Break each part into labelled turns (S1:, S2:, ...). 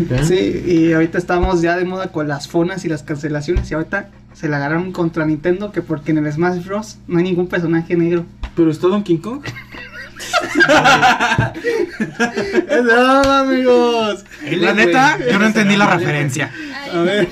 S1: Okay.
S2: Sí, y ahorita estamos ya de moda con las fonas y las cancelaciones. Y ahorita se la agarraron contra Nintendo que porque en el Smash Bros. no hay ningún personaje negro.
S3: Pero está Donkey Kong.
S2: Es broma, amigos.
S1: ¿Eh, La neta, yo no entendí la referencia.
S2: A ver,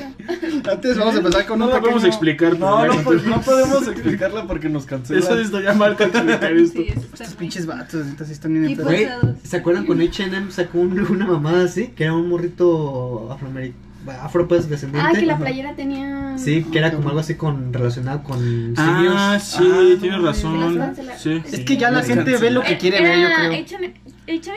S2: antes vamos a empezar con
S4: No
S2: un
S4: la podemos
S2: pequeño-
S4: explicar.
S3: No,
S4: pero bueno,
S3: no, pues, no podemos explicarla porque nos cancelan.
S4: Eso es ya mal explicar esto.
S5: Sí, eso está
S2: Estos
S5: muy-
S2: pinches vatos, neta, sí están bien
S5: Y
S2: enfermos.
S5: pues-
S6: Güey,
S5: Pasados.
S6: ¿se acuerdan cuando H&M sacó un- una mamada así? Que era un morrito afroameri- afro pues descendiente.
S5: Ah, que la
S6: Ajá.
S5: playera tenía.
S6: Sí, que era como algo así con relacionado con
S4: Ah,
S6: simios.
S4: sí,
S3: Ah,
S4: tienes
S3: no,
S5: se
S4: razón.
S5: las van a-
S4: Mm, Sí.
S2: Es que ya la
S3: Sí,
S2: gente
S3: descansa.
S2: ve lo que
S5: Eh,
S2: quiere ver, yo creo.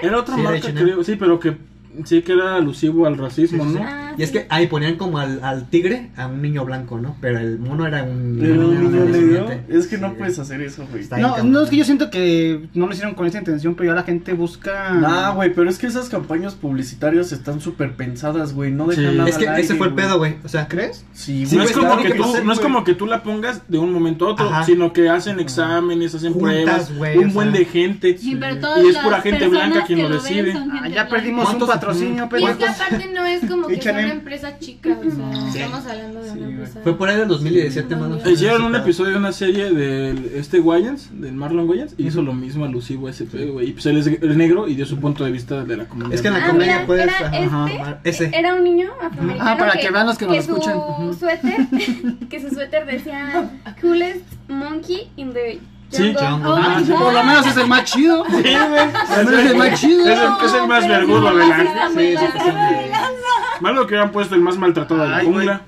S4: Era otra
S6: Sí, era
S4: marca,
S6: H&M.
S4: creo. Sí, pero que sí que era alusivo al racismo,
S6: Sí, sí,
S4: ¿no?
S5: ah,
S6: Y es que ahí ponían como al, al tigre a un niño blanco, ¿no? Pero el mono era un,
S3: Pero un niño negro.
S6: descendiente.
S3: Es que
S6: Sí,
S3: no
S6: güey.
S3: puedes hacer eso, güey.
S6: Está bien
S2: No,
S6: cabrón.
S2: no es que yo siento que no lo hicieron con esa intención, pero ya la gente busca.
S3: Ah, güey, pero es que esas campañas publicitarias están súper pensadas, güey. No dejan
S4: Sí.
S3: nada
S6: Es que
S3: al aire,
S6: ese fue el
S3: güey.
S6: pedo, güey. O sea,
S2: ¿Crees?
S3: Sí,
S6: Sí,
S3: güey,
S4: no, es
S6: pues,
S4: como
S6: claro
S4: que
S6: que
S4: tú,
S6: sí,
S4: no es
S6: güey.
S4: como que tú la pongas de un momento a otro,
S6: Ajá.
S4: sino que hacen exámenes, hacen
S6: Juntas,
S4: pruebas,
S6: güey, o
S4: un buen
S6: sea.
S4: de gente.
S5: Sí, pero
S4: Y
S5: todas
S4: es pura
S5: las
S4: gente
S5: personas
S4: blanca quien
S5: que
S4: lo
S5: ven
S4: decide.
S5: son
S2: Ah,
S5: gente
S2: ya
S5: blanca.
S2: perdimos un
S1: ¿Cuántos-
S2: patrocinio, pues,
S1: mm,
S5: Y
S2: pero.
S5: es que aparte no es como que sea
S2: H&M.
S5: una empresa chica, o sea,
S6: Sí.
S5: estamos hablando de
S3: Sí,
S5: una
S3: güey.
S5: empresa.
S6: fue por ahí del 2017, mano.
S4: Hicieron un episodio de una serie de este Wayans, del Marlon Wayans, y hizo lo mismo alusivo a ese pedo, güey. Y pues él es el negro y dio su punto de vista de la comunidad.
S6: Es que en la
S5: Ah,
S6: comedia
S5: mira,
S6: puedes.
S5: era este,
S6: ajá, ese.
S5: Era un niño afroamericano.
S2: Ah, para que vean los que nos
S5: su
S2: escuchan. Ujú.
S5: Suéter, que su suéter decía Coolest Monkey in the
S4: Sí,
S5: Jungle.
S6: jungle.
S5: Oh,
S2: Ah,
S5: my God.
S2: por lo menos es el más chido. Sí, Por lo menos es el más chido.
S4: Es el, es el más
S5: Pero
S4: vergudo,
S5: no,
S4: ¿verdad?
S5: está muy
S6: Sí, sí,
S5: largo.
S6: sí, sí.
S4: Malo que habían puesto el más maltratado de la
S2: Ay,
S4: jungla.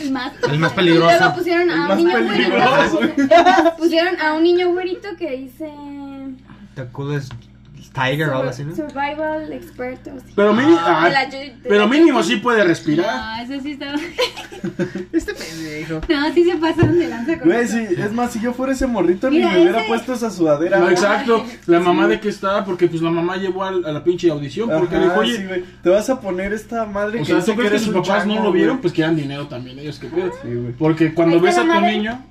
S5: El más,
S1: El más peligroso.
S5: Y luego pusieron a un niño
S3: peligroso.
S5: güerito. Pusieron a un niño güerito que dice
S6: The coolest tiger o algo así, ¿no?
S5: Survival Expert. o así.
S4: Pero, mini-
S5: Ah,
S4: ah,
S5: de la Judith- de
S4: pero
S5: la
S4: mínimo
S5: Judith.
S4: sí puede respirar.
S5: No, eso sí está.
S2: Este pendejo.
S5: No, sí se pasaron de lanza con
S3: Güey,
S5: eso.
S3: sí, es más, si yo fuera ese morrito, ni
S5: Mira,
S3: me hubiera
S5: ese-
S3: puesto esa sudadera.
S4: No,
S3: güey.
S4: exacto. La mamá de que estaba, porque pues la mamá llevó al- a, la pinche audición, porque
S3: Ajá,
S4: dijo, oye,
S3: sí, güey. Te vas a poner esta madre
S4: o sea,
S3: dice
S4: ¿tú crees que
S3: eres
S4: sus
S3: un
S4: papás no
S3: chango,
S4: lo vieron?
S3: güey?
S4: Pues que eran dinero también, ellos que pedo.
S3: Sí, güey.
S4: Porque
S5: Ahí
S4: cuando
S5: está
S4: ves a
S5: la
S4: tu
S5: madre.
S4: niño,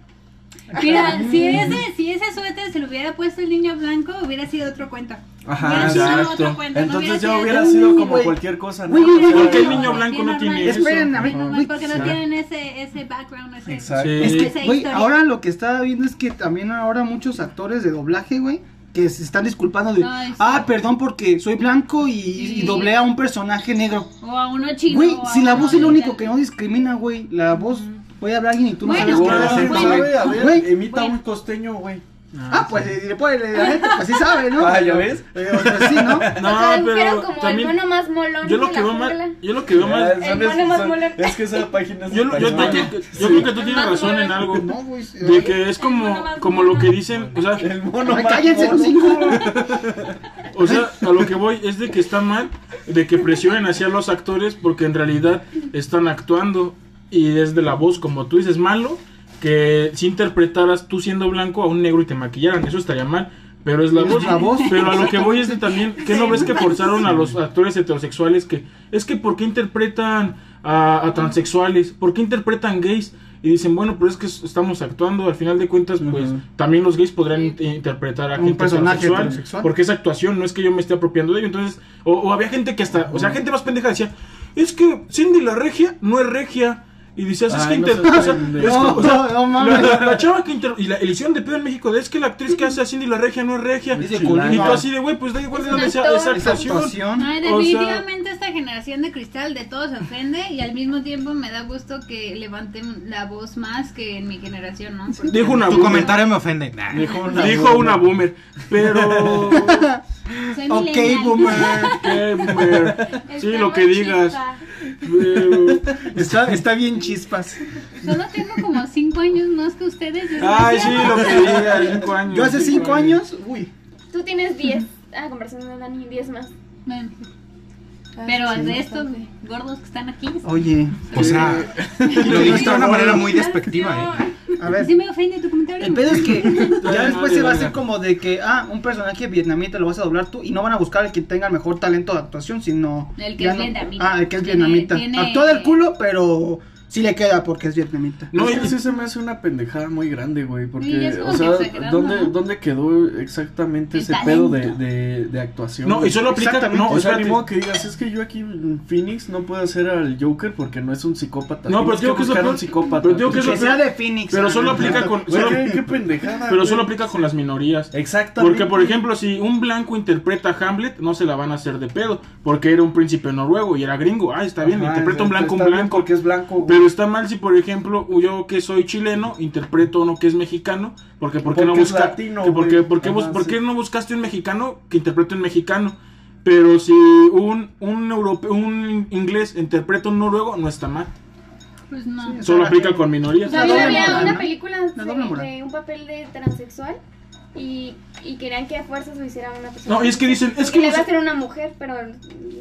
S5: Ah,
S7: Mira, si ese, si ese suéter se lo hubiera puesto el niño blanco, hubiera sido otro cuento.
S3: Ajá,
S7: Hubiera
S4: Ah,
S3: sí.
S7: sido
S4: exacto.
S7: otro cuento.
S3: Entonces
S7: no
S3: yo
S7: hubiera
S3: hubiera
S7: sido-
S3: sido
S2: Uy,
S3: como
S2: güey.
S3: cualquier cosa, ¿no?
S2: Uy, uy, uy,
S3: Porque
S4: porque el
S7: no,
S4: niño
S7: porque
S4: blanco no
S7: normal.
S4: tiene eso.
S2: Esperen, a ver.
S7: No,
S2: güey.
S7: más porque no tienen ese, ese background, ese,
S3: Exacto.
S4: Sí.
S2: Es que,
S7: esa
S2: güey,
S7: historia.
S2: ahora lo que está viendo es que también ahora muchos actores de doblaje, güey, que se están disculpando de,
S7: Ay, sí.
S2: ah, perdón porque soy blanco y, y
S7: Sí.
S2: doblé a un personaje negro.
S7: O a uno chino.
S2: Güey,
S7: o a
S2: si la
S7: uno
S2: voz es lo
S7: de-
S2: único que no discrimina, güey, la voz puede hablar alguien y tú no
S7: Bueno,
S2: sabes qué
S7: bueno,
S2: era
S3: Ahora sí,
S2: acento,
S7: bueno.
S2: güey.
S3: güey, a ver,
S2: Güey,
S3: imita
S7: Bueno.
S3: un costeño, güey.
S2: ah, pues eh, le puede, le- la gente, pues sí sabe, ¿no?
S3: Ah, ¿ya ves?
S2: Eh, pues sí, ¿no?
S4: No,
S5: o sea,
S4: pero
S5: pero como
S4: también
S5: el mono más molón
S4: yo lo
S5: de
S4: que
S5: la
S4: veo más,
S5: jungla.
S4: yo lo que veo más,
S3: Ah,
S5: El
S3: son-
S5: mono más
S3: son-
S5: molón.
S3: Es que esa página es
S4: yo, lo- yo,
S3: española.
S4: creo que- yo creo que tú tienes
S7: Más
S4: razón en
S7: mono.
S4: algo,
S2: No, güey. sí,
S4: de que es como,
S7: mono más
S4: como lo que
S7: mono.
S4: dicen, o sea,
S3: El mono
S2: Ay,
S3: más
S2: cállense
S3: mono.
S2: los cinco.
S4: O sea, a lo que voy es de que está mal, de que presionen hacia los actores porque en realidad están actuando y desde la voz, como tú dices, malo que si interpretaras tú siendo blanco a un negro y te maquillaran, eso estaría mal. Pero es la
S2: Es
S4: voz.
S2: la voz.
S4: Pero a lo que voy es de también, ¿qué no ves que forzaron a los actores heterosexuales que es que por qué interpretan a, a transexuales? ¿Por qué interpretan gays? Y dicen, bueno, pero es que s- estamos actuando, al final de cuentas, pues
S3: Ujú.
S4: también los gays podrán in- interpretar a
S2: Un
S4: gente
S2: personaje
S4: heterosexual,
S2: heterosexual.
S4: Porque es actuación, no es que yo me esté apropiando de ello. Entonces, o, o había gente que hasta, o sea, gente más pendeja decía, es que Cindy la regia no es regia. Y decías, es
S3: Ay,
S4: que
S3: no
S4: interpreta.
S3: seas
S4: o sea,
S3: pendejo.
S4: es que, o sea,
S2: No, no mames.
S4: la, la- la chava que inter- y la elección de pedo en México de es que la actriz que hace a Cindy la regia no es regia.
S2: Es
S4: Y
S2: de
S4: tú
S2: culina.
S4: así de güey, pues da igual de
S5: Es
S4: donde
S5: un
S4: sea
S5: actor.
S4: esa
S2: Esa
S4: actuación.
S2: actuación.
S7: Ay,
S4: O sea-
S7: definitivamente esta generación de cristal de todo se ofende y al mismo tiempo me da gusto que levanten la voz más que en mi generación, ¿no? Porque-
S4: Dijo una
S1: Tu
S4: boomer.
S1: comentario me ofende. Nah.
S4: Dijo una, boomer. Pero.
S7: Soy
S2: Ok,
S7: millennial.
S2: boomer.
S4: ¿Qué boomer? Sí,
S7: Está
S4: lo
S7: muy
S4: que digas.
S7: chispa.
S4: Pero-
S2: Está, está bien chispas.
S7: Solo tengo como 5 años más que ustedes.
S4: Ay, sí,
S7: desgraciado.
S4: lo que digas. Cinco años.
S2: Yo hace cinco años, uy.
S5: Tú tienes 10. Ah, comparación de Dani, 10 más.
S7: Bueno, Pero al de estos gordos que están aquí.
S2: Oye,
S1: O sea, lo dijiste de una manera muy despectiva, eh.
S2: a ver.
S7: Sí me ofende tu comentario.
S2: El pedo es que ya después
S4: Nadie
S2: se va a
S4: valga.
S2: hacer como de que, ah, un personaje vietnamita lo vas a doblar tú y no van a buscar al que tenga el mejor talento de actuación, sino...
S7: El que
S2: ya
S7: es
S2: no-
S7: vietnamita.
S2: Ah, el que es
S7: Tiene-
S2: vietnamita.
S7: tiene-
S2: Actúa del culo, pero Sí le queda porque es vietnamita.
S4: No,
S3: No,
S4: y-
S3: sí se me hace una pendejada muy grande, güey,
S7: Sí,
S3: porque,
S7: es como
S3: o
S7: que
S3: sea,
S7: exagerando,
S3: ¿dónde,
S7: ¿no?
S3: ¿dónde quedó exactamente
S7: El
S3: ese pedo de,
S7: talento.
S3: de, de actuación?
S4: No,
S3: güey?
S4: y solo aplica.
S2: Exactamente,
S4: No,
S3: o sea, ni
S4: espérate.
S3: modo que digas, es que yo aquí en Phoenix no puedo hacer al Joker porque no es un psicópata.
S4: No,
S3: Tienes
S4: pero digo que es lo
S3: buscar
S4: peor.
S3: un psicópata.
S4: Pero digo que es lo
S2: Que
S4: pero-
S2: sea de Phoenix.
S4: pero solo
S2: ah,
S4: aplica
S2: no.
S4: con-
S3: Güey,
S4: solo-
S3: qué, qué pendejada.
S4: Pero
S3: güey.
S4: solo aplica con las minorías.
S3: Exactamente.
S4: Porque, por ejemplo, si un blanco interpreta a Hamlet, no se la van a hacer de pedo. Porque era un príncipe noruego y era gringo. Ah, está bien,
S3: Ajá,
S4: interpreta un
S3: está-
S4: blanco, un
S3: está bien
S4: blanco.
S3: Porque es blanco, güey.
S4: Pero está mal si, por ejemplo, yo que soy chileno, interpreto a uno que es mexicano, porque ¿por qué no
S3: Porque es
S4: busca,
S3: latino,
S4: que porque,
S3: güey.
S4: porque bus-
S3: Ajá,
S4: por
S3: sí.
S4: qué no buscaste un mexicano que interprete un mexicano? Pero si un, un europeo, un inglés interpreta un noruego, no está mal.
S7: Pues no.
S2: Sí,
S4: Solo
S2: Está
S4: aplica
S2: bien.
S4: con minorías.
S2: Una
S5: También
S2: doble
S5: había
S2: moral,
S5: una
S2: ¿no?
S5: película
S2: Una doble
S5: de,
S2: moral.
S5: de un papel de transexual y, y querían que a fuerzas lo hiciera una persona.
S4: No, y es que dicen, es que
S5: le
S4: los-
S5: iba a hacer una mujer, pero.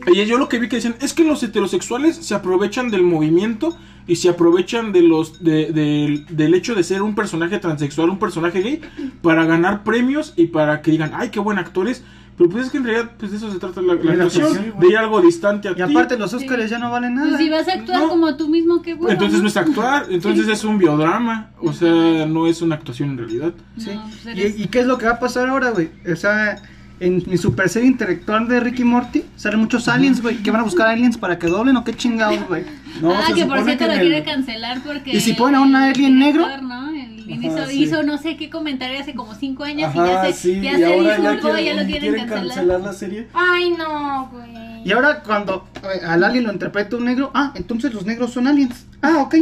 S4: Y yo lo que vi que decían es que los heterosexuales se aprovechan del movimiento y se aprovechan de los de- de- del hecho de ser un personaje transexual, un personaje gay, para ganar premios y para que digan, ay, qué buen actor es. Pero pues es que en realidad pues de eso se trata la, la
S2: De la
S4: actuación,
S2: actuación,
S4: de
S2: güey.
S4: ir algo distante a
S2: Y
S4: ti.
S2: aparte los Óscares ya no valen nada.
S7: Pues si vas a actuar
S4: No.
S7: como tú mismo, qué bueno.
S4: entonces no es actuar, entonces es un biodrama, o sea, no es una actuación en realidad.
S2: Sí.
S7: No, pues
S2: ¿Y,
S7: eres-
S2: y qué es lo que va a pasar ahora, güey? O sea, en mi super serie intelectual de Ricky Morty salen muchos aliens, güey. ¿Qué van a buscar aliens para que doblen o qué chingados, güey?
S3: No,
S7: ah,
S3: se
S7: que por
S3: supone
S7: cierto
S3: que
S7: lo
S3: en el-
S7: quiere cancelar porque.
S2: ¿Y si ponen a un
S7: el
S2: alien negro?
S7: director, ¿no? El-
S3: Ajá,
S7: hizo,
S3: sí.
S7: hizo no sé qué comentario hace como cinco años y
S3: Ajá,
S7: ya se,
S3: sí,
S7: ya
S3: y
S7: se
S3: ahora ya
S7: disculpó, ya lo
S3: quieren,
S7: quieren
S3: quieren
S7: cancelar.
S3: cancelar la serie.
S5: Ay, no, güey.
S2: Y ahora cuando eh, al alien lo interpreta un negro, ah, entonces los negros son aliens. Ah, ok.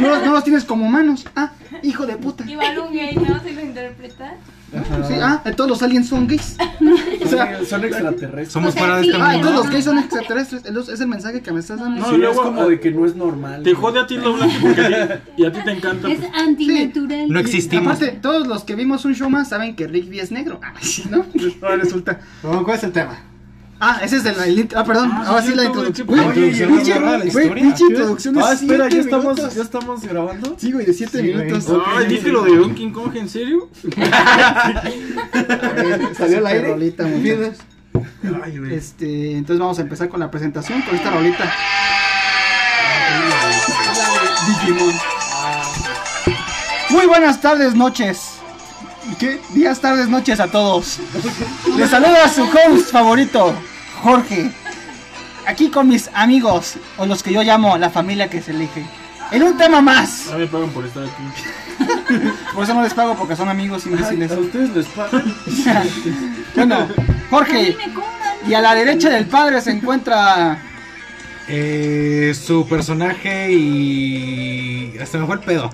S2: No, los- no los tienes como humanos. Ah, hijo de puta.
S5: Igual un gay, ¿no? Si lo interpreta.
S3: Ajá.
S2: Sí, ah, todos los aliens son gays. O sea,
S3: Son- son extraterrestres.
S8: Somos
S7: O sea,
S8: fuera de
S7: sí,
S8: este
S2: ah,
S8: mundo.
S2: entonces los gays son extraterrestres. Es los- Es el mensaje que me estás dando.
S4: No,
S3: Sí,
S4: y luego- ah,
S3: es como de que no es normal.
S4: Te
S3: güey.
S4: jode a ti lo blanco porque a ti, y a ti te encanta.
S7: Es
S4: pues.
S7: antinatural.
S8: No existimos.
S2: Aparte, todos los que vimos un show más saben que Rigby es negro. Ah, sí, ¿no? Ahora resulta.
S1: eh.
S6: Bueno, ¿Cuál es el tema?
S2: Ah, ese es de la. el- Ah, perdón,
S4: Ah, sí,
S2: ahora sí, la
S4: cierto, güey,
S2: introducción.
S4: qué
S2: Güey,
S8: Oye,
S2: pinche-
S8: ya vamos a grabar la
S2: güey,
S8: historia.
S2: pinche introducción
S3: Ah,
S2: de
S3: espera, ya
S2: siete
S3: estamos,
S2: minutos.
S3: ya estamos grabando.
S2: Sí, güey, de 7
S6: Sí, güey.
S2: minutos.
S6: Ok.
S4: Ay, ¿viste lo de Donkey Kong en serio?
S6: Salió al aire.
S2: Rolita, muchachos.
S8: Ay, güey.
S2: este, entonces vamos a empezar con la presentación con esta rolita. Digimon. Muy buenas tardes, noches. ¿Qué? Días, tardes, noches a todos. Les saluda su host favorito, Jorge. Aquí con mis amigos, o los que yo llamo la familia que se elige. En un tema más.
S4: Ya Ah, me pagan por estar aquí.
S2: Por eso no les pago porque son amigos
S3: Ay,
S2: imbéciles.
S3: a ustedes les pagan.
S2: Bueno, Jorge.
S7: Dime, ¿cómo van?
S2: Y a la derecha del padre se encuentra
S8: Eh, su personaje y. Hasta me fue el pedo.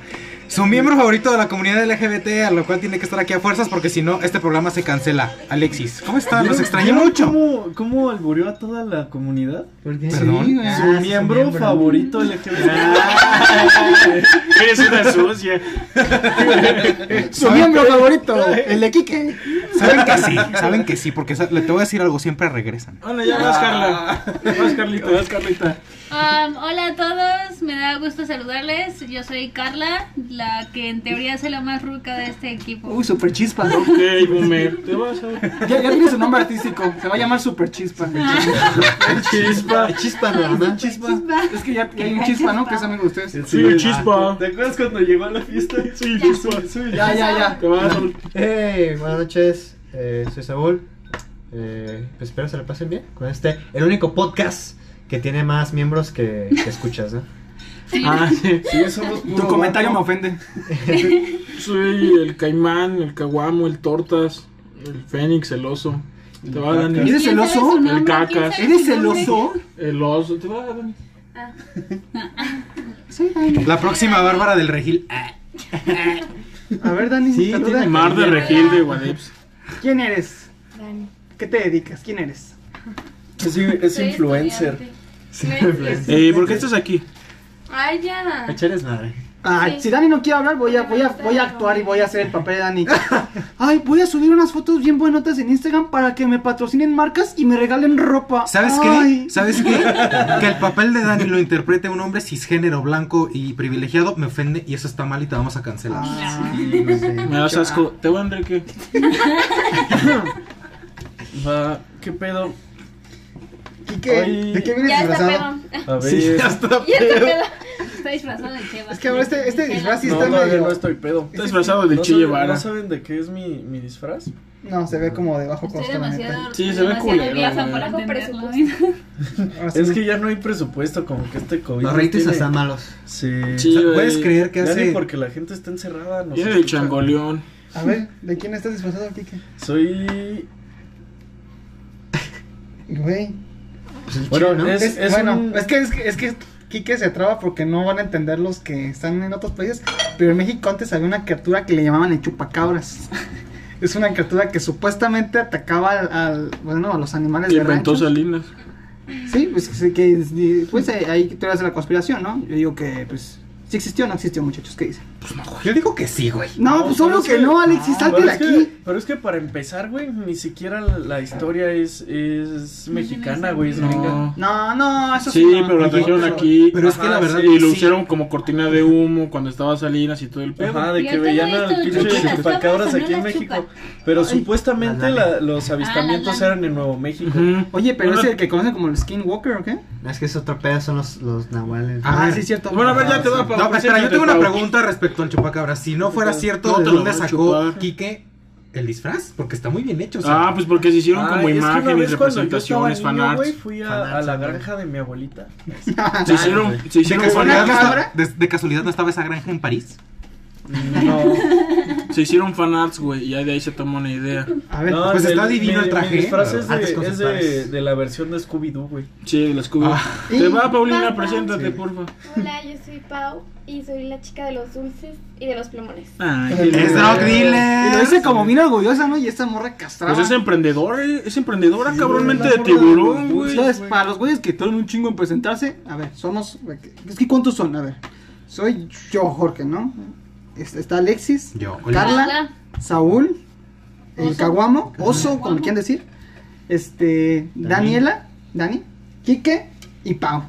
S8: Su miembro favorito de la comunidad LGBT, a lo cual tiene que estar aquí a fuerzas porque si no, este programa se cancela. Alexis, ¿cómo estás? Los extrañé
S3: ¿Vieron
S8: mucho.
S3: ¿Cómo, cómo albureó a toda la comunidad?
S6: ¿Por qué?
S8: Perdón.
S2: Sí, güey.
S6: Ah,
S3: Su
S6: su
S3: miembro,
S6: miembro.
S3: favorito LGBT.
S4: Ah, Eres una sucia.
S2: su miembro favorito, el de Quique.
S8: Saben que sí, saben que sí, porque sa- le te voy a decir algo, siempre regresan.
S4: Bueno, ya vas, Carla. Vas, Carlita, vas, Carlita.
S7: Um, hola a todos, me da gusto saludarles. Yo soy Carla, la que en teoría soy la más ruca de este equipo.
S2: Uy, super chispa.
S4: Ok, boomer. Te vas a.
S2: Ya, ya tiene su nombre artístico, se va a llamar super chispa.
S4: Chispa.
S6: Chispa, nada más.
S2: Chispa. Es que ya, ya hay un chispa, ¿no? Que es amigo de ustedes.
S4: Sí, chispa.
S3: ¿Te acuerdas cuando llegó a la fiesta?
S4: Sí, chispa.
S2: Ya, ya, ya.
S4: Te vas a.
S6: Hey, buenas noches. eh, soy Saúl. Eh, pues espero se la pasen bien con este, el único podcast que tiene más miembros que, que escuchas, ¿no?
S4: Ah, sí.
S3: Sí, somos puro
S2: Tu comentario me
S3: vato.
S2: ofende.
S4: Soy el caimán, el caguamo, el tortas, el fénix, el oso. Te va, Dani.
S2: ¿Eres
S7: ¿Quién sabe
S2: celoso?
S7: su nombre?
S4: El cacas.
S7: ¿Quién sabe
S2: ¿Eres
S7: su nombre?
S2: celoso?
S4: El oso. Te va, Dani.
S8: La próxima Bárbara del Regil. ah,
S2: A ver, Dani,
S6: Sí,
S2: saluda.
S6: tiene
S4: Mar de Regil de Guadeps.
S2: ¿Quién eres?
S5: Dani.
S2: ¿Qué te dedicas? ¿Quién eres?
S3: Sí, es
S5: soy
S3: influencer.
S5: estudiante.
S6: Sí,
S5: No es
S6: influencer.
S4: Eh, ¿Por qué estás aquí?
S5: Ay, ya.
S6: Echar es madre.
S2: Ay,
S5: Sí.
S2: Ah, si Dani no quiere hablar, voy a, voy, a, voy a actuar y voy a hacer el papel de Dani. Ay, voy a subir unas fotos bien buenotas en Instagram para que me patrocinen marcas y me regalen ropa.
S8: ¿Sabes
S2: Ay.
S8: qué? ¿Sabes qué? Que el papel de Dani lo interprete un hombre cisgénero, blanco y privilegiado me ofende y eso está mal y te vamos a cancelar.
S2: Ah,
S4: Me das asco. Te va, Enrique.
S3: Va, ¿qué pedo?
S2: ¿Y qué?
S3: Ay.
S2: ¿De qué vienes
S5: Ya está
S2: disfrazado?
S5: pedo.
S3: A ver.
S8: Sí, ya está.
S5: Ya está pedo.
S7: está disfrazado de Cheva.
S2: Es que ahora este- este
S7: De
S2: disfraz sí
S7: Cheva.
S3: No,
S2: está
S3: todavía
S2: medio-
S3: no estoy pedo.
S4: Está disfrazado de
S3: ¿No
S4: Che
S3: saben-
S4: Guevara.
S3: ¿No saben de qué es mi, mi disfraz?
S2: No, se ve como de bajo costo.
S7: Estoy
S2: la neta.
S7: demasiado.
S4: Sí, se ve
S7: demasiado
S4: culero,
S7: vieja
S4: güey.
S7: para
S5: Bajo
S7: entenderlo.
S2: Ahora sí.
S3: Es que ya no hay presupuesto, como que este COVID.
S6: Los
S3: nos
S6: ratings
S3: tiene-
S6: están malos.
S3: Sí.
S4: Sí, güey.
S3: eh,
S8: ¿Puedes creer
S3: Ya
S8: que
S3: ni
S8: hace
S3: porque la gente está encerrada. nos
S4: Viene de
S3: escucha.
S4: Changoleón.
S2: A ver, ¿de quién estás disfrazado, Kike?
S3: Soy.
S2: Güey.
S6: Pues el
S3: Bueno,
S6: chino, ¿no?
S3: es-
S2: Es, bueno, pues,
S3: un-
S2: es, que, es, que, es que Quique se traba porque no van a entender los que están en otros países. Pero en México antes había una criatura que le llamaban el chupacabras. Es una criatura que supuestamente atacaba al, al- bueno, a los animales de
S4: Inventó
S2: rancho.
S4: Salinas.
S2: Sí, pues, sí que, pues eh, hay teorías de la conspiración, ¿no? Yo digo que, pues, si existió o no existió, muchachos, ¿qué dicen?
S8: Yo digo que sí, güey.
S2: No, pues
S3: pero
S2: solo
S3: es
S2: que no, Alexis, salte de
S3: Ah, pero es que-
S2: aquí.
S3: pero es que para empezar, güey, ni siquiera la historia es, es mexicana, güey, es gringa.
S4: No.
S2: No, no, eso
S4: Sí,
S2: no,
S4: pero la
S2: no,
S4: trajeron
S2: no.
S4: aquí.
S8: Pero es que la verdad
S4: Y
S8: que
S4: lo
S8: sí.
S4: hicieron como cortina de humo cuando estaba Salinas y todo el pedo.
S3: Ajá, de
S7: Y
S3: que
S7: ahorita
S3: veían
S7: no
S3: al
S7: esto,
S3: pinche
S7: chupas,
S3: chupacabras
S7: tomas o no
S3: aquí en
S7: las
S3: México.
S7: chupas.
S3: Pero supuestamente
S6: La lana.
S3: la- los avistamientos
S7: lana.
S3: eran en Nuevo México.
S4: Ujú.
S2: Oye, pero
S4: Bueno,
S2: es el que conocen como el Skinwalker, ¿o qué?
S6: No, Es que es otro pedo, son los, los nahuales.
S8: Ah,
S2: Ah,
S8: ver.
S2: sí, es cierto.
S4: Bueno, a ver, ya pues te va a
S8: No,
S4: pagar.
S8: pero espera, yo tengo una pregunta respecto al chupacabras. Si no fuera cierto,
S4: No te
S8: ¿de
S4: lo
S8: dónde
S4: voy a
S8: sacó
S4: chupar.
S8: Quique el disfraz? Porque está muy bien hecho. o sea,
S4: Ah, pues porque se hicieron como
S3: Ay, es que una
S4: imágenes,
S3: vez cuando yo estaba
S4: representaciones,
S3: niño, güey,
S4: fanarts.
S3: Fui
S6: Fanarts,
S3: a, a la
S6: güey.
S3: granja de mi abuelita.
S4: Se hicieron, se
S8: ¿de,
S4: hicieron,
S8: casualidad no
S4: fanarts,
S8: estaba, de, de casualidad no estaba esa granja en París?
S3: No,
S4: se hicieron fanarts, güey, y ya de ahí se tomó una idea.
S2: A ver,
S3: no,
S8: pues está
S3: mi-
S8: divino
S3: mi-
S8: el traje,
S3: Mi disfraz
S6: artes
S3: es, de, es de,
S6: conceptuales.
S3: de la versión de Scooby-Doo, güey.
S4: Sí, la Scooby.
S8: Ah.
S4: Te va, Paulina,
S5: Sí.
S4: preséntate, porfa.
S5: Hola, yo soy Pau y soy la chica de los dulces y de los plumones.
S4: Ay,
S8: ¡Es drug
S2: y lo
S8: dealer!
S2: dice como bien orgullosa, ¿no? Y esta morra castrada.
S4: Pues es emprendedor, eh, es emprendedora,
S3: Sí,
S4: cabrón,
S3: güey,
S4: mente
S3: la
S4: de
S3: morra de
S4: tiburón,
S3: los
S4: güey.
S2: Entonces, para los güeyes que toman un chingo en presentarse, a ver, somos. Es que ¿cuántos son? A ver, soy yo, Jorge, ¿no? Es- Está Alexis,
S8: Yo, hola.
S2: Carla, Saúl, el
S7: Oso.
S2: Caguamo, Oso, como
S7: Caguamo.
S2: le quieran decir, este, Daniela, Dani, Quique y Pau.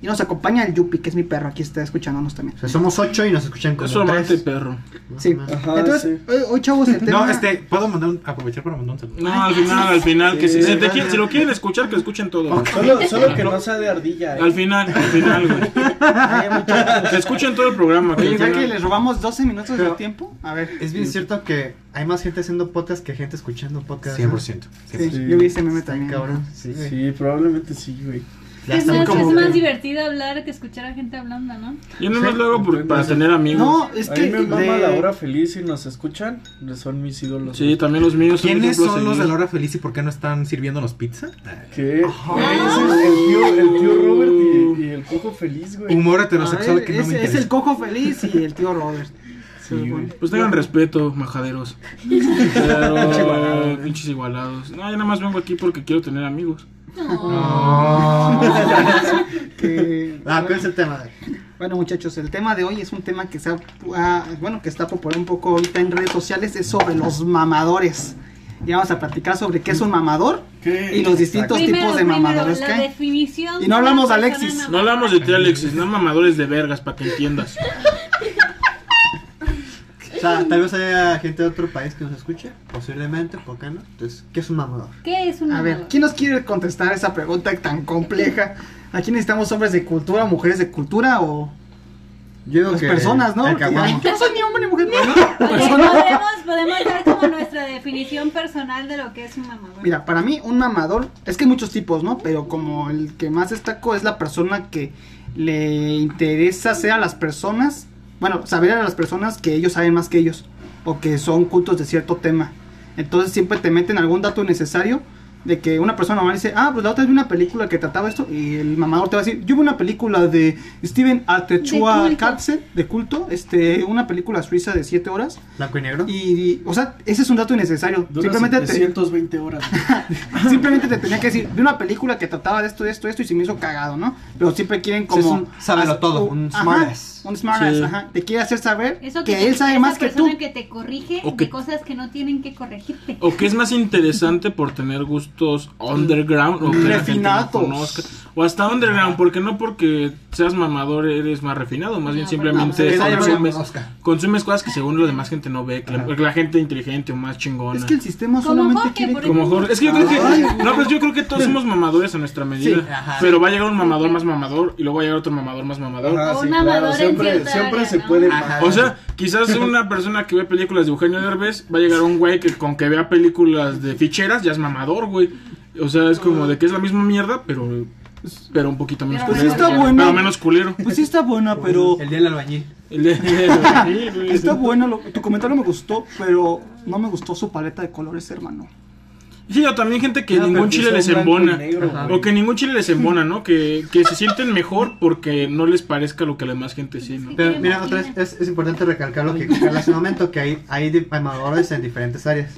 S2: Y nos acompaña el Yupi, que es mi perro, aquí está escuchándonos también.
S6: O sea, somos ocho y nos escuchan como
S4: Es su amante
S6: tres.
S4: perro.
S6: Más
S2: Sí,
S6: o menos.
S3: Ajá,
S2: entonces,
S3: sí.
S2: hoy, hoy, chavos, el tema.
S8: Ah, No, este, ¿puedo mandar un- aprovechar para mandar un saludo?
S4: No, al final, al final, que si,
S3: Sí.
S4: si te quiere- si lo quieren escuchar, que escuchen todo. güey.
S3: Solo, solo que no sea de ardilla. eh.
S4: Al final, al final, güey.
S3: Ay, muchachos.
S4: Que escuchen todo el programa. que
S2: Oye,
S4: al
S2: ya que
S4: final-
S2: les robamos 12 minutos de
S6: Pero-
S2: su tiempo, a ver.
S6: Es bien cierto que hay más gente haciendo podcast que gente escuchando podcast. ¿eh? ¿no?
S8: 100%.
S2: Sí,
S8: 100%.
S3: sí.
S2: yo vi ese meme
S6: Está
S2: también.
S6: cabrón. Sí, güey.
S3: Sí, probablemente sí, güey.
S6: Ya
S7: es
S6: está
S7: más,
S6: como
S7: es
S6: que-
S7: más divertido hablar que escuchar a gente hablando, ¿no?
S4: Yo no más
S6: Sí.
S4: lo hago por- para tener amigos.
S2: No, es
S3: a
S2: que
S3: mí me mama
S2: de-
S3: la hora feliz y nos escuchan. Son mis ídolos.
S4: Sí, también los míos. un
S8: ¿Quiénes
S4: ejemplo a
S8: son los de
S4: seguir.
S8: la hora feliz y por qué no están sirviéndonos pizza?
S3: ¿Qué? Ese es el tío, el tío Robert y, y el cojo feliz, güey.
S8: Humor
S2: a
S8: heterosexual
S2: ver,
S8: que no
S2: es,
S8: me
S2: Ah, es el
S8: interesa.
S2: cojo feliz y el tío Robert.
S3: Sí, güey.
S4: Pues tengan respeto, majaderos. Pero, pinches igualados. No, yo nada más vengo aquí porque quiero tener amigos.
S2: Que-
S6: Ah, ¿cuál es el tema?
S2: Bueno, muchachos, el tema de hoy es un tema que se ha- ah, bueno, que está popular un poco ahorita en redes sociales, es sobre los mamadores. Y vamos a platicar sobre qué es un mamador y los distintos tipos de mamadores
S7: la
S2: que hay.
S7: definición.
S2: Y no
S7: una
S2: hablamos de
S7: persona
S2: Alexis.
S4: No hablamos de ti, Alexis, no mamadores de vergas, para que entiendas.
S6: O sea, tal vez haya gente de otro país que nos escuche, posiblemente, ¿por qué no? Entonces, ¿qué es un mamador?
S7: ¿Qué es un
S2: A ver,
S7: mamador?
S2: ¿quién nos quiere contestar esa pregunta tan compleja? Aquí necesitamos hombres de cultura, mujeres de cultura o
S6: Yo
S2: las personas, ¿no?
S6: El
S2: Porque- Ay,
S6: caguamo.
S2: Yo soy ni hombre ni mujer. ¿no?
S7: Oye,
S2: Persona.
S7: podemos, podemos dar como nuestra definición personal de lo que es un mamador.
S2: Mira, para mí un mamador, es que hay muchos tipos, ¿no? Pero como el que más destaco es la persona que le interesa hacer a las personas, bueno, saber a las personas que ellos saben más que ellos o que son cultos de cierto tema. Entonces siempre te meten algún dato necesario de que una persona normal dice, ah, pues la otra vez vi una película que trataba esto y el mamador te va a decir, yo vi una película de Steven Atechua
S7: De culto.
S2: Katze, de culto, este, una película suiza de 7 horas
S6: Blanco y negro.
S2: y, y, o sea, ese es un dato innecesario.
S3: Dura
S2: Simplemente te,
S3: 720 horas.
S2: Simplemente te tenía que decir, vi una película que trataba de esto, de esto, de esto y se me hizo cagado, ¿no? Pero siempre quieren como...
S6: es un sábelo
S2: as-
S6: todo,
S2: u-
S6: un
S2: ajá,
S6: smartass.
S2: Un smartass,
S4: Sí.
S2: ajá. Te quiere hacer saber
S7: Eso
S2: que,
S7: te-
S2: él sabe
S7: esa
S2: más que tú.
S7: persona que te corrige
S4: O que-
S7: de cosas que no tienen que corregirte.
S4: O que es más interesante por tener gustos underground o que la gente no
S2: Refinados.
S4: conozca. O hasta underground, porque no porque seas mamador eres más refinado, más bien
S7: No,
S4: simplemente
S2: pero no, pero-
S4: consumes,
S3: Oscar.
S4: consumes cosas que según la demás gente no ve, que la, la gente inteligente o más chingona.
S2: Es que el sistema
S7: Como
S2: solamente
S7: Jorge,
S2: quiere
S7: por
S2: que-
S4: Como Jorge- es que yo creo que no, pues yo creo que todos somos mamadores a nuestra medida,
S3: Sí, ajá.
S4: pero va a llegar un mamador más mamador y luego va a llegar otro mamador más mamador.
S3: Ajá,
S7: O
S3: sí,
S7: un
S3: claro,
S7: amador en
S3: siempre,
S7: cierta
S3: siempre
S7: área,
S3: se
S7: ¿no?
S3: puede
S4: Ajá. O sea, quizás una persona que ve películas de Eugenio Derbez va a llegar un güey que con que vea películas de ficheras ya es mamador, güey. O sea, es como de que es la misma mierda, pero pero un poquito menos
S7: Pero
S4: culero.
S7: está
S2: bueno.
S4: Pero menos culero.
S2: Pues sí está buena, pero
S3: El del albañil.
S4: El de- Sí, güey.
S2: está buena. lo- Tu comentario me gustó, pero no me gustó su paleta de colores, hermano.
S4: Sí, o también gente que
S3: Ah, pero
S4: ningún chile
S3: son
S4: les
S3: blanco y
S4: embona.
S3: negro,
S4: Ajá.
S3: güey.
S4: O que ningún chile les embona, ¿no? Que, que se sienten mejor porque no les parezca lo que la demás gente sí, ¿no?
S6: Pero mira, otra vez, es, es importante recalcar lo que Carla hace un momento, que hay, hay di- hay mamadores en diferentes áreas.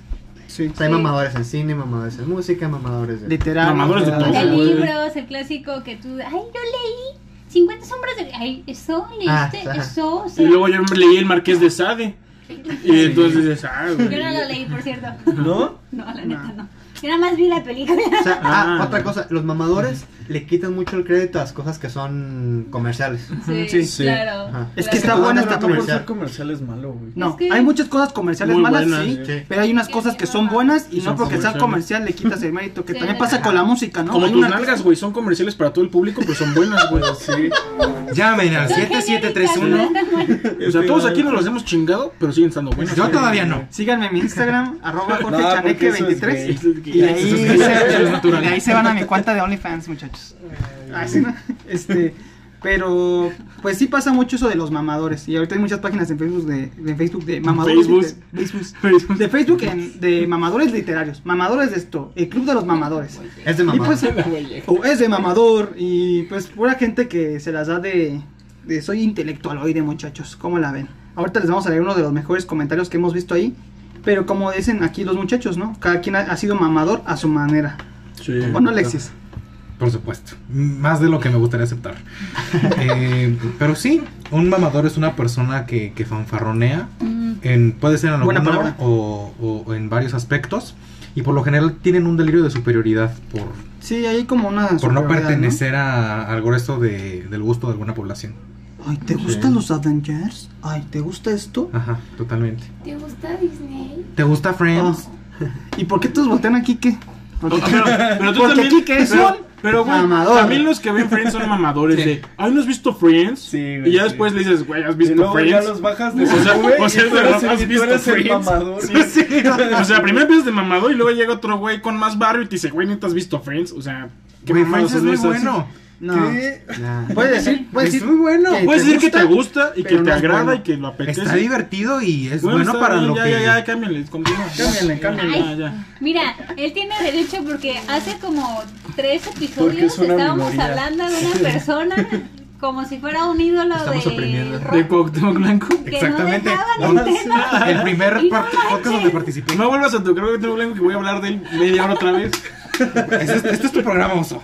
S2: Sí.
S6: O sea, hay
S7: Sí.
S6: mamadores en cine, mamadores en música, mamadores de...
S2: Literal.
S4: Mamadores de
S2: literal.
S4: todo.
S7: El
S4: güey.
S7: libros, el clásico que tú, ay, yo leí 50 sombras de... Ay, eso,
S6: Ah,
S7: leíste,
S6: ajá.
S7: eso, o sea,
S4: Y luego yo leí el Marqués de Sade. Y entonces dices, ah, güey.
S7: Yo no lo leí, por cierto.
S3: ¿No?
S7: No, la neta no. Yo nada más vi la película.
S6: O sea,
S4: Ah.
S6: ah, otra cosa, los mamadores le quitan mucho el crédito a las cosas que son comerciales.
S7: Sí,
S2: Sí,
S3: sí.
S7: claro.
S6: Ajá.
S2: Es
S7: claro.
S2: que está
S3: Ah,
S6: tu
S2: bueno,
S6: banda
S2: pero
S6: está
S2: no
S9: Por
S2: por-
S9: ser comercial es malo, güey.
S2: No,
S7: Es que-
S2: hay muchas cosas comerciales
S4: Muy
S2: malas,
S4: buenas,
S2: sí,
S6: sí.
S2: pero hay unas cosas que son buenas y no
S4: Son
S2: porque sea
S4: comerciales.
S2: comercial le quitas el mérito, que
S7: Sí,
S2: también
S7: la
S2: pasa
S7: verdad.
S2: con la música, ¿no?
S4: Como
S2: Hay
S4: tus
S2: unas-
S4: nalgas, güey, son comerciales para todo el público, pero son buenas, güey.
S8: Llamen al
S7: Son genéricas,
S8: 7731.
S7: no están buenas.
S4: O
S3: este,
S4: sea, todos aquí nos los hemos chingado, pero siguen estando buenas.
S8: Yo todavía no.
S2: Síganme en mi Instagram, arroba Jorge
S3: No, porque
S2: Chaneque
S3: eso es
S2: 23.
S4: gay.
S2: Y ahí,
S8: Eso es
S2: se,
S8: gay, eso es natural.
S2: y ahí se van a mi cuenta de OnlyFans, muchachos. Ah, sí, ¿no? Este, pero pues sí pasa mucho eso de los mamadores. Y ahorita hay muchas páginas en Facebook de, de Facebook de mamadores.
S4: Facebook.
S2: liter- Facebook. De Facebook en- de mamadores literarios. Mamadores de esto. El club de los mamadores.
S6: Es de
S2: Y
S6: mamador.
S2: pues, o es de mamador y pues pura gente que se las da de, de soy intelectual hoy de muchachos, ¿cómo la ven? Ahorita les vamos a leer uno de los mejores comentarios que hemos visto ahí, pero como dicen aquí los muchachos, ¿no? Cada quien ha, ha sido mamador a su manera.
S4: Sí.
S2: ¿O no, Alexis?
S8: Por supuesto. Más de lo que me gustaría aceptar. Eh, pero sí, un mamador es una persona que, que fanfarronea.
S7: Mm,
S8: en- puede ser en
S2: Buena
S8: alguna
S2: palabra.
S8: o, o- o en varios aspectos. Y por lo general tienen un delirio de superioridad por,
S2: Sí, hay como una...
S8: por no
S2: superioridad,
S8: pertenecer a- al grueso de- del gusto de alguna población.
S2: Ay, ¿te gustan los Avengers? Ay, ¿te gusta esto?
S8: Ajá, totalmente.
S5: ¿Te gusta Disney?
S8: ¿Te gusta Friends?
S2: Ah, ¿Y por qué todos voltean aquí qué? Porque,
S4: Pero, pero tú
S2: porque
S4: también,
S2: aquí que es
S4: pero-
S2: un...
S4: Pero, güey,
S2: mamador.
S4: también los que ven Friends son mamadores
S3: Sí.
S4: de, ay, ¿no has visto Friends?
S3: Sí, güey,
S4: y ya
S3: sí.
S4: después le dices, güey, ¿has
S3: Y
S4: visto
S3: luego ya
S4: Friends?
S3: los bajas de
S4: O sea,
S3: su nube
S4: o sea,
S3: y tú
S4: de
S3: eres
S4: verdad, ¿has
S3: el- tú
S4: visto
S3: eres el
S4: Friends?
S3: mamador.
S4: O sea, primero empiezas de mamador y luego llega otro güey con más barrio y te dice, güey, ¿no te has visto Friends? O sea, qué
S8: Güey,
S4: mamadas
S8: Friends es
S4: son
S8: muy
S4: esas?
S8: bueno.
S2: No.
S3: ¿Qué?
S6: Nah.
S2: Puedes decir, puedes
S8: Es
S2: decir...
S8: muy bueno.
S2: que
S4: Puedes
S2: te
S4: decir que te gusta y que
S2: pero
S4: te
S2: no es
S4: agrada
S2: bueno.
S4: y que lo apetece.
S8: Está divertido y es bueno,
S4: está
S8: para
S4: bien,
S8: lo
S4: ya,
S8: que...
S4: Ya, ya, cámbiale, continúa.
S3: Cámbiale, cámbiale.
S4: Ya, ya.
S7: Mira, él tiene derecho porque hace como tres
S3: Porque
S7: episodios
S3: es una
S7: estábamos
S3: minoría.
S7: hablando de una persona como si fuera un ídolo
S6: Estamos
S7: de...
S6: oprimiendo.
S4: De
S7: rock
S4: Cuauhtémoc Blanco.
S7: que
S8: Exactamente.
S7: No dejaban el tema.
S8: El primer
S7: Y no
S8: par- podcast donde
S7: manches.
S8: participé.
S4: No vuelvas a tocar Cuauhtémoc Blanco que voy a hablar de él media hora otra vez.
S8: Este, es- este es tu programa, Oso.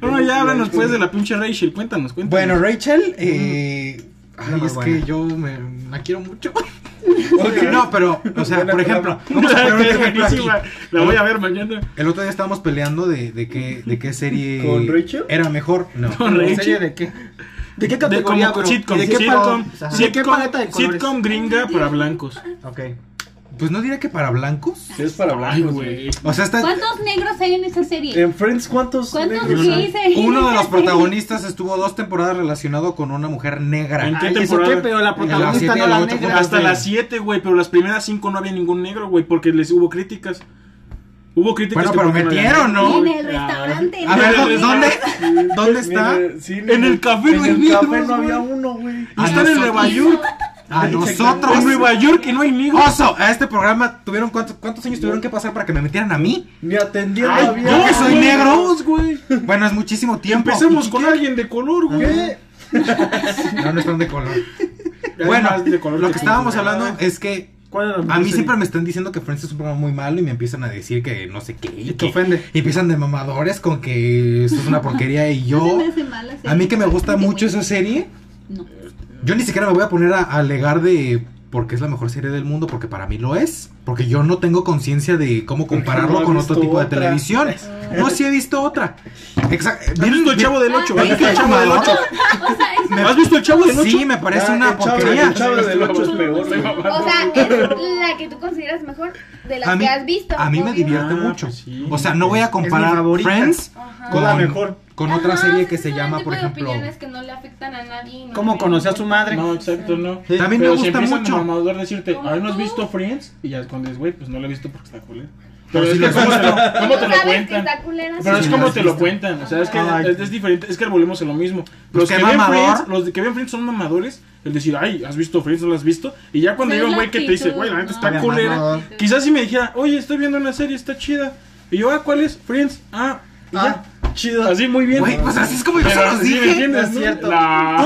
S4: Bueno, ya háblanos pues de la pinche Rachel, cuéntanos, cuéntanos.
S8: Bueno, Rachel, eh, ay,
S6: Una
S8: es
S6: más buena.
S8: que yo me, la quiero mucho. No, pero, o sea,
S3: Buena
S8: por ejemplo, vamos a poner un
S4: Es
S8: ejemplo aquí.
S4: buenísima. La voy a ver mañana.
S8: El otro día estábamos peleando de, de qué, de qué serie
S3: ¿Con Rachel?
S8: era mejor. No.
S4: Con
S2: ¿En
S4: Rachel.
S2: serio de qué? ¿De qué
S4: De
S2: categoría,
S4: como
S2: bro?
S4: sitcom,
S2: ¿De qué
S4: sitcom,
S2: pal-
S4: sitcom,
S2: ¿De qué paleta de colores?
S4: sitcom gringa para blancos.
S6: Ok.
S8: Pues no diría que para blancos.
S3: Sí, es para
S4: Ay,
S3: blancos, güey.
S4: güey.
S8: O sea, está.
S7: ¿Cuántos negros hay en esa serie?
S3: En Friends, ¿cuántos?
S7: ¿Cuántos
S3: negros?
S7: gays hay? en
S8: Uno de
S7: esa
S8: los
S7: serie?
S8: protagonistas estuvo dos temporadas relacionado con una mujer
S4: ¿En
S8: negra.
S4: qué
S2: Ay, ¿eso
S4: temporada?
S2: qué? Pero la
S8: En la
S2: protagonista
S8: siete
S2: no
S8: y la
S2: la pues,
S8: ocho
S2: negra.
S8: juntas.
S4: Hasta las 7, güey, pero las primeras 5 no había ningún negro, güey, porque les hubo críticas. Hubo críticas. que
S8: Bueno,
S4: porque
S8: pero
S4: no había
S8: metieron,
S4: negro.
S8: ¿no?
S7: En el restaurante.
S8: A ver,
S4: En
S8: ¿dó-
S4: el-
S8: ¿dónde, dónde
S3: Sí,
S8: está?
S3: mira, sí,
S4: En el café no hay
S3: En el
S4: negros,
S3: café no
S4: güey.
S3: había uno, güey.
S8: A
S4: Están Ah, en
S8: nosotros.
S4: Nueva York.
S8: A
S4: En
S8: nosotros.
S4: Nueva York y no hay negros.
S8: Oso, a este programa tuvieron cuántos, cuántos años tuvieron que pasar para que me metieran a mí.
S3: Ni atendiendo
S8: Ay,
S3: había.
S8: yo que soy negro.
S4: güey.
S8: Bueno, es muchísimo tiempo.
S4: Empecemos con alguien de color, güey.
S3: ¿Qué?
S8: No, no están de color.
S4: Hay
S8: Bueno,
S4: más de color
S8: lo
S4: que
S8: que estábamos
S4: color.
S8: hablando es que
S3: ¿Cuál era la
S8: a mí
S3: serie?
S8: siempre me están diciendo que Friends es un programa muy malo y me empiezan a decir que no sé qué.
S2: Y
S8: Y
S2: te
S8: que-
S2: ofende.
S8: y empiezan de mamadores con que esto es una porquería y
S7: No se
S8: yo...
S7: me hace mala serie.
S8: A mí que me gusta mucho esa serie,
S7: No.
S8: yo ni siquiera me voy a poner a a alegar de porque es la mejor serie del mundo, porque para mí lo es. Porque yo no tengo conciencia de cómo compararlo
S3: no he
S8: con otro
S3: visto
S8: tipo de
S3: otra.
S8: televisiones. No, sí he visto otra. Exacto.
S4: ¿Has visto el chavo del 8? ¿Has visto el chavo del 8?
S5: O sea, es
S4: ¿Has visto el chavo del 8?
S8: Sí, me parece
S3: Ah,
S8: una
S3: el chavo-
S8: porquería.
S3: El chavo
S4: Este
S3: del 8 es peor.
S4: Estoy
S3: güey.
S4: mamando.
S5: O sea, eh, es la que tú consideras mejor de las
S8: A mí,
S5: que has visto.
S8: a mí me
S5: obvio.
S8: divierte
S4: Ah,
S8: mucho.
S4: pues sí.
S8: O sea, no voy a
S2: Es mi
S8: comparar
S2: favorita.
S8: Friends
S5: Ajá.
S8: con,
S3: la mejor.
S8: con otra
S5: Ajá,
S8: serie
S5: sí,
S8: que se
S5: solamente
S8: llama, por
S5: puede
S8: ejemplo.
S5: opiniones que no le afectan a nadie. y no
S2: ¿Cómo
S5: tienen
S2: conoció a su
S5: ningún-
S2: madre?
S4: No, exacto, no.
S8: También me
S4: Pero
S8: gusta
S4: si empiezan
S8: mucho.
S4: a mamador decirte,
S5: Como
S4: ay, ¿no has
S5: tú.
S4: visto Friends? Y ya escondes, güey, pues no lo he visto porque está culero.
S8: Pero
S4: Pero
S8: sí
S4: es
S8: lo
S4: que
S8: has
S4: cómo te lo, cómo
S5: Tú
S4: te lo
S5: sabes que
S4: cuentan.
S5: está culera,
S4: Pero
S5: Ah, sí.
S4: es
S8: Sí,
S4: como
S8: lo has
S4: te lo
S8: visto.
S4: cuentan, o sea, es que
S8: Ay.
S4: es, es diferente, es que volvemos a lo mismo.
S8: Ah, Pues
S4: Los
S8: qué
S4: que, ven
S8: mamador.
S4: Friends, los que ven Friends son mamadores, el decir, ay, ¿has visto Friends? ¿No lo has visto? Y ya cuando
S7: Pero
S4: llega un
S7: es la
S4: güey que te dice,
S7: actitud,
S4: güey, la neta
S7: ¿no?
S4: está
S6: Bien
S4: culera,
S6: mamador.
S4: quizás si me dijera, oye, estoy viendo una serie, está chida. Y yo, ah, ¿cuál es? Friends, ah, y
S2: Ah,
S4: ya, chido, así muy bien.
S8: Güey, pues así ¿eh? es como yo se
S4: Pero
S8: los
S4: sí, ¿me
S8: dije.
S4: entiendes,
S2: Es
S4: no?
S2: cierto.
S4: La-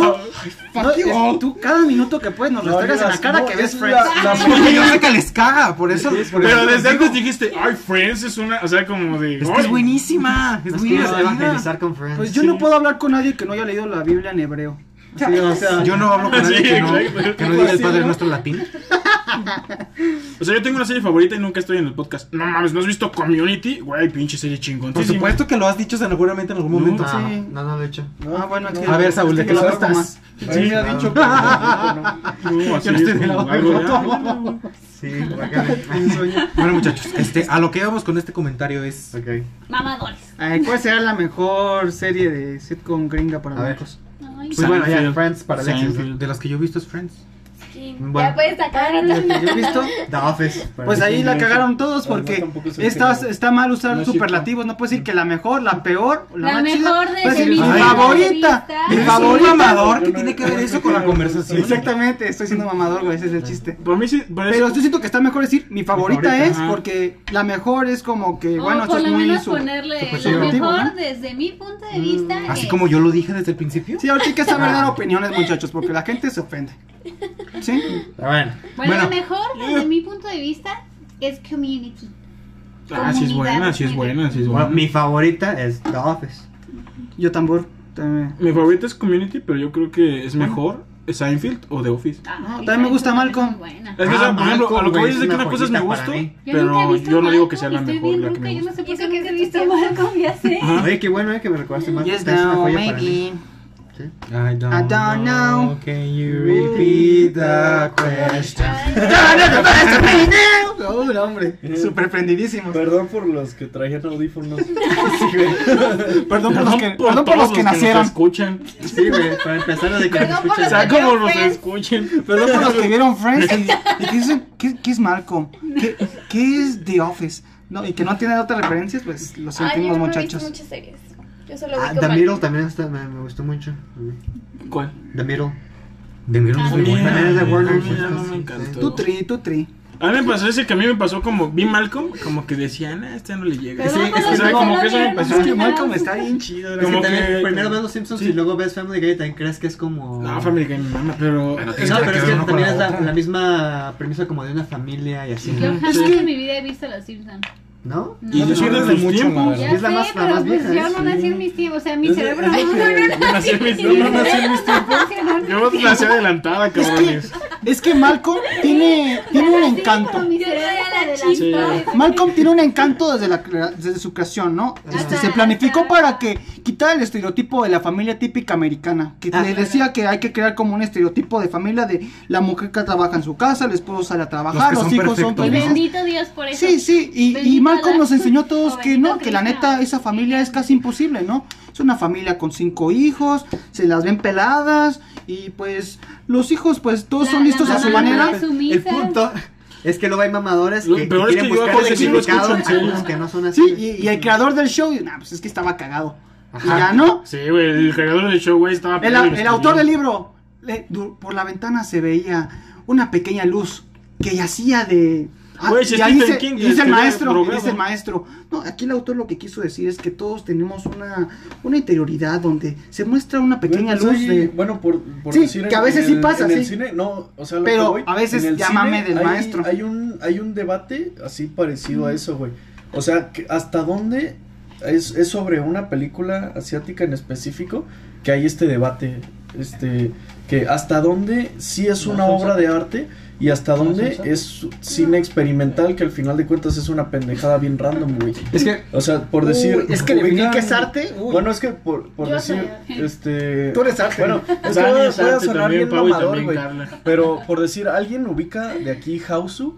S2: No, es- tú cada minuto que puedes nos
S3: No,
S2: restregas en la
S3: digas,
S2: cara
S3: no,
S2: que ves
S3: es
S2: Friends.
S3: la- la
S8: Porque yo sé que les caga, por eso. por eso
S4: Pero
S8: les
S4: desde
S8: digo.
S4: antes dijiste, ay, Friends es una, o sea, como de.
S8: Es que es
S4: "Ay".
S8: buenísima. Es
S6: Nos
S8: muy
S6: quieren
S8: divertida.
S6: evangelizar con Friends.
S2: Pues yo no puedo hablar con nadie que no haya leído la Biblia en hebreo.
S3: Sí, o sea,
S8: Yo no hablo con nadie
S4: Sí,
S8: que no,
S4: exacto.
S8: que no diga el Padre Nuestro latín.
S4: O sea, yo tengo una serie favorita y nunca estoy en el podcast. No mames, ¿no has visto Community? Güey, pinche serie chingón.
S8: Por supuesto que lo has dicho seguramente en algún momento.
S6: No, no, no, lo he hecho.
S3: no,
S2: Ah, bueno, es que-
S8: A ver, Saúl, ¿de
S2: es
S8: qué
S2: Este que yo la veo
S8: lado
S2: como
S8: estás?
S3: me ha dicho que
S8: Ah.
S4: No, así
S8: Yo no
S4: es
S8: estoy del lado
S4: como algo
S8: del
S4: de, "Ah,
S6: Sí, guácala.
S3: un sueño.
S8: Bueno, muchachos, este, a lo que íbamos con este comentario es.
S6: Ok.
S7: Mamadores.
S2: Ay, Eh, ¿Cuál será la mejor serie de sitcom gringa para
S6: A ver.
S2: locos?
S7: Ay,
S6: Pues bueno, ya,
S4: Seinfeld.
S6: Friends para Alexis.
S4: Seinfeld.
S8: De las que yo he visto es Friends.
S5: Sí,
S6: Bueno.
S5: Ya puedes sacar a
S2: ¿Yo he visto?
S6: The Office. para
S2: Pues ahí
S6: Alexis.
S2: la cagaron todos
S3: Pero no,
S2: porque
S3: tampoco es el
S2: estas,
S3: que-
S2: está mal usar
S3: no es
S2: superlativos. No puedes decir que la mejor, la peor, la,
S7: La
S2: más chida.
S7: mejor de-
S2: Puedes
S7: de
S2: decir,
S7: mi
S2: mi
S8: punto
S2: favorita.
S7: de vista.
S2: Mi
S8: Es
S7: Eres
S8: un
S2: favorita.
S8: mamador
S3: Yo
S8: que
S3: no-
S8: tiene que ver eso con la conversación.
S2: Exactamente, estoy siendo mamador, güey. Ese es el chiste.
S4: Para mí sí, para
S2: Pero
S4: eso-
S2: yo siento que está mejor decir mi favorita,
S4: favorita,
S2: es
S4: ajá.
S2: porque la mejor es como que, bueno,
S7: o
S2: esto
S7: por
S2: es
S7: lo
S2: muy
S7: menos
S2: su-
S7: ponerle lo
S2: subjetivo,
S7: mejor
S2: ¿no?
S7: desde mi punto de vista.
S8: Mm. Así
S7: es-
S8: como yo lo dije desde el principio.
S2: Sí, ahorita hay que saber dar opiniones, muchachos, porque la gente se ofende. ¿Sí?
S6: Ah, Bueno,
S7: Bueno,
S8: Bueno.
S7: lo mejor desde mi punto de vista es community.
S4: Ah, sí es buena, sí es buena, sí es buena.
S6: bueno, mi favorita es The Office.
S2: Yo tambor. También,
S4: Mi favorita es Community, pero yo creo que es mejor Seinfeld o The Office.
S7: Ay,
S2: No, también me gusta
S7: también es
S2: Malcolm.
S7: muy Ah, buena.
S4: Es que,
S6: Ah,
S4: o sea, por ejemplo,
S6: Malcolm,
S4: a lo que
S6: güey,
S4: voy
S6: es
S4: es de que
S6: una
S4: una cosa es me
S6: joyita
S4: gusta,
S6: para mí.
S7: Yo nunca he
S4: pero
S7: visto
S4: yo no digo que
S7: Malcolm,
S4: sea la
S7: estoy
S4: mejor,
S7: bien
S4: la que
S7: ruca,
S4: me
S7: Yo no
S4: gusta.
S7: sé por
S5: Eso
S7: qué
S5: que
S7: nunca he
S5: se
S7: visto
S5: dice
S7: Malcolm, ya sé.
S4: Ajá.
S6: Oye, qué bueno eh, que me recordaste más.
S2: Yes,
S6: Es una
S2: no,
S6: joya para mí.
S2: maybe.
S8: I don't,
S2: I don't know.
S8: Can you repeat the question?
S2: Oh, no, hombre. Súper prendidísimos.
S3: Perdón por los que traían audífonos.
S2: Perdón por los que,
S4: Perdón
S2: perdón
S4: por,
S2: por
S4: todos
S2: los que nacieron.
S4: nos escuchan.
S6: Sí, güey, para empezar lo de que nos
S5: Perdón por
S4: O
S6: escuchas.
S4: sea,
S5: Pero
S4: como
S5: yo
S4: nos
S5: sé.
S4: escuchen.
S2: Perdón por los que vieron Friends. y- ¿Y qué es, qué, qué es Malcolm? ¿Qué, qué es The Office? No, y que no tiene otras referencias, pues lo
S5: Ay, yo
S2: sentimos,
S5: no he visto
S2: muchachos.
S5: muchas series. Yo solo
S6: Ah,
S5: ubico
S6: The
S5: Malcolm.
S6: Middle también está, me, me gustó mucho.
S4: ¿Cuál?
S6: The Middle.
S8: De mí no es muy
S4: También.
S8: buena.
S6: También es de Warner.
S4: Ay, mira, no me
S6: Sí,
S4: encantó.
S2: Tú tri, tú tri.
S4: A mí me pasó ese que a mí me pasó como vi Malcolm, como que decía, ah, este no le llega.
S7: Pero
S4: Sí,
S7: no
S4: es que
S7: lo
S4: sabe como
S7: vieron,
S4: que eso me
S7: no
S2: Pues,
S4: pasó.
S7: lo vieron.
S2: bien chido.
S4: Como
S6: Es que también
S4: que-
S6: primero ves los Simpsons
S4: Sí.
S6: y luego ves Family Guy y también crees que es como.
S4: No, Family Guy me mama, pero
S8: Pero tiene
S6: No,
S8: que
S6: pero es
S8: ver
S6: que
S8: uno con
S6: también
S8: la
S6: es la,
S8: otra.
S6: la misma premisa como de una familia y así.
S7: Yo
S6: ¿no?
S7: jamás
S4: Sí.
S7: en mi vida he visto Los Simpsons.
S6: ¿No?
S4: y
S7: No,
S4: le
S8: no,
S4: pierden
S8: no,
S4: sus
S8: mucho,
S4: tiempos.
S8: madre.
S7: Ya
S6: Es la
S7: sé,
S6: más- la
S7: pero
S6: más
S7: pues
S6: vieja,
S7: yo
S6: ¿eh?
S7: no nací en mis tiempos, o sea, mi
S3: Es-
S7: cerebro
S3: es lo
S7: aún no
S3: que-
S7: nació.
S4: Nací en mis- no nací en mis tiempos. Yo nací adelantada, cabrones.
S2: Es que Malcolm tiene, tiene un encanto.
S7: Mi
S5: Yo
S7: cerebro
S5: era la
S7: adelantado.
S5: chispa.
S2: Malcolm tiene un encanto desde, la, crea- desde su creación, ¿no? Este, se planificó para que quitar el estereotipo de la familia típica americana, que
S6: Ah.
S2: le decía que hay que crear como un estereotipo de familia de la mujer que trabaja en su casa, el esposo sale a trabajar,
S8: Los
S2: los,
S8: que son
S2: hijos
S8: perfectos,
S2: son
S7: Y
S2: felices.
S7: bendito Dios por eso.
S2: Sí, sí, y, y
S7: Bendito
S2: Malcolm
S7: Adán.
S2: nos enseñó a todos que no,
S7: Bendito
S2: que la
S7: Cristo.
S2: neta esa familia es casi imposible, ¿no? Es una familia con cinco hijos, se las ven peladas y pues los hijos pues todos
S7: La-
S2: son
S7: la
S2: listos a su
S7: mamá no
S2: manera.
S7: es sumisa.
S6: El punto es que luego hay mamadores
S4: Lo
S6: que, que
S4: peor es
S6: quieren
S4: que yo
S6: buscar
S4: hago
S6: el
S4: de que sí lo
S6: significado
S4: escucho en
S6: a
S4: serio.
S6: cosas que no son así.
S2: Sí, y, y el creador del show, nah, pues es que estaba cagado. Y ya no.
S4: Sí, güey, el creador del show, güey, estaba
S2: El,
S4: peor y lo
S2: el autor
S4: escribí.
S2: del libro, le- du- por la ventana se veía una pequeña luz que yacía de. ah,
S4: Güey, si
S2: y ahí
S4: Stephen
S2: dice,
S4: King
S2: y dice el
S4: escribió el
S2: maestro, y
S4: programa.
S2: dice el maestro. No, aquí el autor lo que quiso decir es que todos tenemos una, una interioridad donde se muestra una pequeña
S3: Bueno,
S2: luz
S3: soy-
S2: de.
S3: pues, Bueno, por, por
S2: Sí,
S3: decir
S2: que a
S3: en-
S2: veces
S3: en
S2: sí
S3: el-
S2: pasa,
S3: en el
S2: sí.
S3: cine, no, o sea, lo
S2: Pero
S3: que voy,
S2: a veces
S3: en el
S2: llámame
S3: cine
S2: del
S3: hay-
S2: maestro. Mm.
S3: Hay un, hay un debate así parecido a eso, güey. O sea, que ¿hasta dónde es, es sobre una película asiática en específico que hay este debate? Este, que hasta dónde sí es una obra de arte y hasta dónde es cine experimental que al final de cuentas es una pendejada bien random, güey.
S6: Es que
S3: O sea, por decir.
S2: Uy, es que definir
S3: ubican-
S2: qué es arte. uy.
S3: Bueno, es que por, por
S5: Yo
S3: decir.
S5: soy-
S3: Este.
S2: tú eres arte.
S3: Bueno, es que
S4: Dani
S3: voy a-
S4: es
S3: voy a
S4: arte
S3: sonar
S4: también,
S3: bien
S4: Pau y
S3: mamador,
S4: también
S3: güey.
S4: Carla.
S3: Pero por decir, ¿alguien ubica de aquí Hausu?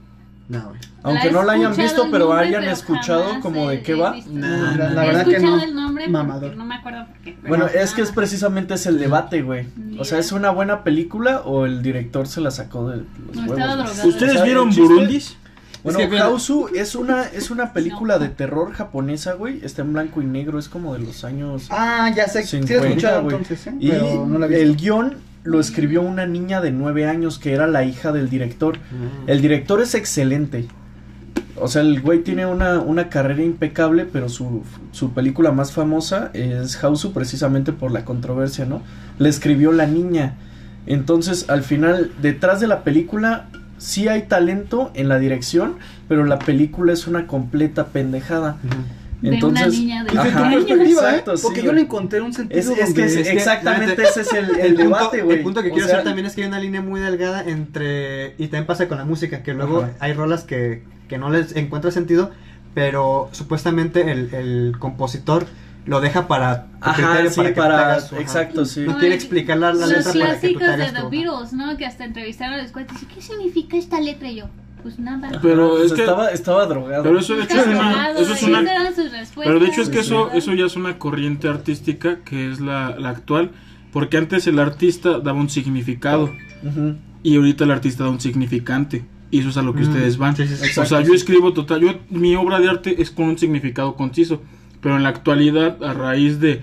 S6: no, güey.
S3: Aunque
S7: he
S3: no la hayan
S7: escuchado
S3: visto,
S7: el
S3: pero
S7: nombre,
S3: hayan
S7: pero
S3: escuchado
S7: jamás
S3: como
S7: he-
S3: de qué
S7: he
S3: va.
S7: visto.
S3: Ah,
S2: Nah,
S7: He
S2: la verdad que
S7: escuchado
S2: no.
S7: el nombre, porque
S2: Mamador.
S7: No me acuerdo por qué. pero
S3: Bueno, es que
S7: nada.
S3: es precisamente es el debate, güey. O sea, ¿es una buena película o el director se la sacó de los
S7: No,
S3: huevos?
S7: estaba
S3: güey?
S7: drogado.
S3: O sea,
S4: ¿Ustedes
S3: el
S4: vieron
S3: chiste-
S4: Burundis?
S3: Bueno,
S2: Es que, bueno-
S3: Hausu es una, es una película de terror japonesa, güey. Está en blanco y negro, es como de los años...
S2: Ah, ya sé. Sí, la he
S3: 50,
S2: escuchado
S3: güey.
S2: entonces, ¿eh?
S3: Y
S2: pero no la he visto.
S3: el guión lo escribió una niña de nueve años que era la hija del director.
S2: Mm.
S3: El director es excelente. O sea, el güey tiene una, una carrera impecable, pero su, su película más famosa es Hausu precisamente por la controversia, ¿no? Le escribió la niña. Entonces, al final, detrás de la película, sí hay talento en la dirección, pero la película es una completa pendejada.
S7: De una
S3: Entonces,
S7: niña de-
S2: Desde tu
S3: Ajá.
S2: perspectiva, ¿eh?
S3: Exacto, sí,
S2: Porque yo
S3: güey.
S2: le encontré un sentido.
S3: Es, es que
S2: donde-
S3: es-
S6: es que-
S3: exactamente ese es el, el
S6: El,
S3: debate,
S6: punto,
S3: güey.
S6: el punto que
S3: O
S6: quiero
S3: sea,
S6: hacer también es que hay una línea muy delgada entre. Y también pasa con la música, que luego
S3: Ajá.
S6: hay rolas que, que no les encuentra sentido, pero supuestamente el, el compositor lo deja para. tu
S3: Ajá,
S6: criterio,
S3: sí, para,
S6: que tú te hagas su- ajá.
S3: exacto, sí.
S6: No quiere explicar la, la
S7: Los
S6: letra para que tú
S7: clásicos
S6: te
S7: de
S6: hagas
S7: The
S6: tu-
S7: Beatles, ¿no? Que hasta entrevistaron a los cuates y ¿qué significa esta letra? Y yo, pues nada.
S4: Pero
S3: Pues
S4: es que.
S3: estaba, estaba drogado.
S4: Pero eso de hecho es
S7: Estás
S4: una.
S7: drogado,
S4: Eso es
S7: y
S4: una
S7: esas eran sus respuestas.
S4: Pero de hecho es que eso,
S7: ¿verdad?
S4: eso ya es una corriente artística que es la, la actual, porque antes el artista daba un significado
S3: Ujú.
S4: y ahorita el artista da un significante. Y eso es a lo que
S6: Mm,
S4: ustedes van.
S6: sí, sí, sí.
S4: o sea, yo escribo total, yo mi obra de arte es con un significado conciso, pero en la actualidad a raíz de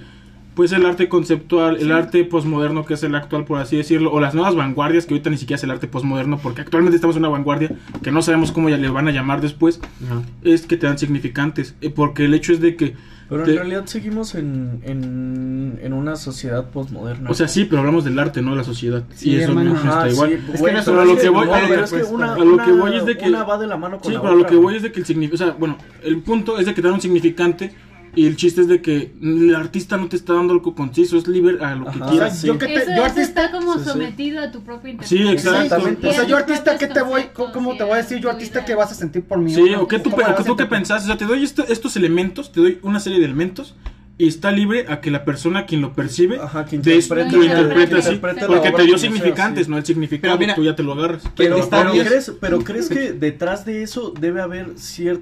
S4: pues el arte conceptual, el arte posmoderno que es el actual por así decirlo, o las nuevas vanguardias que ahorita ni siquiera es el arte posmoderno porque actualmente estamos en una vanguardia que no sabemos cómo ya le van a llamar después,
S6: Ajá.
S4: es que te dan significantes, eh, porque el hecho es de que
S3: Pero en
S4: te-
S3: realidad seguimos en, en, en una sociedad posmoderna.
S4: O sea, sí, pero hablamos del arte, no de la sociedad.
S2: Sí,
S4: y eso
S2: hermano. Ah,
S4: no está igual.
S6: Es que no
S4: pero a lo que voy- a lo-
S6: pues,
S4: a lo que voy es de que-
S3: una va de la mano con
S4: Sí,
S3: la
S4: pero a lo
S3: otra,
S4: que voy
S3: güey.
S4: es de que el significado. O sea, bueno, el punto es de que te dan un significante. Y el chiste es de que el artista no te está dando algo conciso, es libre a lo que
S3: Ajá.
S2: O sea,
S4: quieras.
S2: yo que te-
S7: Eso
S2: yo
S7: ya se
S2: artista-
S7: está como
S3: Sí, sí.
S7: sometido a tu propia
S4: Sí,
S7: interpretación.
S4: exacto.
S2: Exactamente. O sea,
S7: Y
S2: yo
S7: a tus
S2: artista, ¿qué
S7: propios
S2: te voy?
S7: conceptos,
S2: ¿Cómo
S7: y
S2: te
S7: a
S2: voy a
S7: tu
S2: decir yo artista
S7: idea.
S2: qué vas a sentir por mí?
S4: Sí,
S2: ¿no?
S4: o qué tú,
S2: ¿Cómo vas
S4: o qué
S2: a
S4: tú qué
S2: sentir?
S4: pensás. O sea, te doy esto- estos elementos, te doy una serie de elementos. Y está libre a que la persona quien lo percibe
S3: Ajá, que
S4: de
S3: interpreta,
S4: lo
S7: que
S4: interprete así.
S7: interprete la
S4: Porque
S3: obra
S4: te dio
S3: como sea,
S4: significantes,
S3: sí.
S4: no el significado,
S6: Pero mira,
S4: tú ya te lo agarras.
S3: Pero,
S6: Está
S3: pero
S6: bien.
S3: ¿crees, pero crees que detrás de eso debe haber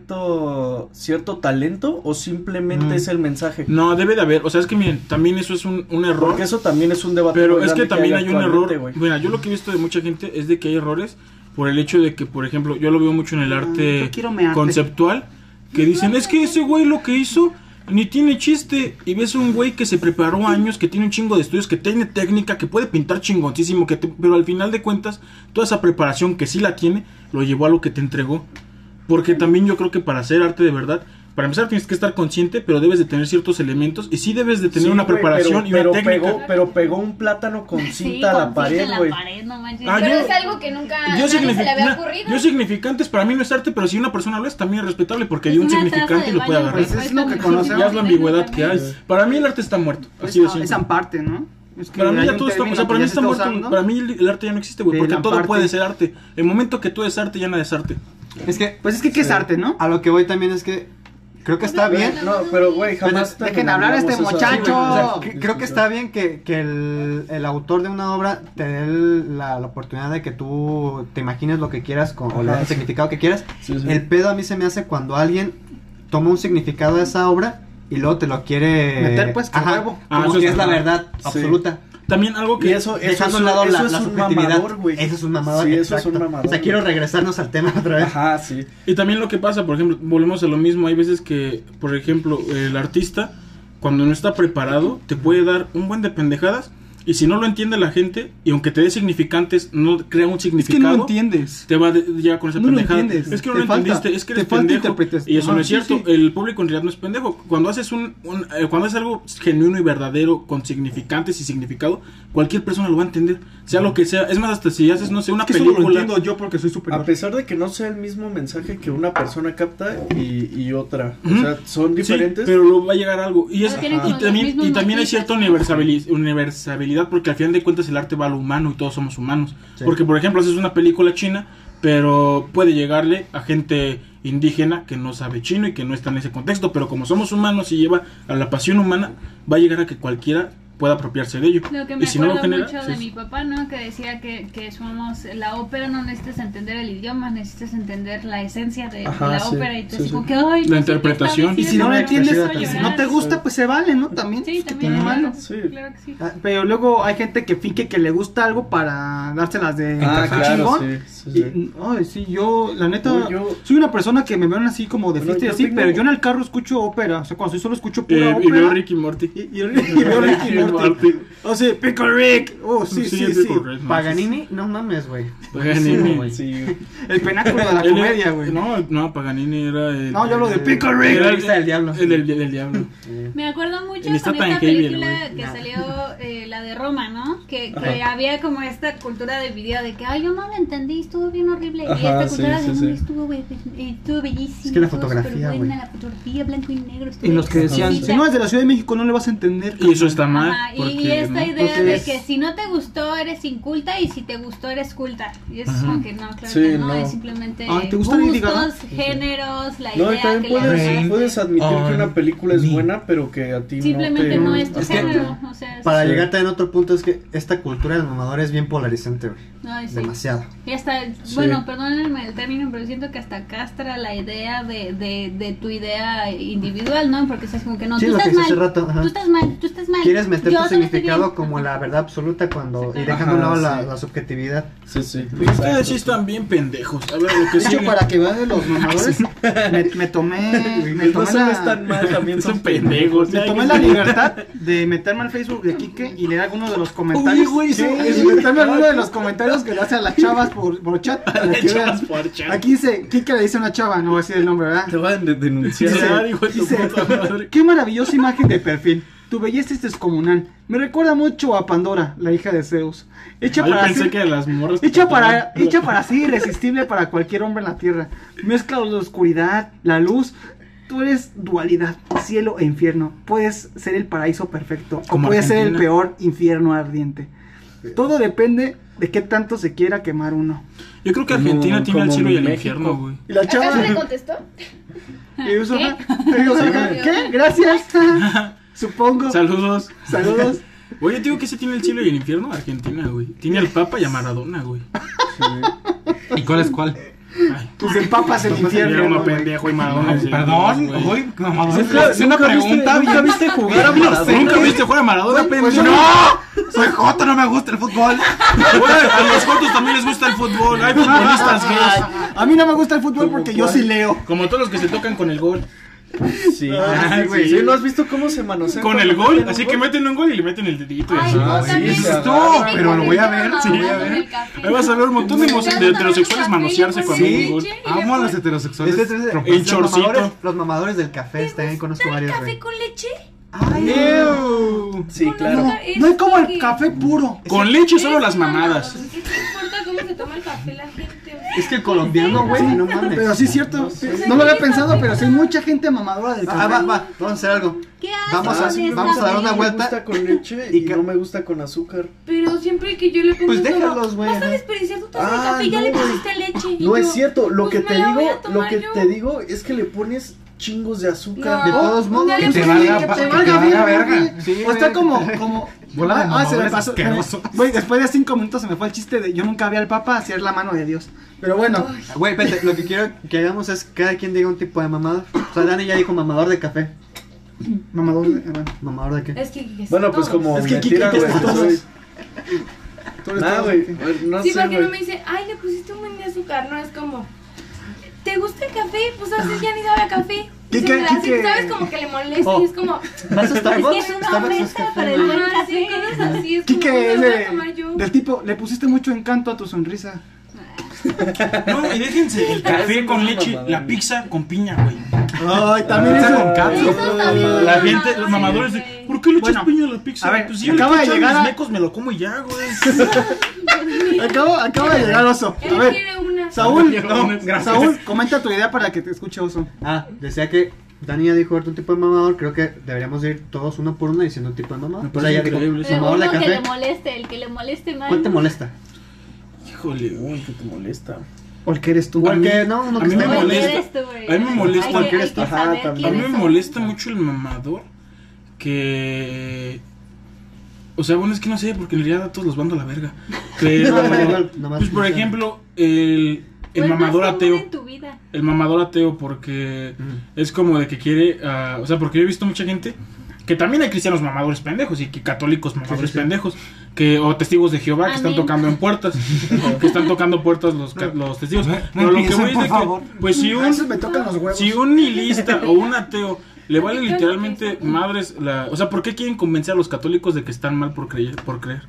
S3: cierto cierto talento o simplemente
S6: Mm.
S3: es el mensaje?
S4: No, debe de haber. O sea, es que miren, también eso es un, un error.
S3: Porque eso también es un debate.
S4: Pero
S3: muy
S4: es que
S3: grande
S4: también hay un error.
S3: actualmente, güey.
S4: Mira, yo lo que he visto de mucha gente es de que hay errores por el hecho de que, por ejemplo, yo lo veo mucho en
S3: Mm,
S4: el arte
S2: yo quiero mi arte.
S4: conceptual, que dicen, es que ese güey lo que hizo ni tiene chiste. Y ves un güey que se preparó años, que tiene un chingo de estudios, que tiene técnica, que puede pintar chingoncísimo, que te- pero al final de cuentas, toda esa preparación que sí la tiene, lo llevó a lo que te entregó. Porque también yo creo que para hacer arte de verdad, para empezar tienes que estar consciente, pero debes de tener ciertos elementos y sí debes de tener
S3: Sí,
S4: una
S3: güey,
S4: preparación
S3: pero,
S4: y una
S3: pero
S4: técnica.
S3: Pegó, pero pegó un plátano con cinta
S7: Sí,
S3: a
S7: con
S3: la pared,
S7: cinta a
S3: güey.
S7: la pared, no manches.
S4: Ah,
S7: Pero
S5: Pero
S4: yo-
S5: es algo que nunca a
S4: Yo,
S5: nadie se
S4: signific-
S5: le había
S4: na-
S5: ocurrido.
S4: yo significantes para mí no es arte, pero si una persona lo es, también es respetable porque
S7: Es
S4: dio un
S7: una taza
S4: significante y
S7: de
S4: lo puede
S7: baño,
S4: agarrar.
S2: Pues
S7: güey,
S2: es lo que
S7: cuéntame.
S2: conocemos.
S4: Ya es la ambigüedad que hay. Para mí el arte está muerto. Así de
S2: Esa,
S4: simple.
S2: esa parte, Pues ¿no? Es que
S4: Para mí
S2: hay
S4: ya
S2: un
S4: todo está, o
S2: término
S4: sea,
S2: que
S4: para
S2: ya
S4: mí
S2: se
S4: está muerto.
S2: usando.
S4: Para mí el el arte ya no existe, güey,
S2: De
S4: porque
S2: la
S4: todo
S2: parte.
S4: puede ser arte. El momento que todo es arte ya nada es arte.
S6: Es que
S2: Pues es que, ¿qué es arte, no?
S6: a lo que voy también es que. Creo que
S7: Pues,
S6: está bien.
S3: No, pero güey,
S6: Pues
S3: jamás.
S2: Pero dejen hablar a este
S3: terminamos esa-
S2: muchacho.
S3: Sí, güey,
S6: O
S2: Oh.
S6: sea, que- creo que está bien que, que el, el autor de una obra te dé el- la, la oportunidad de que tú te imagines lo que quieras con, o le des el significado que quieras.
S3: Sí, sí.
S6: El pedo a mí se me hace cuando alguien toma un significado de esa obra y luego te lo quiere
S2: Meter, pues, que
S6: Ajá,
S2: huevo.
S4: Ah,
S6: como
S4: eso
S6: que
S4: es
S6: es la
S4: verdad.
S6: verdad
S3: Sí.
S6: absoluta.
S4: También algo
S3: Y
S4: que
S3: eso, eso es
S6: Dejando a un
S3: un,
S6: lado la,
S3: eso es
S6: la
S3: un
S6: subjetividad.
S3: mamador, güey.
S6: Eso es un mamador.
S3: Sí, eso es
S6: exacto.
S3: un mamador.
S6: O sea, quiero regresarnos al tema otra vez.
S3: Ajá, sí.
S4: Y también lo que pasa, por ejemplo, volvemos a lo mismo, hay veces que, por ejemplo, el artista, cuando no está preparado, te puede dar un buen de pendejadas, y si no lo entiende la gente, y aunque te dé significantes, no crea un
S2: Es que no
S4: significado,
S2: lo entiendes.
S4: te va de- ya con esa
S2: No lo
S4: pendejada.
S2: entiendes,
S4: Es que no
S2: te
S4: lo
S2: falta-
S4: entendiste, es que eres
S2: te falta
S4: pendejo.
S2: interpretación.
S4: Y eso
S2: Ah,
S4: no es
S2: sí,
S4: cierto.
S2: sí.
S4: El público en realidad no es pendejo. Cuando haces un, un- eh, cuando es algo genuino y verdadero, con significantes y significado, cualquier persona lo va a entender, sea lo que sea. Es más, hasta si haces, no sé, una
S2: Es que solo lo
S4: película.
S2: entiendo yo porque soy
S3: A
S2: superior.
S3: pesar de que no sea el mismo mensaje que una persona capta y, y otra. O
S4: Ujú.
S3: sea, son
S4: Sí,
S3: diferentes.
S4: pero luego va a llegar algo. Y, es,
S7: Pero tienen
S4: y
S7: como los
S4: también,
S7: mismos
S4: y también hay
S7: matices.
S4: cierta universaliz- universalidad, porque al final de cuentas el arte va a lo humano y todos somos humanos. Porque, por ejemplo, haces una película china, pero puede llegarle a gente indígena que no sabe chino y que no está en ese contexto, pero como somos humanos y lleva a la pasión humana, va a llegar a que cualquiera pueda apropiarse de ello.
S7: Lo que
S4: y
S7: me
S4: si no
S7: acuerdo
S4: lo genera, pues,
S7: mucho
S4: sí,
S7: de
S4: sí.
S7: mi papá, ¿no? Que decía que, que somos la ópera, no necesitas entender el idioma, necesitas entender la esencia de, de
S3: Ajá,
S7: la
S3: sí,
S7: ópera y tú
S3: sí,
S7: así
S3: sí.
S7: como que, "Ay,
S4: La
S7: no sé qué
S4: interpretación.
S7: estaba
S2: Y si
S7: diciendo,
S2: no lo
S7: me
S2: entiendes,
S7: puso a
S2: si
S7: llorar".
S2: no te gusta, pues se vale, ¿no? También.
S7: Sí,
S2: ¿qué
S7: también.
S2: tiene
S7: claro,
S2: malo?
S3: Sí.
S7: Claro que sí.
S2: Ah, Pero luego hay gente que finge que le gusta algo para dárselas de
S3: Ah,
S2: de
S3: claro,
S2: chingón.
S3: sí, sí,
S2: Y,
S3: sí.
S2: ay, sí, yo, la neta,
S3: No, yo-
S2: soy una persona que me ven así como de
S3: Bueno,
S2: fiesta y
S3: yo
S2: así,
S3: tengo-
S2: pero yo en el carro escucho ópera. O sea, cuando estoy solo escucho
S4: Eh,
S2: pura
S4: y
S2: ópera.
S4: veo Ricky Morty.
S2: Y, y- y veo Ricky Morty. Oh, sí, Pickle Rick. Oh, sí,
S4: Sí,
S2: sí, sí.
S4: Pickle Rick, no,
S2: Paganini,
S6: No mames, güey.
S4: Paganini.
S3: Sí, güey.
S2: el penáculo de la
S4: Él era-
S2: comedia, güey. No,
S4: No, no, Paganini era el.
S2: yo hablo de Pickle Rick.
S4: Era
S2: La
S4: el-
S2: lista del diablo.
S4: El del, del diablo.
S7: Me acuerdo mucho
S4: Ni está
S7: con
S4: tan
S7: esta
S4: heavy el
S7: película
S4: güey.
S7: que salió, eh, la de Roma, ¿no? Que, que había como esta cultura de video de que, ay, yo no la entendí, estuvo bien horrible. y
S3: Ajá,
S7: esta
S3: sí,
S7: cultura
S3: sí,
S7: de, no,
S3: sí.
S7: estuvo, güey, eh, estuvo bellísimo.
S6: Es que la
S7: estuvo
S6: fotografía,
S7: superbuena,
S6: güey.
S7: La fotografía blanco y negro. estuvo
S2: Y los que decían,
S7: exquisita".
S2: si no es de la Ciudad de México, no le vas a entender.
S4: Y eso está mal.
S7: Ajá, y,
S4: porque,
S7: y esta
S4: ¿no?
S7: idea
S2: Porque
S7: de
S2: es-
S7: que si no te gustó eres inculta y si te gustó eres culta. Y es como que no, claro
S3: Sí,
S7: que no,
S3: no.
S7: es simplemente
S2: Ay, ¿te gusta Lady Gaga?
S7: gustos, géneros, la
S3: No, y
S7: idea
S3: también
S7: que le
S3: puedes,
S7: das.
S3: puedes admitir que
S8: on
S3: una película es
S8: me.
S3: buena, pero que a ti
S7: Simplemente
S3: no te...
S7: no es tu
S3: Ajá.
S7: género. O sea, es-
S6: Para
S3: Sí.
S6: llegar también a otro punto es que esta cultura del mamador es bien polarizante, güey.
S7: Ay, sí.
S6: Demasiado.
S7: Y hasta,
S3: Sí.
S7: bueno, perdónenme el término, pero siento que hasta castra la idea de, de, de tu idea individual, ¿no? Porque es como que no,
S6: Sí,
S7: tú,
S6: lo que
S7: estás
S6: hice
S7: mal,
S6: hace rato, ajá.
S7: tú estás mal, tú estás mal.
S6: Quieres meter
S7: Yo
S6: tu
S7: solo estoy
S6: significado
S7: bien.
S6: como la verdad absoluta cuando y
S7: Sí,
S6: dejando a un
S3: Ajá,
S6: lado la,
S3: sí.
S6: la subjetividad.
S3: Sí, sí.
S4: Pues Ustedes sí están bien pendejos. A ver, lo
S2: De
S4: que
S2: hecho,
S4: sigue.
S2: para que vean de los
S4: Ah,
S2: mamadores, me, me tomé, me
S3: No
S2: tomé,
S3: sabes tan
S2: la,
S3: mal, también
S4: Son
S3: son
S4: pendejos.
S2: me
S4: ya,
S2: tomé
S4: que-
S2: la libertad de meterme al Facebook de Quique y leer algunos de los comentarios.
S4: Uy, güey,
S2: Sí,
S4: sí.
S2: y meterme algunos de los comentarios que le hace a las chavas por, por chat. para que vean.
S4: Chavas por chat.
S2: Aquí dice, Quique le dice a una chava, no voy a decir el nombre, ¿verdad?
S3: Te van a denunciar.
S4: Sí, ya, hijo de tu
S2: Dice,
S4: puta madre.
S2: qué maravillosa imagen de perfil. Tu belleza es descomunal. Me recuerda mucho a Pandora, la hija de Zeus. Hecha
S4: Ah, yo
S2: para
S4: pensé
S2: ser-
S4: que las morras.
S2: Hecha para, hecha para ser irresistible para cualquier hombre en la tierra. Mezcla la oscuridad, la luz. Tú eres dualidad, cielo e infierno. Puedes ser el paraíso perfecto
S4: Como
S2: o puedes ser el
S4: Argentina.
S2: peor infierno ardiente. Todo depende de qué tanto se quiera quemar uno.
S4: Yo creo que
S3: Como-
S4: Argentina tiene el
S3: como
S4: cielo y el
S3: México.
S4: infierno, güey.
S2: Y la chava.
S5: ¿Acaso le contestó?
S2: y usa-
S7: ¿Qué?
S2: y usa-
S7: Sí.
S2: ¿Qué? Gracias. Supongo.
S4: Saludos.
S2: Saludos.
S4: Oye, digo que se tiene el cielo y el infierno, Argentina, güey. Tiene al Papa y a Maradona, güey.
S8: ¿Y cuál es cuál?
S4: Ay,
S2: Tus empapas el infierno.
S4: infierno,
S2: ¿no, güey?
S4: pendejo y Maradona. es el
S8: Perdón,
S6: Pues,
S4: Dios, Ah, güey.
S8: güey, mamador,
S3: Nunca-
S8: es una
S3: nunca
S8: pregunta
S3: viste- ¿Nunca
S8: bien-
S3: viste jugar a
S8: bien
S3: Maradona?
S8: grosera.
S4: ¿Nunca viste jugar a Maradona,
S8: Pues
S4: pendejo?
S8: no, soy Joto, no me gusta el fútbol.
S4: Güey, A los jotos también les gusta el fútbol. Hay futbolistas gays.
S2: A mí no me gusta el fútbol porque yo sí leo.
S4: Como todos los que se tocan con el gol.
S3: Sí. Ay, güey. Sí, ¿no has visto cómo se manosean?
S4: Con
S3: cuando
S4: el gol.
S3: meten un
S4: Así que meten un gol y le meten el dedito y
S5: Ay,
S4: así.
S5: no,
S3: sí,
S5: también.
S3: sí,
S5: Ay,
S8: no,
S5: me
S8: pero lo voy a ver,
S5: convirtieron
S8: sí,
S5: mamá
S8: a
S5: con
S8: ver.
S5: el café.
S4: Ahí vas a ver un montón de, homose- de heterosexuales manosearse con
S7: pues,
S4: un gol.
S8: Sí, amo a
S6: este
S8: los
S6: Es- es-
S8: heterosexuales.
S6: es-
S4: El
S6: los
S4: chorcito.
S6: mamadores- Los mamadores del café, también conozco
S5: ¿Está el
S6: varios,
S5: café
S6: güey.
S5: con leche?
S3: gol. Sí, claro.
S5: No,
S2: No es como el café puro.
S4: Con leche solo las mamadas.
S5: ¿Qué te importa cómo se toma el café la gente?
S6: Es que el colombiano, güey, no mames.
S2: Pero sí es cierto. No lo había pensado, pero sí hay mucha gente mamadora del
S6: Ah,
S2: café.
S6: va, va, vamos a hacer algo.
S7: ¿Qué
S6: Vamos
S7: haces
S6: a-
S7: con esta
S6: vamos a dar una
S7: película?
S6: vuelta.
S3: Me gusta con leche y
S6: Y ca-
S3: no me gusta con azúcar.
S5: Pero siempre que yo le pongo
S6: Pues
S5: todo,
S6: déjalos, güey,
S5: Vas a
S6: ajá.
S5: desperdiciar tu taza
S3: Ah,
S5: de café, ya
S3: no.
S5: le pusiste leche. Y
S3: No
S5: yo,
S3: es cierto, lo
S5: pues
S3: que
S5: me
S3: te
S5: la voy
S3: digo,
S5: a tomar
S3: lo que
S5: yo.
S3: te digo es que le pones chingos de azúcar.
S5: No,
S6: De todos
S5: un día
S6: modos,
S5: le
S8: Que te
S5: pones-
S8: valga, pa- que te valga verga.
S2: O está como, como.
S8: Bola de
S2: ah, se me
S8: mamadores
S2: pasó.
S8: asquerosos.
S2: Güey, después de cinco minutos se me fue el chiste de yo nunca vi al Papa hacer la mano de Dios. Pero bueno,
S6: Güey, espérate, lo que quiero que hagamos es cada quien diga un tipo de mamador. O sea, Dani ya dijo mamador de café.
S2: mamador. eh, bueno.
S6: ¿Mamador de qué?
S5: Es que, que
S3: Bueno,
S5: son
S3: pues
S5: todos.
S3: como
S2: Es que
S3: me
S2: Kike
S3: tiran,
S2: testa
S3: güey,
S2: todos.
S3: soy-
S2: Tú eres
S3: Nah,
S2: todo-
S3: güey, no
S5: Sí,
S3: sé,
S5: porque no
S3: güey.
S5: me dice, ay, le pusiste un buen de azúcar, no es como. ¿Te gusta el café? Pues a veces ya ni sabe a café. Y se
S2: Quique,
S5: me hace,
S2: Quique.
S5: ¿Sabes? Como que le molesta y es como.
S6: ¿Vas a
S5: Es
S6: Starbucks?
S5: que es una
S6: Starbucks es
S5: mesa para
S6: café,
S5: el
S6: güey.
S5: buen café. Cosas así, es como.
S2: Quique
S5: no me
S2: es
S5: lo voy a
S2: de-
S5: tomar yo.
S2: del tipo, le pusiste mucho encanto a tu sonrisa.
S4: No, y déjense el café con leche, la pizza con piña, güey.
S2: Ay, también
S8: Pizza
S2: eso.
S8: con
S5: Eso
S8: catsup.
S5: está bien,
S4: La
S5: no
S4: gente, los
S5: mames,
S4: mamadores, de,
S5: güey.
S4: ¿por qué le echas
S2: Bueno,
S4: piña a la pizza?
S2: a ver,
S4: pues si yo le
S2: acaba de
S4: echo a
S2: llegar
S4: mis
S2: a-
S4: mecos, me lo como y ya, güey.
S2: Acabo, acaba de llegar Oso. A
S5: Él
S2: ver,
S5: quiere una.
S2: Saúl,
S4: Quiero
S2: no,
S4: una, gracias.
S2: Saúl, comenta tu idea para que te escuche Oso.
S6: Ah, decía que Dani ya dijo ahorita un tipo de mamador. Creo que deberíamos ir todos uno por uno diciendo un tipo de mamador.
S4: Me
S6: O sea,
S4: parece
S6: ya dijo,
S3: Pues
S4: increíble
S7: Pero
S6: mamador de
S7: uno que le
S6: café.
S7: moleste, el que le moleste más.
S6: ¿Cuál te molesta?
S4: Híjole, güey, que te molesta.
S2: O el que eres tú.
S4: Igual que-
S6: no, uno
S4: A
S6: que
S4: mí
S6: está
S4: me
S6: en
S7: Oye,
S4: molesta.
S7: eres tú, güey.
S4: A mí me molesta
S7: Hay
S4: porque
S7: que- hay
S4: eres
S7: que
S4: tú.
S7: saber
S3: Ajá, también.
S7: quién
S4: A mí me
S7: eres tú.
S4: molesta mucho el mamador que... O sea, bueno, es que no sé, porque en realidad a todos los mando a la verga. Pero,
S6: No, no, no, no Pues más
S4: pues por
S6: funciona.
S4: ejemplo, el,
S7: Fue
S4: el
S7: más
S4: mamador
S7: Pues común
S4: ateo.
S7: en tu vida.
S4: El mamador ateo porque
S8: Mm.
S4: es como de que quiere... ah, o sea, porque yo he visto mucha gente que también hay cristianos mamadores pendejos y que católicos mamadores pendejos. Que, o testigos de Jehová que están
S7: Amén.
S4: tocando en puertas. que están tocando puertas los, ca- los testigos.
S8: No, no
S4: Pero lo que
S8: empiecen,
S4: voy es de
S8: por
S4: que,
S8: favor.
S4: pues si un,
S2: A esos me tocan los huevos.
S4: si un nihilista o un ateo le vale literalmente madres la... O sea, ¿por qué quieren convencer a los católicos de que están mal por creer? Por creer?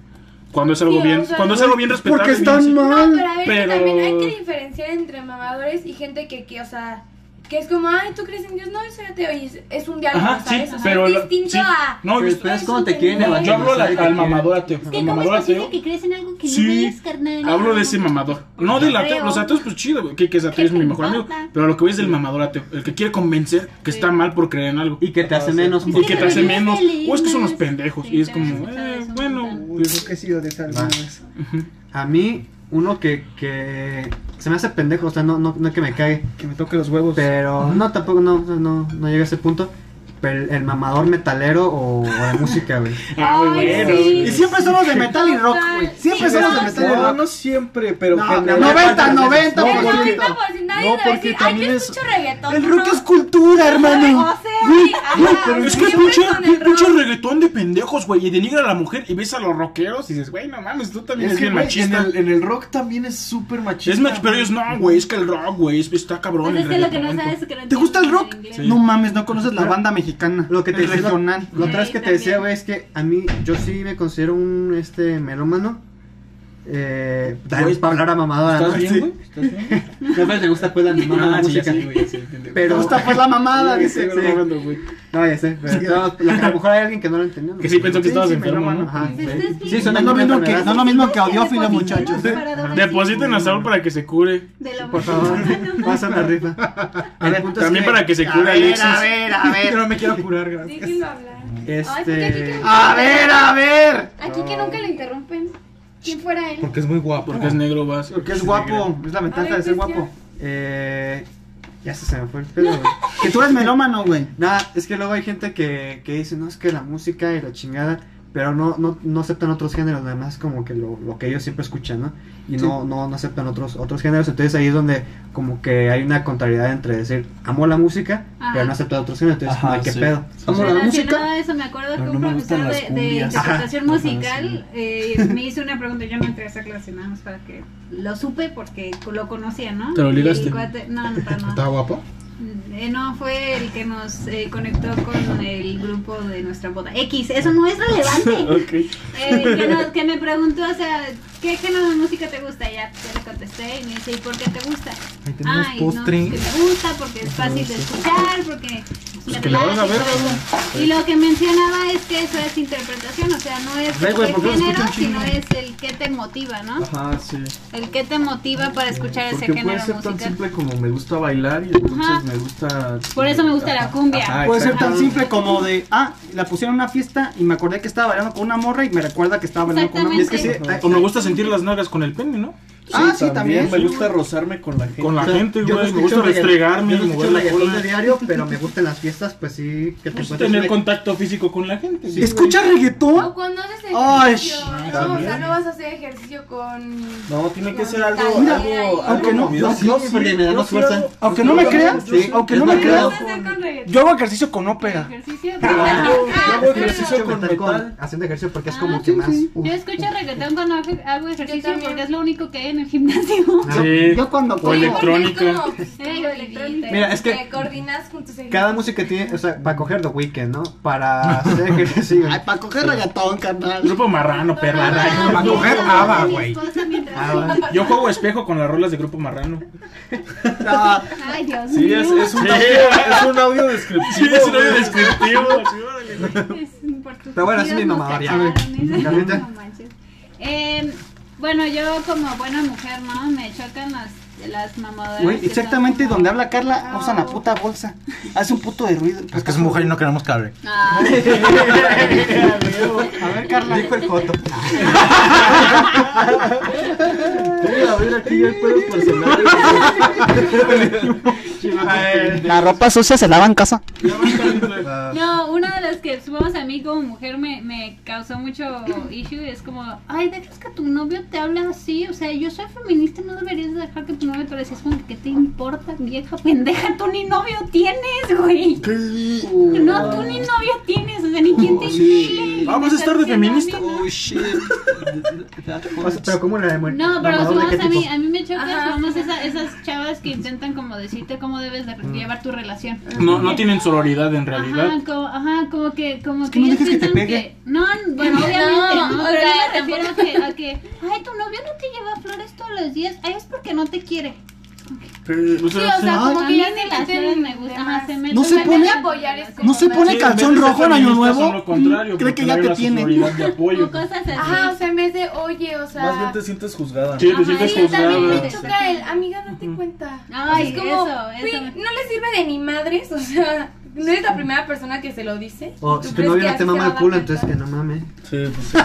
S4: Cuando es algo
S5: Sí,
S4: bien,
S5: o sea,
S4: cuando es algo bien respetable.
S2: Porque
S4: bien
S2: están
S4: así.
S5: No,
S2: mal.
S5: pero a
S4: Pero-
S5: ver, que también hay que diferenciar entre mamadores y gente que, que, o sea, que es como, ay, tú crees en Dios, no, yo soy ateo. Y es, es un diálogo,
S4: Ajá, sí,
S5: ¿sabes? O sea,
S4: pero...
S5: es
S4: la-
S5: distinto
S4: sí.
S5: a.
S4: No, yo,
S6: Pero, pero es como te quieren
S5: No,
S4: yo hablo la- al mamador ateo.
S7: Es
S4: Al
S7: que, ¿cómo es
S4: mamador
S7: posible
S4: ateo...
S7: que crees en algo que
S4: Sí,
S7: no es carnal?
S4: Hablo de ese mamador. No del ateo.
S7: Creo.
S4: Los ateos, pues chido, güey, que, que es ateo
S7: Que
S4: es mi
S7: te
S4: mejor amigo.
S7: importa.
S4: Pero lo que voy es del mamador ateo. El que quiere convencer que
S7: Sí.
S4: está mal por creer en algo.
S6: Y que te hace menos.
S4: Y que te hace
S7: deberías
S4: menos.
S7: de leer
S4: O es que son los
S7: más.
S4: pendejos.
S7: Sí,
S4: Y es
S7: te
S4: como,
S7: habías escuchado
S4: eh,
S7: eso un
S4: bueno.
S7: montón.
S2: Uy, yo que he sido de esas
S6: Va.
S2: madres.
S4: ujú.
S6: A mí, uno que, que se me hace pendejo, o sea, no, no, no que me cague.
S2: Que me toque los huevos.
S6: Pero no, tampoco, no, no, no, no llega a ese punto. Pero el, el mamador metalero o, o de música, güey.
S4: Ah, muy
S5: Ay,
S4: bueno.
S5: sí.
S2: Y siempre son los de metal y rock, güey. Siempre
S5: Sí,
S2: son los
S5: no,
S2: de metal y
S3: No,
S2: rock.
S3: no siempre, pero
S2: No,
S3: general-
S2: 90, 90,
S5: El
S2: No, porque-
S7: pues,
S5: 90% nadie
S3: no,
S5: va a
S3: porque
S5: decir, ay, yo
S3: también es-
S5: escucho reggaetón.
S2: El
S5: tú
S2: rock
S5: no".
S2: es cultura, hermano.
S5: O sea, sí,
S7: Ah,
S5: ajá,
S4: Pero es que
S5: siempre
S4: escucha,
S5: con el
S4: escucha
S5: rock.
S4: reggaetón de pendejos, güey, y denigra a la mujer y ves a los rockeros y dices, güey, no mames, tú también
S3: Es
S4: eres bien
S3: que, güey, en,
S4: machista.
S3: el, en el rock también es súper machista.
S4: Es mach- pero ellos no, güey, es que el rock, güey, es- está cabrón.
S7: Pues
S4: el
S7: es que lo que no
S4: reggaetón,
S7: sabes es que no
S2: ¿Te gusta el rock?
S7: entiendes
S4: Sí.
S2: No mames, no conoces la banda mexicana.
S6: Lo que te
S2: El
S6: decía, lo,
S2: regional.
S6: lo otra vez
S7: Sí,
S6: que te decía,
S7: también.
S6: güey, es que a mí, yo sí me considero un este melómano. Eh,
S4: Güey,
S6: para hablar a mamadora.
S4: ¿Estás
S6: ¿no?
S4: bien,
S6: Sí.
S4: güey? ¿Estás bien?
S6: No, pero te gusta pues la mamada
S4: Ah, sí, ya
S6: música.
S4: sí, güey, ya sí,
S6: Pero-
S4: pendejo.
S2: Pero esta fue pues, la mamada,
S4: Sí,
S2: dice.
S4: güey,
S6: sí.
S4: mamando, güey.
S6: No, ya sé. Pero no, la- a lo mejor hay alguien que no lo entendió. ¿no?
S4: Que sí pensó que
S2: Sí,
S4: estabas
S2: sí,
S4: enfermo,
S2: melómano.
S4: ¿no?
S6: Ajá.
S7: Pues estás
S6: Sí,
S7: bien.
S6: son
S2: No es lo mismo que, no es lo mismo que audiófilos,
S7: Depositen
S2: muchachos. ¿eh?
S7: los separadores,
S4: Depositen a Saúl para que se cure.
S7: sí, de la
S6: Por favor, pasa la rifa. A ver,
S4: También para que se cure
S2: A
S4: Alexis.
S2: ver, a ver.
S8: Yo no me quiero curar, gracias.
S5: Déjenlo hablar. Ay, porque aquí
S6: Este.
S5: que-
S2: A ver, a ver.
S5: Aquí que nunca le interrumpen. ¿Quién fuera
S6: Pues
S5: él?
S8: Porque es muy guapo.
S4: Porque es negro, vas.
S2: Porque es guapo, es la ventaja de ser guapo.
S6: Eh, ya se, se me fue el pedo, güey.
S2: Que tú eres melómano, güey.
S6: Nada, es que luego hay gente que, que dice, no, es que la música y la chingada, pero no, no, no aceptan otros géneros, nada más como que lo, lo que ellos siempre escuchan, ¿no? Y no, no, no aceptan otros, otros géneros, entonces ahí es donde como que hay una contrariedad entre decir, amo la música,
S7: Ajá.
S6: pero no acepto otros géneros, entonces,
S3: Ajá,
S6: ay, qué
S3: sí.
S6: pedo. Amo la
S7: Relacionado
S6: música.
S7: a eso, me acuerdo que
S3: Pero
S7: un
S3: no me
S7: profesor
S3: gustan
S7: de,
S3: las
S7: de
S3: cumbias. Ajá.
S7: interpretación
S3: Ajá,
S7: musical eh, me hizo una pregunta. Yo no entré a esa clase nada más para que lo supe porque lo conocía, ¿no?
S4: ¿Te lo ligaste?
S7: Y el cuate- No, no, para nada.
S8: ¿Está guapo?
S7: Eh, no, fue el que nos eh, conectó con el grupo de nuestra boda. X, eso no es relevante.
S4: Ok.
S7: Eh, que, nos- que me preguntó, o sea, ¿qué género de música te gusta? Y ya yo le contesté y me dice, ¿y por qué te gusta?
S8: tenemos
S7: no,
S8: postre.
S7: pues, que me gusta porque es fácil de escuchar, porque
S3: Pues
S7: me
S4: que le valga
S7: relaja y
S4: verga,
S7: todo eso". Y lo que mencionaba es que eso es interpretación, o sea, no es
S6: Ve,
S7: el
S6: güey, ¿por qué lo
S7: género,
S6: escuchan
S7: sino es el que te motiva, ¿no?
S3: Ajá, sí.
S7: El que te motiva para escuchar ese
S3: Porque puede
S7: género
S3: ser tan
S7: musical.
S3: simple como me gusta bailar y entonces
S7: Ajá.
S3: me gusta. Ah,
S7: Por eso me gusta la cumbia.
S2: Puede ser tan
S3: exacto.
S2: simple como de, ah, la pusieron en una fiesta y me acordé que estaba bailando con una morra y me recuerda que estaba bailando con una
S6: Y es que sí,
S7: Exactamente.
S6: hay-
S4: O me gusta sentir las nalgas con el pene, ¿no?
S2: Ah, sí, también.
S3: Me gusta rozarme con la gente.
S4: Con la
S6: o sea,
S4: gente,
S6: yo no
S4: güey. Me
S6: escucho
S4: gusta
S6: reggaetón,
S4: restregarme,
S6: yo no escucho
S4: mover la
S6: reggaetón de
S4: cola.
S6: diario, pero me gustan las fiestas, pues sí, que te
S4: Pues
S6: encuentres
S4: tener
S6: una-
S4: contacto físico con la gente. güey.
S2: ¿Escucha
S5: O
S2: reggaetón?
S5: cuando haces
S2: Ay,
S5: ejercicio. no, o sea, no vas a hacer ejercicio con.
S3: No, tiene que
S5: La
S3: ser algo.
S5: mentalidad y-
S3: algo
S2: Aunque
S3: algo
S2: no-
S3: movido.
S2: no,
S3: Sí,
S6: no,
S3: sí,
S6: porque me da
S3: yo
S6: más
S3: sí
S6: fuerza.
S3: hago-
S2: Aunque no me
S3: yo
S2: creas,
S3: sí,
S2: aunque
S3: es
S2: no me
S3: más que
S2: creas.
S3: nada
S5: vas a
S3: con-
S5: hacer con reggaetón?
S2: Yo hago ejercicio con ópera.
S7: Ejercicio.
S3: Yo
S4: Ah,
S3: hago ejercicio con
S6: Metal con-
S3: metal.
S6: haciendo ejercicio porque es
S7: Ah,
S6: como que más. uf.
S7: Yo escucho reggaetón cuando hago- hago ejercicio
S5: también.
S7: porque es lo único que hay en el gimnasio.
S4: Sí.
S2: Yo cuando
S4: O
S2: corro,
S4: electrónica.
S5: Porque es como,
S7: Eh, electrónica.
S6: Mira, es que-
S5: Te coordinas con tus
S6: Cada música tiene, o sea, para coger The Weeknd, ¿no? Para hacer ejercicio.
S2: ay, para coger reggaetón, carnal.
S4: Grupo marrano, perra.
S8: Marrano. Para coger haba,
S7: haba,
S8: güey.
S6: Ah.
S4: Yo juego espejo con las rolas de grupo marrano.
S2: Ah,
S7: Ay, Dios
S3: Sí,
S7: mío.
S3: es, es un audio, es un audio descriptivo. güey.
S4: descriptivo.
S7: Es por tus
S6: Pero bueno, es mi
S7: tíos nos
S6: mamadora, ya.
S7: cacharon,
S6: Ya,
S7: ¿eh?
S6: ahorita.
S7: Em, No manches. Eh, Bueno, yo como buena mujer, ¿no? Me chocan las de las mamadas.
S10: Güey, exactamente donde habla Carla, usan la puta bolsa. Hace un puto de ruido.
S8: Es que es mujer y no queremos cable.
S7: Ah,
S10: A ver, Carla.
S6: Dijo el Joto.
S4: A ver, aquí ya hay pedos personales.
S10: La ropa sucia se lava en casa.
S4: Ya basta,
S7: no, una de las que supongamos a mí como mujer me, me causó mucho issue es como, ay, dejas que tu novio te hable así, o sea, yo soy feminista, no deberías dejar que tu novio te hable así, es como, ¿qué te importa, vieja pendeja? Tú ni novio tienes, güey. No, tú ni novio tienes, o sea, ni quién te chile.
S4: Vamos a estar de feminista.
S10: Oh shit.
S6: O sea, pero ¿cómo la de muerte?
S7: No, pero
S6: ¿Mamador de qué
S7: vamos a mí,
S6: tipo?
S7: a mí me choca,
S5: Ajá.
S7: vamos esas, esas chavas que intentan como decirte cómo debes de llevar tu relación.
S4: No, no tienen sororidad en realidad.
S7: Ajá, como, ajá, como que, como
S10: Es que no
S7: ellos
S10: dejes que te
S7: piensan
S10: pegue.
S7: que- No, bueno,
S5: No,
S7: obviamente no,
S5: o
S7: pero
S5: sea,
S7: yo me refiero a que, a que, ay, tu novio no te lleva flores todos los días, ay, es porque no te quiere.
S4: O
S5: Sí, o
S4: sea,
S5: sea, como
S7: a
S5: que
S7: mí
S5: ya
S7: ni
S5: se
S7: las flores
S5: meten
S7: me gusta, ajá, se
S5: demás.
S7: meten
S10: No se
S7: en la-
S10: pone-
S5: apoyar es como
S10: No se
S5: más-
S10: pone
S4: sí,
S10: calzón
S4: en vez de ser
S10: rojo en Año
S4: feministas son
S10: Nuevo.
S4: lo contrario,
S10: Cree que ya te
S4: porque no hay una
S10: tiene.
S4: sororidad de apoyo.
S7: o cosas así.
S5: Ajá, o sea, en vez de, oye, o sea.
S3: Más bien te sientes juzgada.
S4: Sí, te
S7: Ajá,
S4: sientes
S7: sí, yo también
S4: juzgada.
S5: Me choca el, amiga, date cuenta.
S7: Ay,
S5: es como,
S7: eso, eso.
S5: güey, no le sirve de ni madres, o sea, no es la primera persona que se lo dice.
S6: O
S5: ¿Tú
S6: Oh, si tu
S5: crees
S6: novio
S5: que
S6: no te
S5: así se va
S6: mama
S5: a
S6: el
S5: dar
S6: culo,
S5: cuenta?
S6: entonces que no mames.
S3: Sí, pues.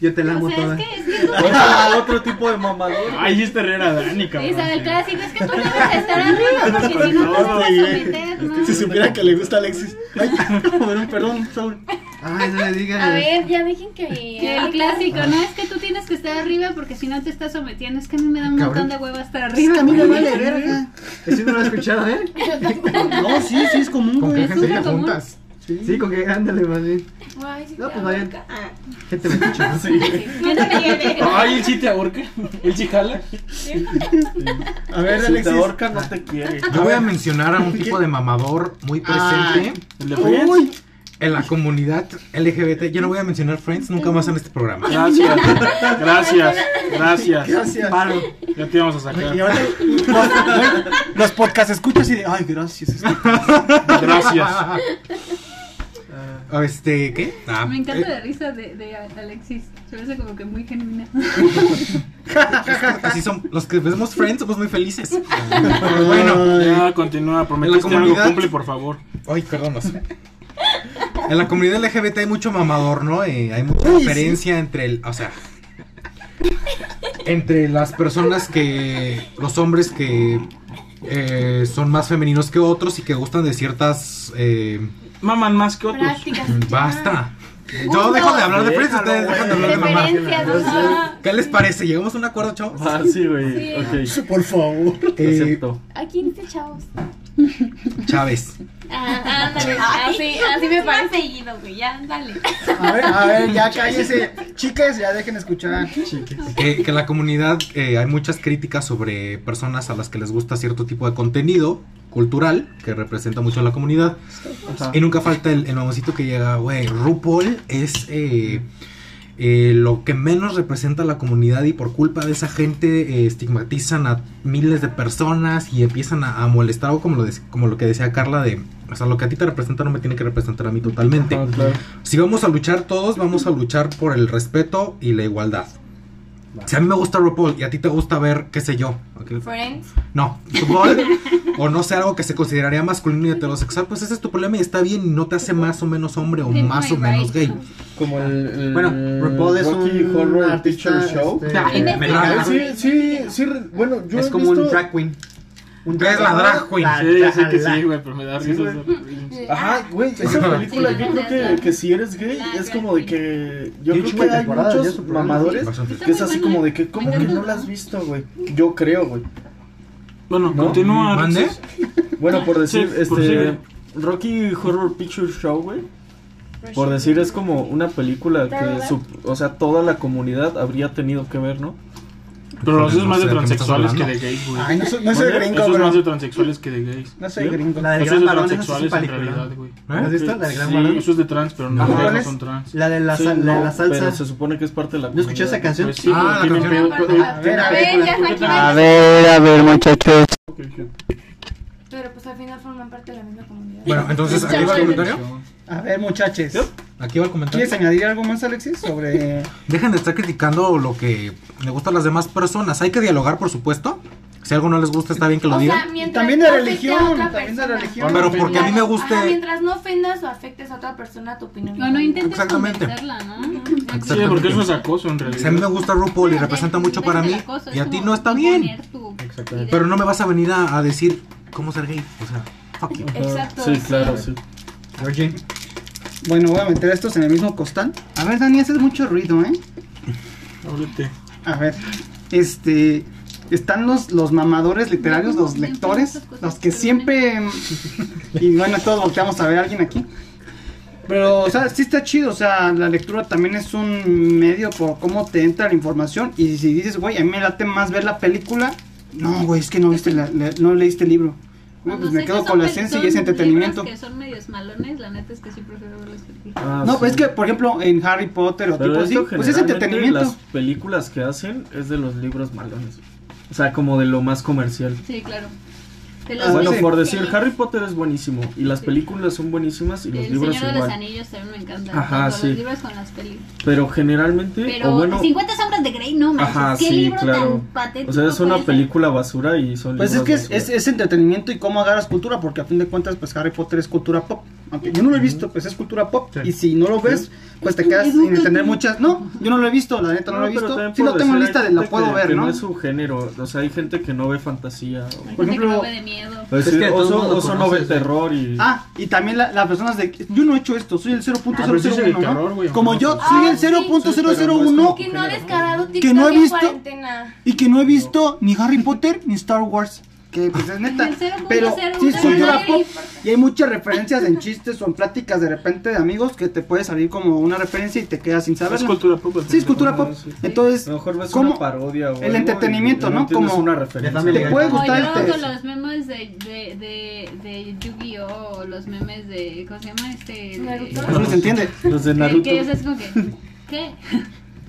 S6: Yo te la amo
S7: o sea,
S6: toda.
S7: es que, es que tú
S3: Otro, otro tipo de mamador.
S4: Ay, esta Herrera Dani, cabrón.
S7: Isabel, clásico, es que tú debes estar arriba, porque si no te vas a
S4: eh,
S7: someter, ¿no?
S3: Si supiera que le gusta a Alexis. Ay, joder, un perdón, sorry.
S6: Ay, no le digas.
S5: A ver, ya dejen que.
S7: Que el clásico, no es que tú tienes que estar arriba porque si no te estás sometiendo, es que a mí me da un
S6: Cabrón.
S7: montón de hueva estar
S10: Es
S7: arriba.
S10: que a mí me
S7: güey.
S10: vale verga.
S6: Eso no lo he escuchado, ¿eh?
S10: No, sí, sí, es común,
S8: Mm, ¿Con
S10: güey.
S8: qué
S7: Es
S8: gente
S7: súper
S8: te
S7: común.
S8: juntas?
S6: Sí, con que ándale, más bien.
S5: Ay, sí,
S6: No,
S5: te
S6: pues
S5: amo.
S6: vayan. Gente me escucha.
S7: Yo no me llevé.
S4: Ay, él sí te ahorca. Él sí jala.
S3: A ver,
S4: Si
S3: Alexis.
S4: te ahorca, no te quiere.
S8: Yo voy a mencionar a un tipo de mamador muy
S5: Ah.
S8: presente
S4: El de Friends.
S8: en la comunidad LGBT. Yo no voy a mencionar Friends nunca más en este programa.
S4: Gracias. Gracias. Gracias.
S3: Gracias.
S4: Paro. Ya te íbamos a
S3: Y
S4: sacar.
S3: ahora,
S10: Los podcast escuchas y de, ay, gracias. es que-".
S4: Gracias.
S8: Ah, Este, ¿qué? Ah,
S7: Me encanta
S8: eh,
S7: la risa de, de Alexis. Se me hace como que muy genuina.
S8: así son, los que vemos Friends somos muy felices. Pero bueno,
S4: Ya, continúa. Prometiste algo.
S8: comunidad.
S4: Cumple, por favor.
S8: ay, perdónos. En la comunidad LGBT hay mucho mamador, ¿no? Eh, hay mucha diferencia entre el, o sea, entre las personas que, los hombres que eh, son más femeninos que otros y que gustan de ciertas... eh,
S4: Maman más que otros.
S5: Prácticas.
S8: Basta. Yo dejo de hablar de Friends, ustedes dejan de hablar de mamá.
S5: Referencias, ajá.
S8: ¿Qué les parece? ¿Llegamos a un acuerdo, chavos?
S4: Ah, sí, güey.
S5: Sí.
S4: Ok.
S3: por favor.
S8: Eh,
S4: Acepto.
S5: Aquí dice chavos.
S8: Chávez.
S5: Ah, ándale, así, así me parece.
S7: seguido, güey. Ya, dale.
S10: A ver, a ver, ya cállese. Chicas, ya dejen escuchar.
S8: Que, que en la comunidad eh, hay muchas críticas sobre personas a las que les gusta cierto tipo de contenido cultural que representa mucho a la comunidad. Y nunca falta el, el mamoncito que llega, güey, RuPaul es eh, eh, lo que menos representa a la comunidad y por culpa de esa gente eh, estigmatizan a miles de personas y empiezan a, a molestar o como lo, de- como lo que decía Carla de, o sea, lo que a ti te representa no me tiene que representar a mí totalmente.
S3: Ah,
S8: Si vamos a luchar todos, vamos a luchar por el respeto y la igualdad. Si a mí me gusta RuPaul y a ti te gusta ver, qué sé yo, ok,
S5: Friends.
S8: no, RuPaul, o no sé, algo que se consideraría masculino y heterosexual, pues ese es tu problema y está bien y no te hace más o menos hombre o
S7: Bien,
S8: más o
S7: right.
S8: menos gay.
S3: Como el. el
S6: Bueno, RuPaul es
S3: Rocky
S6: un
S3: Horror
S6: Mm, artista,
S3: Picture Show.
S6: este,
S8: Ah,
S7: En este
S8: ¿verdad?
S7: caso,
S3: Sí, sí, sí. re- Bueno, yo
S6: es
S3: he
S6: como un
S3: visto-
S6: drag queen. Un
S8: Es la drag queen.
S6: La-
S4: Sí, ya sé que
S6: la-
S4: sí, güey, pero me da risa. esa-
S3: Ajá, güey, esa película
S7: Ah. Sí,
S3: yo
S7: la
S3: creo
S7: neta.
S3: que, que si eres gay
S7: La
S3: es
S7: drag
S3: como de
S7: queen.
S3: que yo
S6: Y
S3: creo
S6: ocho
S3: que hay
S6: temporadas, ya
S3: muchos
S6: su programa.
S3: mamadores
S8: Bastante.
S3: que es así como de que ¿cómo
S7: Me
S3: que
S7: encanta.
S3: no la has visto, güey? Yo creo, güey.
S4: Bueno,
S3: ¿No?
S4: continúa.
S8: ¿Mande?
S4: Alexis.
S3: Bueno, por decir,
S4: Sí, por
S3: este Rocky Horror Picture Show, güey. Por decir, es como una película que, su- o sea, toda la comunidad habría tenido que ver, ¿no?
S4: Pero los es
S8: Pues, No
S4: más
S8: sé
S4: de
S8: de qué me estás
S4: transexuales que
S8: hablando.
S4: de gays, güey.
S10: Ay, no soy, no soy
S3: ¿Mande?
S10: gringo,
S4: Eso es
S10: bro.
S4: más de transexuales que de gays.
S10: No soy gringo.
S6: La del
S4: Eso es
S6: gran
S4: de
S6: varón, esa sí es
S4: transexuales en
S6: película.
S4: realidad, güey.
S8: ¿Eh?
S6: ¿Has visto la del gran
S4: Sí,
S6: varón?
S4: eso es de trans, pero no,
S6: Ajá.
S4: ellos no
S6: ¿Cuáles?
S4: son trans.
S6: La de la,
S3: Sí,
S6: sal- la, de
S3: no,
S6: la
S3: Pero se
S6: salsa.
S3: supone que es parte de la
S6: ¿No escuché esa canción?
S4: Pues sí,
S8: Ah,
S4: güey,
S8: la
S4: tienen
S5: canción.
S4: pedo-
S5: A
S4: tienen
S5: ver, a
S4: pedo
S5: ver, ya
S4: con-
S5: saqué.
S4: Ah,
S10: ver, a ver, muchachos.
S4: ok, ok.
S5: Pero pues al final forman parte de la misma comunidad.
S8: Bueno, entonces, ¿ahí va el comentario?
S10: A ver, muchachos.
S8: Aquí va el comentario.
S2: ¿Quieres añadir algo más, Alexis? Sobre.
S8: Dejen de estar criticando lo que le gusta a las demás personas. Hay que dialogar, por supuesto. Si algo no les gusta, está bien que lo
S5: O sea,
S8: digan.
S5: mientras
S2: También de
S5: no afecte a
S2: religión,
S5: otra
S2: también de
S5: persona.
S2: religión.
S8: Pero porque a mí me guste-
S5: Ajá, mientras no ofendas o afectes a otra persona, tu opinión.
S7: O no intentes
S8: Exactamente.
S7: convencerla, ¿no?
S4: Sí,
S8: Exactamente.
S4: porque eso es acoso en
S8: Si a mí me
S4: realidad.
S8: gusta RuPaul y representa mucho para mí, y a ti no está bien.
S6: Exactamente.
S8: Pero no me vas a venir a, a decir cómo ser gay. O sea, fuck you.
S5: Exacto.
S11: Sí, claro, sí.
S6: Virgin.
S2: Bueno, voy a meter estos en el mismo costal. A ver, Dani, haces mucho ruido, ¿eh?
S4: Ábrete.
S2: A ver, este. Están los, los mamadores literarios, los lectores, los que siempre. Y bueno, todos volteamos a ver a alguien aquí. Pero, o sea, sí está chido. O sea, la lectura también es un medio por cómo te entra la información. Y si dices, güey, a mí me late más ver la película. No, güey, es que no, viste la- la- no leíste el libro. Güey, pues me quedo con la esencia y ese entretenimiento.
S7: que son medios malones, la neta es que sí prefiero ver las películas.
S3: Ah,
S2: No, pues es
S3: sí.
S2: que, por ejemplo, en Harry Potter o
S3: Pero
S2: tipo así,
S3: esto
S2: pues es
S3: generalmente
S2: entretenimiento.
S3: Las películas que hacen es de los libros malones. O sea, como de lo más comercial.
S7: Sí, claro. Te
S2: Ah,
S7: los
S3: bueno,
S2: sí.
S3: por decir,
S7: Sí.
S3: Harry Potter es buenísimo y las
S7: Sí.
S3: películas son buenísimas y los
S7: El
S3: libros
S7: Señor de los
S3: igual.
S7: Anillos también me encanta.
S3: Ajá,
S7: tanto
S3: sí.
S7: Los libros con las películas.
S3: Pero generalmente,
S7: Pero
S3: o bueno,
S7: 50 sombras de Grey, no manches.
S3: Ajá,
S7: ¿Qué
S3: sí,
S7: libro
S3: claro.
S7: tan patético?
S3: o sea, es una
S7: puede ser?
S3: película basura y son
S2: Pues es
S3: libros
S2: que es,
S3: basura.
S2: es- es entretenimiento y cómo agarras cultura, porque a fin de cuentas, pues Harry Potter es cultura pop. Aunque yo no lo he visto, pues es cultura pop.
S6: Sí.
S2: Y si no lo ves, pues te quedas sin entender muchas. No, yo no lo he visto, la neta no, lo he
S3: pero
S2: visto.
S3: también
S2: Sí lo
S3: por
S2: tengo en
S3: decir,
S2: lista,
S3: hay
S2: de, la
S3: gente
S2: puedo
S3: que-
S2: ver,
S3: que
S2: ¿no?
S3: es su género, o sea, hay gente que no ve fantasía. O...
S7: Por
S2: ejemplo-
S7: ejemplo, de miedo.
S3: Pues
S6: Es
S3: sí,
S6: que
S3: o
S6: todo
S3: son-
S6: mundo
S3: o son no
S6: conoce
S3: ve
S6: ese.
S3: terror y...
S2: ¿eh? Ah, y también la- las personas de. Yo no he hecho esto, soy el 0.001.
S4: Ah, pero sí es el
S2: ¿no?
S4: terror, güey,
S2: Como
S4: no,
S2: yo
S5: sí.
S2: soy
S5: Ah,
S2: el
S5: sí.
S2: 0.001
S5: Que no ha descargado TikTok
S2: Que no he
S5: en
S2: visto.
S5: cuarentena.
S2: y que no he visto ni Harry Potter ni Star Wars. Que pues es neta.
S7: El 0.01
S2: Pero sí es
S7: nadie
S2: cultura
S7: le
S2: pop.
S7: importa.
S2: Y hay muchas referencias en chistes o en pláticas de repente de amigos que te puede salir como una referencia y te quedas sin
S4: Es
S2: saberlo.
S4: cultura pop.
S2: Sí, es cultura pop.
S3: Sí.
S2: Entonces,
S3: A lo mejor ves
S2: ¿cómo?
S3: una parodia o
S2: El
S3: algo y-
S2: entretenimiento,
S3: y
S2: ¿no?
S3: entiendes
S2: Como-
S3: una
S6: De
S3: referencia.
S6: Family
S2: Te puede
S6: Guy.
S2: gustar el
S7: O yo
S2: test.
S7: con los memes de, de, de, de Yu-Gi-Oh! o los memes de. ¿Cómo se llama este?
S5: Naruto.
S2: pues, no se entiende.
S3: Los de
S7: De,
S3: Naruto.
S7: que yo sé, es como que. ¿Qué?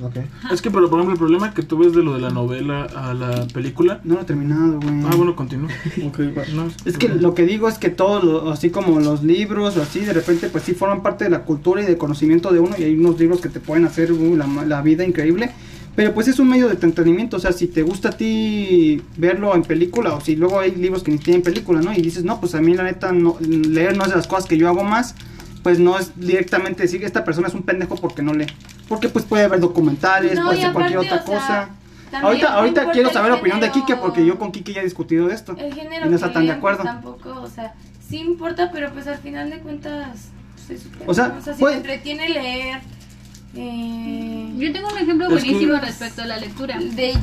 S6: Ok.
S4: Es que, pero por ejemplo, el problema que tú ves de lo de la novela a la película.
S2: No lo he terminado, güey.
S4: Ah, bueno, continúa.
S3: Ok, va.
S4: No,
S2: Es que lo que digo es que todos, lo- así como los libros o así, de repente, pues sí forman parte de la cultura y de conocimiento de uno. Y hay unos libros que te pueden hacer uh, la, ma- la vida increíble. Pero pues es un medio de entretenimiento. O sea, si te gusta a ti verlo en película, o si luego hay libros que ni tienen película, ¿no? Y dices, no, pues a mí la neta, no, leer no es de las cosas que yo hago más. Pues no es directamente decir que esta persona es un pendejo porque no lee. Porque pues puede haber documentales,
S5: No,
S2: puede
S5: y
S2: ser cualquier
S5: aparte,
S2: otra
S5: o sea,
S2: cosa.
S5: También
S2: Ahorita,
S5: no
S2: ahorita
S5: importa
S2: quiero
S5: el
S2: saber la opinión de
S5: género-
S2: Kike porque yo con Kike ya he discutido de esto.
S5: El género
S2: y no está
S5: que
S2: tan de
S5: vean, pues,
S2: acuerdo.
S5: tampoco, o sea, sí importa, pero pues al final de cuentas. pues, es súper,
S2: O sea,
S5: ¿no? si
S2: puede-
S5: te entretiene leer. Eh,
S7: Yo tengo un ejemplo
S4: Es que-
S7: buenísimo respecto a la lectura.
S5: de.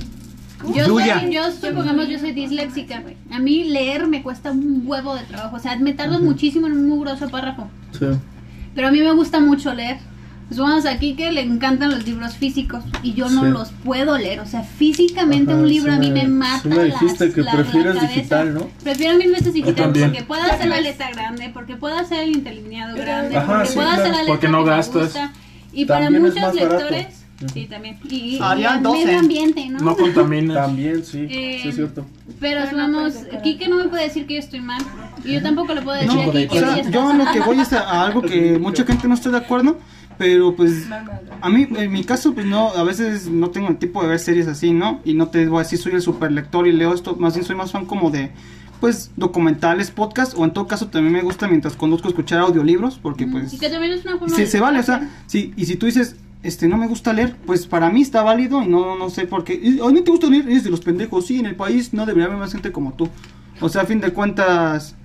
S7: Yo
S8: Yuya.
S7: soy, yo soy, supongamos, yo soy disléxica, güey. A mí leer me cuesta un huevo de trabajo. O sea, me tardo muchísimo en un mugroso párrafo.
S3: Sí.
S7: Pero a mí me gusta mucho leer. Pues vamos aquí que le encantan los libros físicos y yo no
S3: Sí.
S7: los puedo leer. O sea, físicamente
S3: Ajá,
S7: un libro
S3: sí
S7: a mí
S3: me-
S7: me mata.
S3: sí me dijiste
S7: las-
S3: que
S7: la- la
S3: prefieres
S7: cabeza.
S3: digital, ¿no?
S7: Prefiero mil veces digital
S4: también.
S7: porque puedo hacer la letra grande, porque puedo hacer el interlineado grande,
S3: Ajá,
S7: porque
S3: sí,
S7: puedo
S3: claro.
S7: hacer la letra
S4: Porque no
S7: que me
S4: gastas.
S7: gusta. Y para
S3: También es
S7: muchos
S3: más barato.
S7: lectores, sí, también. Y, y- y
S2: Habían
S7: al
S2: 12.
S7: medio ambiente, ¿no?
S2: pues,
S4: no contamina.
S3: También, sí.
S7: Eh,
S3: Sí, es cierto.
S7: Pero
S5: Pero no
S7: vamos,
S5: puedes decorar.
S7: Kike no me puede decir que yo estoy mal. Y yo tampoco le puedo decir
S2: No, pues,
S7: a Kike
S2: o
S7: que
S2: sea,
S7: ella está
S2: yo a lo que voy es a, a algo que mucha gente no está de acuerdo, pero pues a mí, en mi caso, pues no, a veces no tengo el tipo de ver series así, ¿no? Y no te voy a decir soy el superlector y leo esto, más bien soy más fan como de, pues, documentales, podcast, o en todo caso también me gusta mientras conduzco escuchar audiolibros, porque pues...
S7: Y que también es una forma
S2: se,
S7: de-
S2: se vale, o sea, sí, y si tú dices, este, no me gusta leer, pues para mí está válido y no, no sé por qué. Y, "Ay, no te gusta leer, eres de los pendejos, sí, en el país no debería haber más gente como tú. O sea, a fin de cuentas,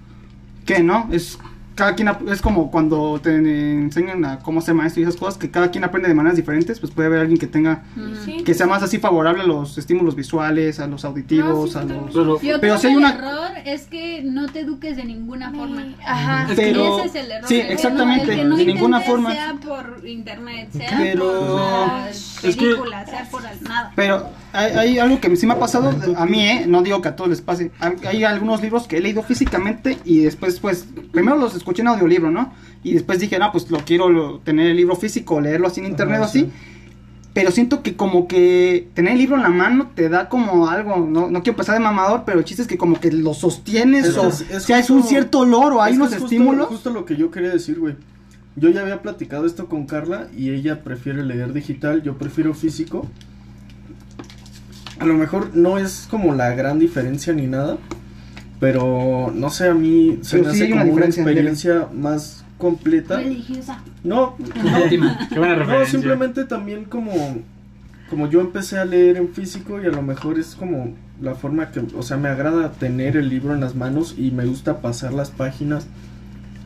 S2: ¿qué, no? Es, cada quien, ap- es como cuando te enseñan a cómo ser maestro y esas cosas, que cada quien aprende de maneras diferentes, pues puede haber alguien que tenga,
S5: Sí.
S2: que sea más así favorable a los estímulos visuales, a los auditivos,
S5: No, sí,
S2: a los...
S4: Pero
S7: Yo
S2: Pero
S7: creo
S2: si
S7: que
S2: hay una-
S7: el error es que no te eduques de ninguna forma.
S5: Ajá.
S2: Pero-
S7: ese es el error.
S2: sí,
S7: El que no-
S2: exactamente,
S7: el que no
S2: de ninguna
S7: intentes
S2: forma.
S7: Sea por internet, sea
S2: Pero-
S7: por
S4: Es que-
S7: películas, sea por al- nada.
S2: Pero hay, hay algo que sí me ha pasado, a mí, ¿eh? no digo que a todos les pase. Hay, hay algunos libros que he leído físicamente y después, pues, primero los escuché en audiolibro, ¿no? Y después dije, no, pues lo quiero lo- tener el libro físico, leerlo así en internet o así. Pero siento que como que tener el libro en la mano te da como algo, no, no quiero pasar de mamador, pero el chiste es que como que lo sostienes
S3: Es-
S2: o
S3: es- es
S2: sea, es un
S3: justo-
S2: cierto olor o hay
S3: Es que
S2: unos
S3: es justo-
S2: estímulos.
S3: Justo, lo que yo quería decir, güey. Yo ya había platicado esto con Carla y ella prefiere leer digital, yo prefiero físico. A lo mejor no es como la gran diferencia ni nada, pero no sé, a mí se
S6: Pero
S3: me
S6: sí hay
S3: hace
S6: una
S3: como una
S6: diferencia,
S3: experiencia más completa.
S7: Religiosa.
S3: No,
S4: Qué buena
S3: no,
S4: referencia.
S3: simplemente también como, como yo empecé a leer en físico y a lo mejor es como la forma que, o sea, me agrada tener el libro en las manos y me gusta pasar las páginas.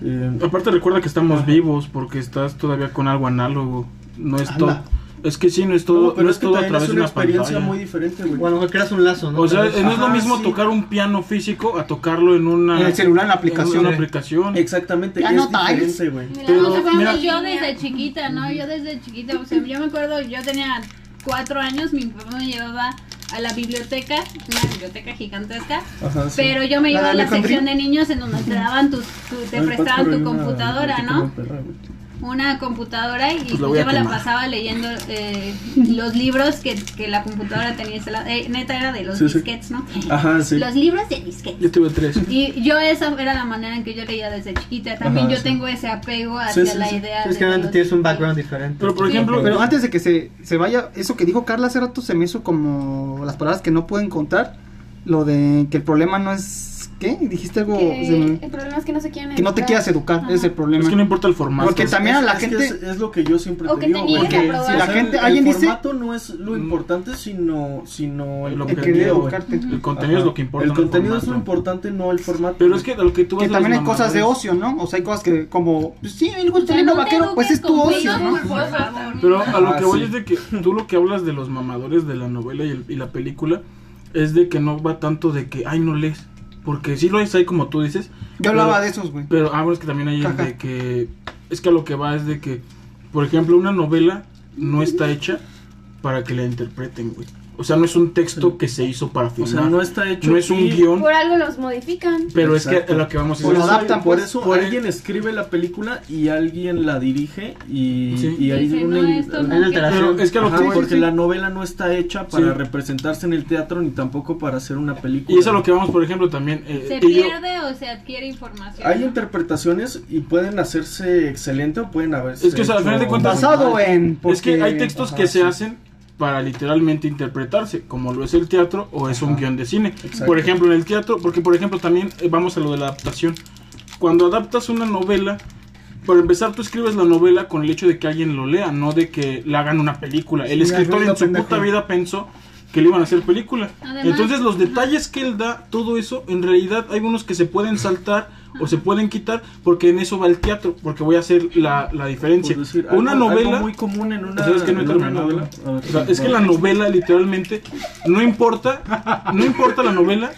S3: Eh,
S4: Aparte recuerda que estamos vivos porque estás todavía con algo análogo. No es
S3: Ala.
S4: todo. Es que sí, no es
S3: no,
S4: todo, no,
S3: pero
S4: es
S3: que
S4: todo a
S3: también
S4: través
S3: es
S4: de
S3: una
S4: una
S3: experiencia
S4: pantalla.
S3: muy diferente, güey.
S6: O a lo mejor creas un lazo, ¿no?
S4: O sea,
S6: Tal vez.
S4: no es lo
S3: Ajá,
S4: mismo
S3: sí.
S4: tocar un piano físico a tocarlo en una
S10: En el celular, en la
S4: en
S10: aplicación.
S4: una
S10: güey.
S4: aplicación.
S3: Exactamente,
S10: Ya
S3: es
S10: no traes.
S3: diferente, güey.
S5: Mira,
S4: Pero,
S7: O sea, por ejemplo,
S4: mira-
S7: yo desde chiquita, ¿no? Yo desde chiquita, o sea, yo me acuerdo, yo tenía cuatro años, mi papá me llevaba a la biblioteca, una biblioteca gigantesca,
S2: Ah,
S3: Ajá, sí.
S7: pero yo me
S10: ¿La
S7: iba a la
S10: Alejandrina?
S7: sección de niños en donde te daban tus, tu- te
S2: Ah,
S3: Ay,
S7: prestaban
S3: Paco,
S7: tu
S3: una-
S7: computadora,
S3: una
S7: ¿no?
S3: perra, güey.
S7: Una computadora y
S4: Pues la
S7: yo
S4: voy a
S7: me la
S4: quemar.
S7: pasaba leyendo eh, los libros que, que la computadora tenía instalada. Eh, neta era de los
S3: Sí, sí.
S7: disquets, ¿no?
S3: Ajá, sí.
S7: Los libros de disquets.
S4: Yo tuve tres.
S7: Y yo esa era la manera en que yo leía desde chiquita. También
S3: Ajá,
S7: yo
S3: sí.
S7: tengo ese apego
S3: Sí,
S7: hacia
S3: sí,
S7: la
S3: sí.
S7: idea.
S6: ah, Es que
S7: de
S6: obviamente
S7: los-
S6: tienes un background diferente.
S4: Pero por
S7: Sí,
S4: ejemplo,
S2: Pero antes de que se, se vaya, eso que dijo Carla hace rato se me hizo como las palabras que no puedo encontrar. Lo de que el problema no es. ¿Qué? Dijiste algo. se me-
S5: el problema es que no se quieren
S2: que no te
S5: educar.
S2: quieras educar,
S7: Ajá.
S2: ese es el problema.
S4: es que no importa el formato.
S2: Porque
S4: Es-
S2: también a la
S3: Es que
S2: gente.
S3: es, es lo que yo siempre
S5: O
S3: te
S5: que
S3: digo,
S5: te
S3: güey.
S5: niegues a
S3: que
S5: probar.
S3: si
S5: La
S2: gente-
S3: el,
S2: alguien
S3: el
S2: dice-
S3: formato no es
S4: Mm.
S3: lo importante, sino, sino
S4: El
S3: el
S2: el
S4: objetivo,
S2: querer
S3: contenido, güey.
S2: educarte.
S4: El contenido es lo que importa.
S3: El
S4: no el
S3: contenido es lo
S4: formato.
S3: importante, no el formato.
S4: Pero es que a lo que tú
S2: Que
S4: ves
S2: también
S4: las
S2: hay cosas de
S4: mamadas-
S2: ocio, ¿no? O sea, hay cosas que como. pues, sí, el
S7: O sea,
S2: gusto
S7: no te
S2: vaquero, pues
S7: eduques
S2: es tu
S7: con
S2: ocio,
S7: cosas
S2: ¿no?
S7: culposas,
S5: Ajá.
S7: también.
S4: Pero a lo
S3: Ah,
S4: que voy
S3: sí.
S4: es de que tú lo que hablas de los mamadores de la novela y, el- y la película es de que no va tanto de que, ay, no lees. Porque sí lo es ahí como tú dices.
S2: Yo hablaba
S4: pero-
S2: de esos, güey.
S4: Pero, ah, bueno, es que también hay el de que. Es que a lo que va es de que, por ejemplo, una novela no está hecha para que la interpreten, güey. O sea, no es un texto que se hizo para
S3: o
S4: filmar.
S3: sea, no está hecho.
S4: No es un
S3: y-
S4: guión,
S5: Por algo los modifican.
S4: pero es que
S3: Exacto.
S4: a lo que vamos a
S3: Por
S2: Lo
S3: eso,
S2: adaptan,
S3: por
S2: pues.
S3: eso
S4: Por-
S3: alguien escribe la película y alguien la dirige y,
S4: Sí.
S3: y hay
S7: Dice,
S3: una,
S7: no, esto no
S6: hay una
S7: queda.
S6: alteración.
S4: Pero es que a lo
S3: Ajá,
S4: que voy-
S3: porque la novela no está hecha
S4: Sí.
S3: para representarse en el teatro ni tampoco para hacer una película.
S4: Y es a lo que vamos, por ejemplo, también. eh,
S7: Se
S4: ello-
S7: pierde o se adquiere información.
S3: Hay
S7: ¿no?
S3: interpretaciones y pueden hacerse excelente o pueden haberse
S4: Es que, o sea, al final de
S3: hecho
S4: cuentas-
S3: muy mal.
S2: Basado en.
S4: es que
S2: porque-
S4: hay textos
S3: ajá,
S4: que se
S3: sí.
S4: hacen para literalmente interpretarse, como lo es el teatro o es un
S3: Ajá.
S4: guión de cine.
S3: Exacto.
S4: Por ejemplo, en el teatro, porque por ejemplo también eh, vamos a lo de la adaptación. Cuando adaptas una novela, para empezar tú escribes la novela con el hecho de que alguien lo lea, no de que le hagan una película. El
S2: Sí,
S4: escritor
S2: arreglo
S4: en su
S2: pendejo.
S4: puta vida pensó que le iban a hacer película.
S7: Además-
S4: Entonces los
S7: ajá.
S4: detalles que él da, todo eso, en realidad hay unos que se pueden saltar o se pueden quitar porque en eso va el teatro, porque voy a hacer la, la diferencia.
S3: Por decir,
S4: una
S3: algo- algo
S4: novela...
S3: muy común en una.
S4: ¿Sabes que no he
S3: en una
S4: terminado?
S3: novela.
S4: O sea, es que la novela literalmente no importa, no importa la novela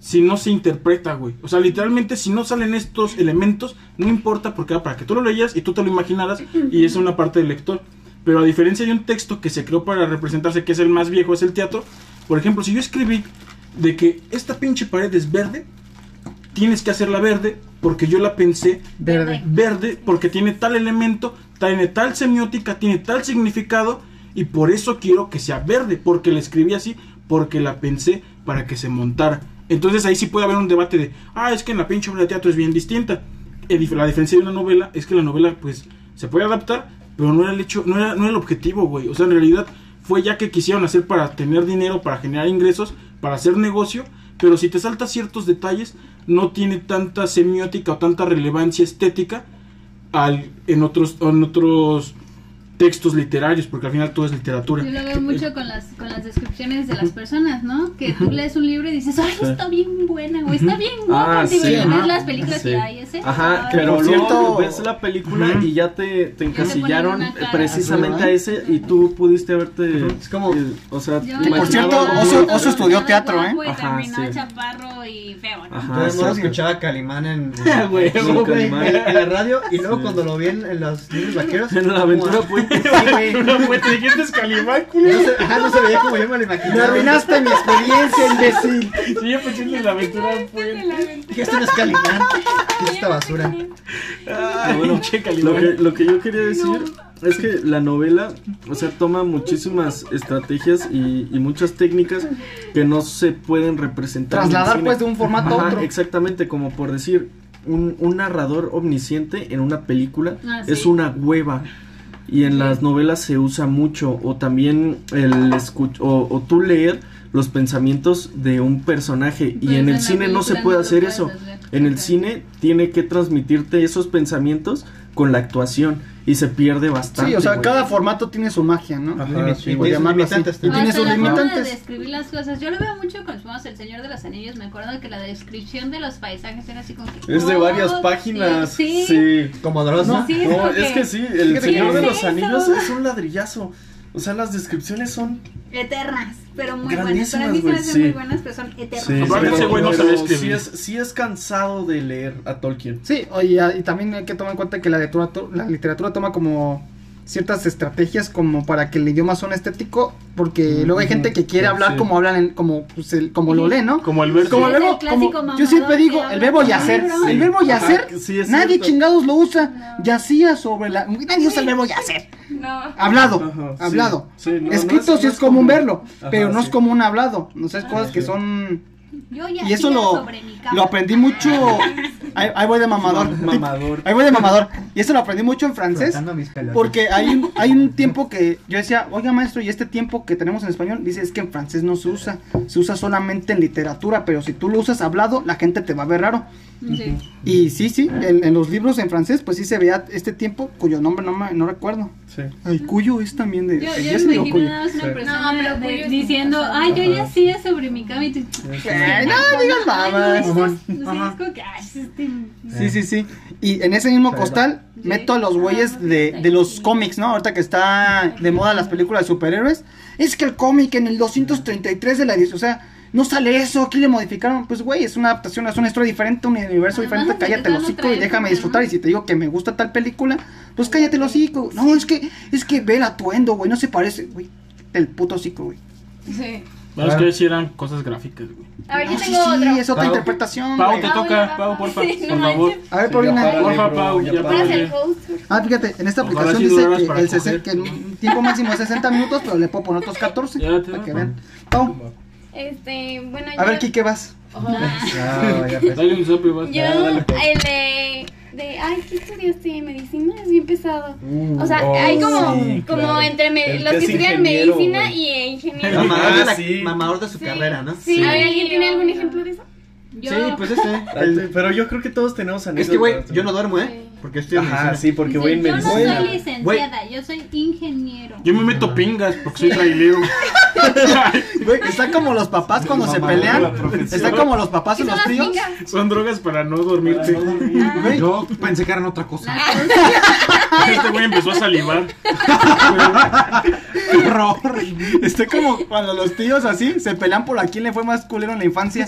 S4: si no se interpreta, güey. O sea, literalmente si no salen estos elementos, no importa porque era para que tú lo leías y tú te lo imaginaras y es una parte del lector. Pero a diferencia de un texto que se creó para representarse, que es el más viejo, es el teatro, por ejemplo, si yo escribí de que esta pinche pared es verde, tienes que hacerla verde porque yo la pensé
S7: Verde.
S4: verde porque tiene tal elemento, tiene tal semiótica, tiene tal significado y por eso quiero que sea verde, porque la escribí así, porque la pensé para que se montara. Entonces ahí sí puede haber un debate de, ah, es que en la pinche obra de teatro es bien distinta. El dif- La diferencia de una novela es que la novela pues se puede adaptar, pero no era el hecho, no era, no era el objetivo, güey. O sea, en realidad fue ya que quisieron hacer para tener dinero, para generar ingresos, para hacer negocio, pero si te saltas ciertos detalles, no tiene tanta semiótica o tanta relevancia estética al, en, otros, en otros textos literarios, porque al final todo es literatura.
S7: Yo lo veo mucho con las, con las descripciones de las personas, ¿no? Que tú lees un libro y dices, ay, está bien buena, o está bien guapa.
S3: Ah,
S7: si
S3: sí,
S7: ves
S3: ajá.
S7: las películas
S3: Sí.
S7: y ay, ese.
S3: Ajá,
S7: ay,
S3: Ah, pero
S2: por
S3: luego
S2: cierto-
S3: ves la película
S4: Ujú.
S3: y ya te, te encasillaron
S7: ponen una cara.
S3: precisamente
S2: Ajá.
S3: a ese y tú pudiste haberte...
S6: Es como-
S3: eh, o sea,
S7: yo
S3: imaginado
S7: me
S2: por cierto,
S7: imaginaba
S2: Oso-
S7: todo
S2: Oso estudió
S7: guapo y
S2: teatro, ¿eh?
S3: Ajá,
S7: terminó
S3: sí.
S7: chaparro y feo, ¿no?
S3: Ajá,
S6: Entonces no
S3: exacto.
S6: escuchaba a Calimán en,
S3: Güey,
S6: Sí,
S3: güey.
S6: Calimán Ah, en- en la radio y luego
S3: Sí.
S6: cuando lo vi en, en los libros vaqueros.
S3: En la aventura pues,
S6: como-
S3: Puente.
S6: Sí, güey.
S4: pues,
S6: No se, ajá, no se veía como yo me lo
S2: Me
S6: imaginaba.
S2: arruinaste mi experiencia, imbécil.
S4: Sí, yo pensé en pues. la aventura fue...
S6: Que esto no es Calimán. ¿Qué es esta basura?
S4: Ay, che,
S3: Lo
S4: Calimán.
S3: que, lo que yo quería decir es que la novela, o sea, toma muchísimas estrategias y, y muchas técnicas que no se pueden representar. en el
S2: Trasladar,
S3: cine.
S2: pues, de un formato a
S3: Ajá,
S2: otro.
S3: Exactamente, como por decir, un, un narrador omnisciente en una película
S7: Ah,
S3: es
S7: sí.
S3: una hueva. Y en las novelas se usa mucho. O también el escu- o, o tú leer los pensamientos de un personaje.
S7: Pero
S3: y en el
S7: la
S3: cine no se
S7: película
S3: puede
S7: lo
S3: hacer
S7: puedes
S3: eso.
S7: hacer.
S3: En el
S7: Ok.
S3: cine tiene que transmitirte esos pensamientos con la actuación. Y se pierde bastante.
S2: Sí, o sea,
S3: güey.
S2: cada formato tiene su magia, ¿no?
S3: Ajá,
S2: Limi-
S3: sí,
S2: por
S3: güey.
S2: llamarlo así.
S6: Limitantes
S2: Y
S6: también.
S2: tiene
S7: Hasta
S2: sus
S7: la forma de
S2: limitantes.
S7: describir las cosas. Yo lo veo mucho con supongamos, El Señor de los Anillos. Me acuerdo que la descripción de los paisajes era así como que.
S3: Es de
S7: "Oh,
S3: varias
S7: sí,
S3: páginas.
S7: Sí.
S3: sí.
S6: Como Dross,
S7: No,
S6: ¿no?
S7: sí, es
S3: No,
S7: como
S3: es que sí,
S7: ¿Qué
S3: el Señor de
S7: es
S3: los
S7: eso?
S3: Anillos es un ladrillazo. O sea, las descripciones son.
S7: Eternas, pero muy buenas. Para
S3: Grandísimas,
S7: mí se me
S3: güey,
S7: hacen
S3: sí.
S7: muy buenas, pero son eternas.
S4: Aparte, ese güey no sabe
S3: pero
S4: escribir.
S3: sí es, sí es cansado de leer a Tolkien.
S2: Sí, oye, ah, y también hay que tomar en cuenta que la literatura, la literatura toma como ciertas estrategias como para que el idioma suene estético, porque luego hay gente que quiere
S3: Sí,
S2: hablar
S3: sí.
S2: como hablan, el- como, pues, el- como lo lee, ¿no?
S4: Como Alberto.
S2: Como
S7: Es
S2: luego,
S7: el clásico
S2: como- yo
S7: mamador
S2: siempre
S7: que
S2: digo,
S7: habla
S2: el verbo
S7: como
S2: yacer,
S7: libro.
S2: el verbo
S3: Ajá,
S2: yacer,
S3: sí, es
S2: nadie
S3: cierto.
S2: chingados lo usa,
S5: No.
S2: yacía sobre la, nadie usa el verbo yacer,
S5: No.
S2: hablado,
S3: Ajá, sí,
S2: hablado,
S3: sí, no, no
S2: escrito
S3: es-
S2: sí
S3: no
S2: es común verlo,
S3: Ajá,
S2: pero no es
S3: sí. Ah,
S2: común hablado, no sé, es cosas que
S3: sí.
S2: son...
S7: Yo ya
S2: Y eso
S7: hacía
S2: lo,
S7: sobre mi cama.
S2: lo aprendí mucho. Ahí, ahí voy de mamador.
S3: Mamador.
S2: Ahí voy de mamador. Y eso lo aprendí mucho en francés.
S6: Frotando mis pelotas.
S2: Porque hay un, hay un tiempo que yo decía, oiga maestro, y este tiempo que tenemos en español, dice, es que en francés no se usa, se usa solamente en literatura, pero si tú lo usas hablado, la gente te va a ver raro.
S7: Sí.
S2: Y sí, sí, en, en los libros en francés, pues sí se veía este tiempo, cuyo nombre no, me- no recuerdo.
S3: Sí.
S2: El cuyo es también de...
S7: Yo, yo
S2: de-
S7: me
S2: ese digo
S7: imagino
S2: cuyo.
S7: nada más
S3: Sí.
S7: una persona
S5: No, pero
S7: de-
S5: Cuyo es
S7: diciendo,
S5: muy
S7: ay, yo ya hacía sobre mi cama y tú,
S5: Eh,
S2: Ay, no, digas
S7: Ay,
S2: mamás.
S7: no, es- sí,
S6: Ajá.
S7: es como que, ay, este-
S2: Sí, sí, sí. Y en ese mismo costal
S7: Sí.
S2: meto a los
S5: Ah,
S2: güeyes de, de los cómics, ¿no? Ahorita que está de moda las películas de superhéroes. Es que el cómic en el 233 de la 10, o sea, no sale eso, aquí le modificaron. Pues, güey, es una adaptación, es una historia diferente, un universo
S7: Además,
S2: diferente. Cállate el
S7: empezaron a
S2: hocico y
S7: traer
S2: déjame
S7: como,
S2: disfrutar.
S7: ¿no?
S2: Y si te digo que me gusta tal película, pues cállate el hocico. No, es que, es que ve el atuendo, güey, no se parece, güey. El puto hocico, güey.
S5: Sí.
S4: Bueno, es
S2: Ah.
S4: que sí eran cosas gráficas, güey.
S5: A ver,
S2: No,
S5: yo
S2: Ah, sí,
S5: tengo
S2: sí,
S5: otro.
S2: es otra
S6: Pau.
S2: interpretación,
S4: Pau,
S2: güey.
S4: te
S5: Pau,
S4: toca.
S5: ya,
S4: Pau,
S5: Pau.
S4: porfa,
S5: Sí, no
S4: por favor.
S5: manches.
S2: A ver,
S3: Sí,
S2: Paulina.
S3: ya párale,
S4: Porfa,
S3: bro,
S4: Pau,
S3: ya
S4: ya
S5: Tú eres
S3: párale.
S5: el host.
S2: Ah, fíjate, en esta
S4: Ojalá
S2: aplicación
S4: sí
S2: dice
S4: duraras
S2: que
S4: para
S2: el, sesen-
S4: coger.
S2: que el tiempo máximo es 60 minutos, pero le puedo poner otros 14
S4: Ya te
S2: para
S4: va,
S2: que
S4: pa.
S2: vean. Pau,
S5: Este, bueno, yo.
S2: a ver, Kike, vas.
S6: Ya, ya, pues.
S4: Dale un sope, vas.
S5: Yo,
S3: Ah, pues.
S5: el de, de, ay, ¿qué estudiaste? Medicina, es bien pesado. o sea,
S3: oh,
S5: hay como,
S3: sí,
S5: como
S3: claro.
S5: entre me-
S3: El
S5: los
S3: que
S5: que
S3: es
S5: estudian
S3: ingeniero,
S5: medicina
S3: güey.
S5: y ingeniero.
S8: Ah,
S6: Mamador de, la-
S3: Sí.
S6: mamador de su carrera, ¿no?
S5: Sí, a ver, ¿alguien
S7: Sí,
S5: tiene algún
S7: obvio.
S5: ejemplo de eso?
S7: Yo,
S6: Sí, pues ese.
S3: Ay,
S6: el-
S3: Pero yo creo que todos tenemos
S6: es
S3: anécdotas.
S6: que, güey, yo no duermo, ¿eh?
S5: Sí.
S6: Porque estoy en
S3: Ajá,
S6: medicina.
S3: Ah, sí, porque voy en
S7: yo no soy
S3: medicina.
S7: licenciada, yo soy ingeniero.
S4: Yo me meto pingas porque soy trailero.
S2: Güey, está como los papás cuando se
S4: Mamador de la
S2: pelean.
S4: profesión.
S2: Está como los papás
S5: ¿Qué
S2: y
S5: son
S2: los
S5: las
S2: tíos.
S5: pingas?
S4: Son drogas para no dormirte.
S2: Güey,
S8: Yo pensé que eran otra cosa.
S2: Ah.
S4: Este güey empezó a salivar.
S8: ¡Qué horror!
S2: está como cuando los tíos así se pelean por a quién le fue más culero en la infancia.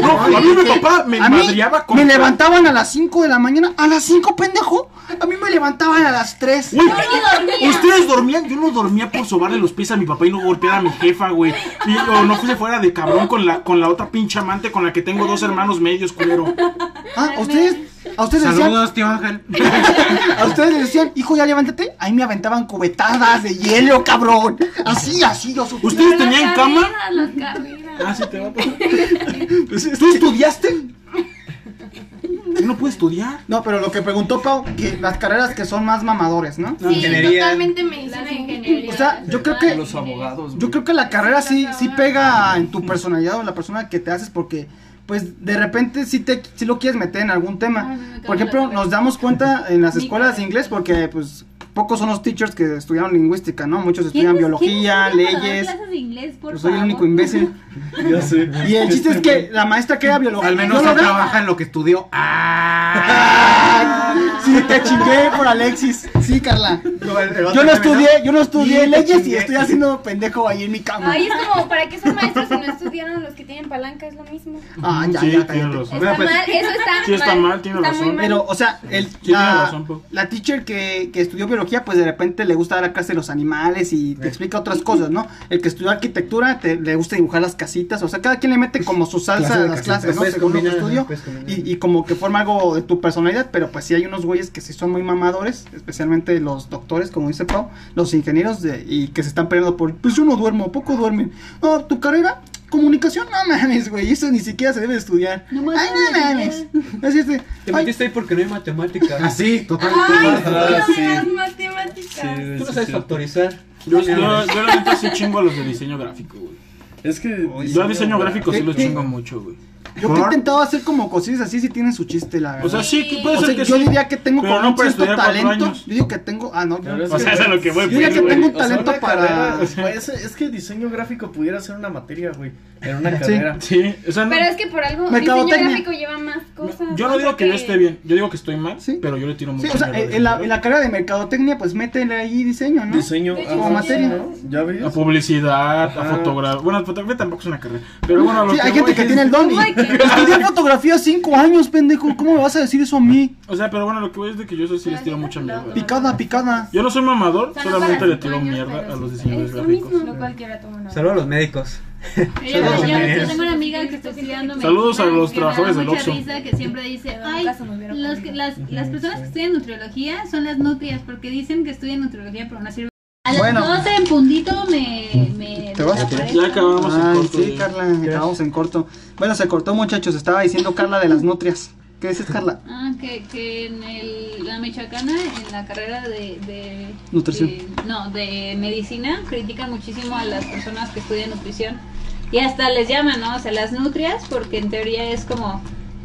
S4: No, a mí mi papá me
S2: a mí
S4: madreaba con.
S2: me levantaban a las 5 de la mañana. ¿A las 5, pendejo? A mí me levantaban a las 3.
S4: Güey,
S5: dormía.
S4: ustedes dormían, yo no dormía por sobarle los pies a mi papá y no golpear a mi jefa, güey. Y- o no se fuera de cabrón con la, con la otra pinche amante con la que tengo dos hermanos medios, culero.
S2: Ah, ¿a ustedes, a ustedes les decían,
S8: Saludos, tío Ángel.
S2: A ustedes les decían, hijo, ya levántate. Ahí me aventaban cubetadas de hielo, cabrón. Así, así, yo sufrí.
S4: ¿Ustedes tenían cama?
S5: Las carreras.
S4: Ah, sí, te va a pasar.
S8: pues,
S2: ¿Tú estudiaste?
S4: ¿No puede estudiar?
S2: No, pero lo que preguntó Pau, que las carreras que son más mamadores, ¿no?
S5: Sí,
S6: ingeniería.
S5: totalmente medicina
S7: Las
S5: e ingeniería.
S7: ingenierías.
S2: O sea, yo creo que-
S3: Los abogados.
S2: Yo creo que la carrera sí, sí pega en tu personalidad o en la persona que te haces porque, pues, de repente sí, te, sí lo quieres meter en algún tema.
S7: Ay, me cago
S2: Por
S7: en la
S2: ejemplo,
S7: cabeza.
S2: nos damos cuenta en las
S7: Mi
S2: escuelas de
S7: cabeza.
S2: inglés porque, pues, pocos son los teachers que estudiaron lingüística, ¿no? Muchos
S7: ¿Quién
S2: estudian
S7: es-
S2: biología,
S7: quién estudia para dar
S2: leyes.
S7: clases de inglés, por
S2: Yo soy el
S7: favor?
S2: único imbécil.
S3: güey. Ya sé.
S2: Y el chiste es que la maestra que era biología.
S8: Al menos
S2: no
S8: él
S2: lo da.
S8: trabaja en lo que estudió. Ah.
S2: Sí, te chingué por Alexis. Sí, Carla. Yo
S6: Yo
S2: no estudié, yo no estudié
S6: Sí,
S2: leyes y
S6: chingué.
S2: estoy haciendo pendejo ahí en mi cama.
S5: Ay, es como, ¿para qué son maestros si no estudiaron los que tienen palanca? Es lo mismo.
S2: Ah, ya,
S4: Sí,
S2: ya,
S4: tiene
S2: cállate.
S4: razón.
S5: Está mal, eso está
S4: Sí, está mal, tiene
S5: está
S4: razón.
S5: muy mal.
S2: Pero, o sea, el,
S4: tiene
S2: la,
S4: razón, Pau.
S2: la teacher que, que estudió biología, pues de repente le gusta dar la clase de los animales y
S6: Eh.
S2: te explica otras cosas, ¿no? El que estudió arquitectura te- le gusta dibujar las casitas, o sea, cada quien le mete como su salsa
S6: Clase
S2: a
S6: de
S2: las
S6: casitas.
S2: clases, ¿no?
S6: Puedes
S2: Según lo que
S6: combinar,
S2: estudió.
S6: puedes combinar.
S2: Y, y como que forma algo de tu personalidad, pero pues sí hay unos güeyes que sí son muy mamadores, especialmente los doctores, como dice Pau, los ingenieros, de- y que se están peleando por, pues yo no duermo, poco duermen. No, tu carrera. Comunicación, no mames, güey. Eso ni siquiera se debe estudiar.
S7: No mames,
S2: Ay, no
S7: ni
S2: mames. Así es de,
S12: Te
S2: ay,
S12: metiste ahí porque no hay matemáticas.
S8: Así, total.
S5: Ay, tú
S12: Ah,
S5: no
S12: sí.
S5: me das matemáticas.
S12: Tú
S3: Sí,
S12: no
S3: sí,
S12: sabes
S3: sí.
S12: factorizar.
S4: Yo, yo, yo la neta sí chingo a los de diseño gráfico, güey.
S3: Es que.
S4: Yo a diseño gráfico sí
S2: ¿Qué-
S4: los
S2: qué?
S4: chingo mucho, güey.
S2: yo que he intentado hacer como cosillas así, si tienen su chiste, la verdad.
S4: O sea, sí, que puede
S2: O sea,
S4: ser que
S2: yo
S4: sí.
S2: diría que tengo
S4: pero
S2: como
S4: no
S2: un
S4: para
S2: cierto
S4: estudiar cuatro
S2: talento.
S4: años.
S2: Yo digo que tengo. Ah, no.
S3: La verdad
S2: yo-
S3: es
S4: O sea, es a lo que voy,
S2: Yo diría
S4: pues,
S2: que
S4: güey.
S2: tengo un
S3: O sea,
S2: talento
S3: una
S2: para.
S3: carrera, güey, es, es que diseño gráfico pudiera ser una materia, güey. En una
S2: Sí.
S3: carrera.
S4: Sí, o sea, no,
S5: Pero es que por algo diseño
S2: Mercadotecnia.
S5: gráfico lleva más cosas.
S4: yo no digo que yo esté bien, yo digo que estoy mal,
S2: Sí.
S4: pero yo le tiro mucho.
S2: Sí, o sea,
S4: mierda
S2: en
S4: de-
S2: en la, en la carrera de mercadotecnia, pues métele ahí diseño, ¿no?
S3: Diseño
S5: De hecho,
S3: ajá,
S2: como materia.
S3: ¿no? ¿Ya ves?
S4: A publicidad,
S3: Ajá.
S4: a fotografía. Bueno, fotografía tampoco es una carrera. Pero bueno, a lo
S2: Sí,
S4: que
S2: hay gente
S4: voy
S2: que
S4: es-
S2: tiene el don. y-
S5: Güey, que-
S2: Estudié fotografía cinco años, pendejo. ¿Cómo me vas a decir eso a mí?
S4: O sea, pero bueno, lo que voy es de que yo eso sí les tiro mucha mierda. güey.
S2: Picada, picada.
S4: Yo no soy mamador,
S5: O sea, no
S4: solamente
S5: para
S4: le tiro
S5: años,
S4: mierda
S5: pero
S4: a los
S5: sí,
S4: diseñadores
S5: es lo
S4: gráficos.
S5: mismo, Lo cualquiera toma una.
S12: Saludos a los médicos.
S7: Ella-
S12: Saludos,
S7: yo- yo
S12: Inés.
S7: tengo una amiga que está estudiando medicina
S4: Saludos a los
S7: que me da
S4: trabajadores del
S7: mucha
S4: Oxxo.
S7: risa que siempre dice, ay,
S5: Nunca se me hubiera
S7: los que-
S5: ocurrido".
S7: las, las personas que estudian nutriología son las nutrias porque dicen que estudian nutriología pero no sirven. A las
S2: Bueno.
S7: 12 en puntito me... me
S2: ¿Te vas a
S7: desaparezco.
S4: Ya acabamos en
S2: Ay,
S4: corto,
S2: sí,
S4: güey.
S2: Carla, acabamos en corto. Bueno, se cortó, muchachos. Estaba diciendo Carla de las nutrias. ¿Qué dices, Carla?
S7: Ah, que, que en el- la Michoacana, en la carrera de... de
S2: Nutrición.
S7: de- no, de medicina, critican muchísimo a las personas que estudian nutrición. Y hasta les llaman, ¿no? O sea, las nutrias, porque en teoría es como...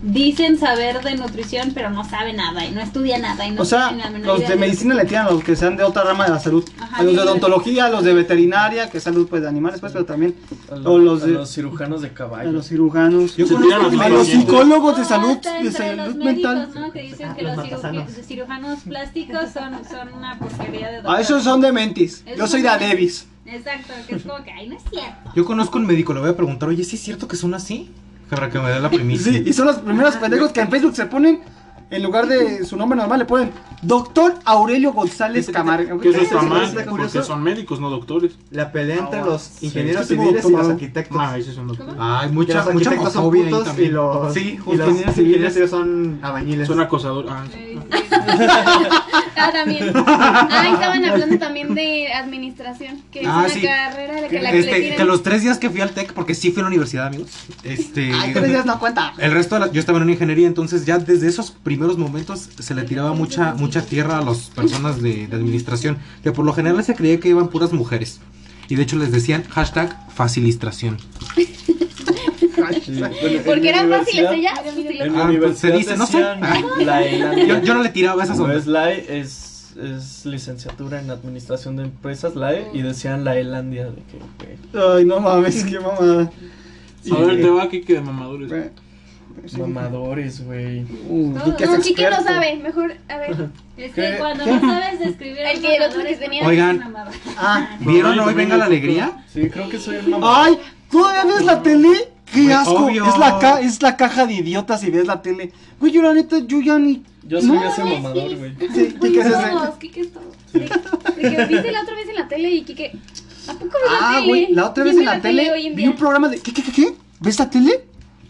S7: Dicen saber de nutrición, pero no saben nada y no estudian nada. Y no
S2: O sea,
S7: tienen la menor
S2: los
S7: idea
S2: de medicina le tiran a los que sean de otra rama de la salud.
S7: Ajá,
S2: A los de
S7: sí, sí.
S2: odontología, a los de veterinaria, que es salud pues de animales, pues, pero también
S3: A,
S2: O los
S3: los, a
S2: de-
S3: los cirujanos de
S2: a
S3: caballo.
S2: los cirujanos.
S4: Se
S12: conozco
S4: tiran
S12: a
S4: los
S12: mi
S2: A los
S4: pacientes.
S2: psicólogos de
S7: No,
S2: salud,
S7: hasta
S2: de
S7: entre
S2: salud
S7: Oh, los
S2: mental.
S7: médicos, ¿no? Que dicen que
S6: Ah,
S7: los
S6: los matasanos.
S7: cirugi- cirujanos plásticos son, son una porquería de
S2: A esos son de mentis. Yo
S7: Esos
S2: soy de
S7: son-
S2: Adebis.
S7: Exacto, que es como que, ay, no es cierto.
S8: Yo conozco un médico, le voy a preguntar, oye, ¿sí es cierto que son así? Para que me dé la primicia.
S2: Sí, y son los primeros pendejos que en Facebook se ponen, en lugar de su nombre normal, le ponen Doctor Aurelio González Camargo.
S4: Que eso está
S12: Sí,
S4: mal,
S12: sí, sí,
S4: porque
S12: curioso.
S4: son médicos, no doctores.
S12: La pelea entre los ingenieros
S2: Sí, es que
S12: civiles y
S2: tengo
S12: los
S2: tomado.
S12: arquitectos.
S2: Pues,
S4: Ah, esos son doctores.
S8: Ay,
S12: Que
S8: mucha,
S12: los
S8: mucha
S12: arquitectos son
S8: homofobia ahí
S12: putos y
S8: también.
S12: los,
S8: Sí,
S12: y los
S8: justo.
S12: ingenieros civiles ellos son
S2: pues,
S12: albañiles.
S4: Son acosadores. Ah,
S5: Ah, también. Ah, estaban hablando también de administración, que es
S8: Ah,
S5: una
S8: sí.
S5: carrera de que la que le
S8: Este,
S5: tiran-
S8: que los tres días que fui al TEC, porque sí fui a la universidad, amigos. Este.
S2: Ay, tres días no cuenta.
S8: El resto de la- yo estaba en una ingeniería, entonces ya desde esos primeros momentos se le tiraba mucha mucha tierra a las personas de, de administración, que por lo general se creía que iban puras mujeres. Y de hecho les decían hashtag facilistración.
S5: Porque eran fáciles
S3: ella.
S5: ellas. pues, sí.
S3: En la
S8: Ah, pues, se
S3: universidad
S8: dice, no sé.
S3: decían la Elandia.
S8: Yo, yo no le tiraba esas
S4: Pues,
S3: No
S8: ondas.
S3: es la E, es, es licenciatura en administración de empresas, la E, y decían la Elandia. De que, güey.
S2: Ay, no mames, qué mamada.
S4: A ver, te va aquí que de mamadores.
S3: Mamadores, güey.
S2: pues Uh, tú que
S5: No,
S2: eres
S5: Chiqui no
S2: experto.
S5: sabe, mejor, a ver.
S7: Es que cuando no sabes describir
S5: El
S7: algo,
S5: que- el otro
S7: mamadores,
S5: que tenía-
S8: Oigan.
S7: una mamada.
S2: Ah,
S8: ¿Vieron hoy venga la alegría?
S3: Sí, creo que soy el mamador.
S2: ay, ¿todavía ves la tele? ¡Qué
S8: Güey,
S2: asco!
S8: obvio.
S2: Es la, ca- es la caja de idiotas y ves la tele. Güey, yo la neta, yo ya ni...
S3: Yo soy
S2: No,
S3: ese
S5: no, es
S3: mamador,
S5: que-
S3: güey.
S2: Sí, ¿qué
S5: Uy,
S2: es ese?
S5: todos, Kike es todo. De, de que viste la otra vez en la tele y Kike. ¿A poco ves la
S2: Ah,
S5: tele?
S2: güey, la otra vez
S5: ¿Quién
S2: en
S5: ve
S2: la tele
S5: hoy en
S2: vi
S5: día?
S2: un programa de... ¿Qué, qué, qué, qué? ¿Ves la tele?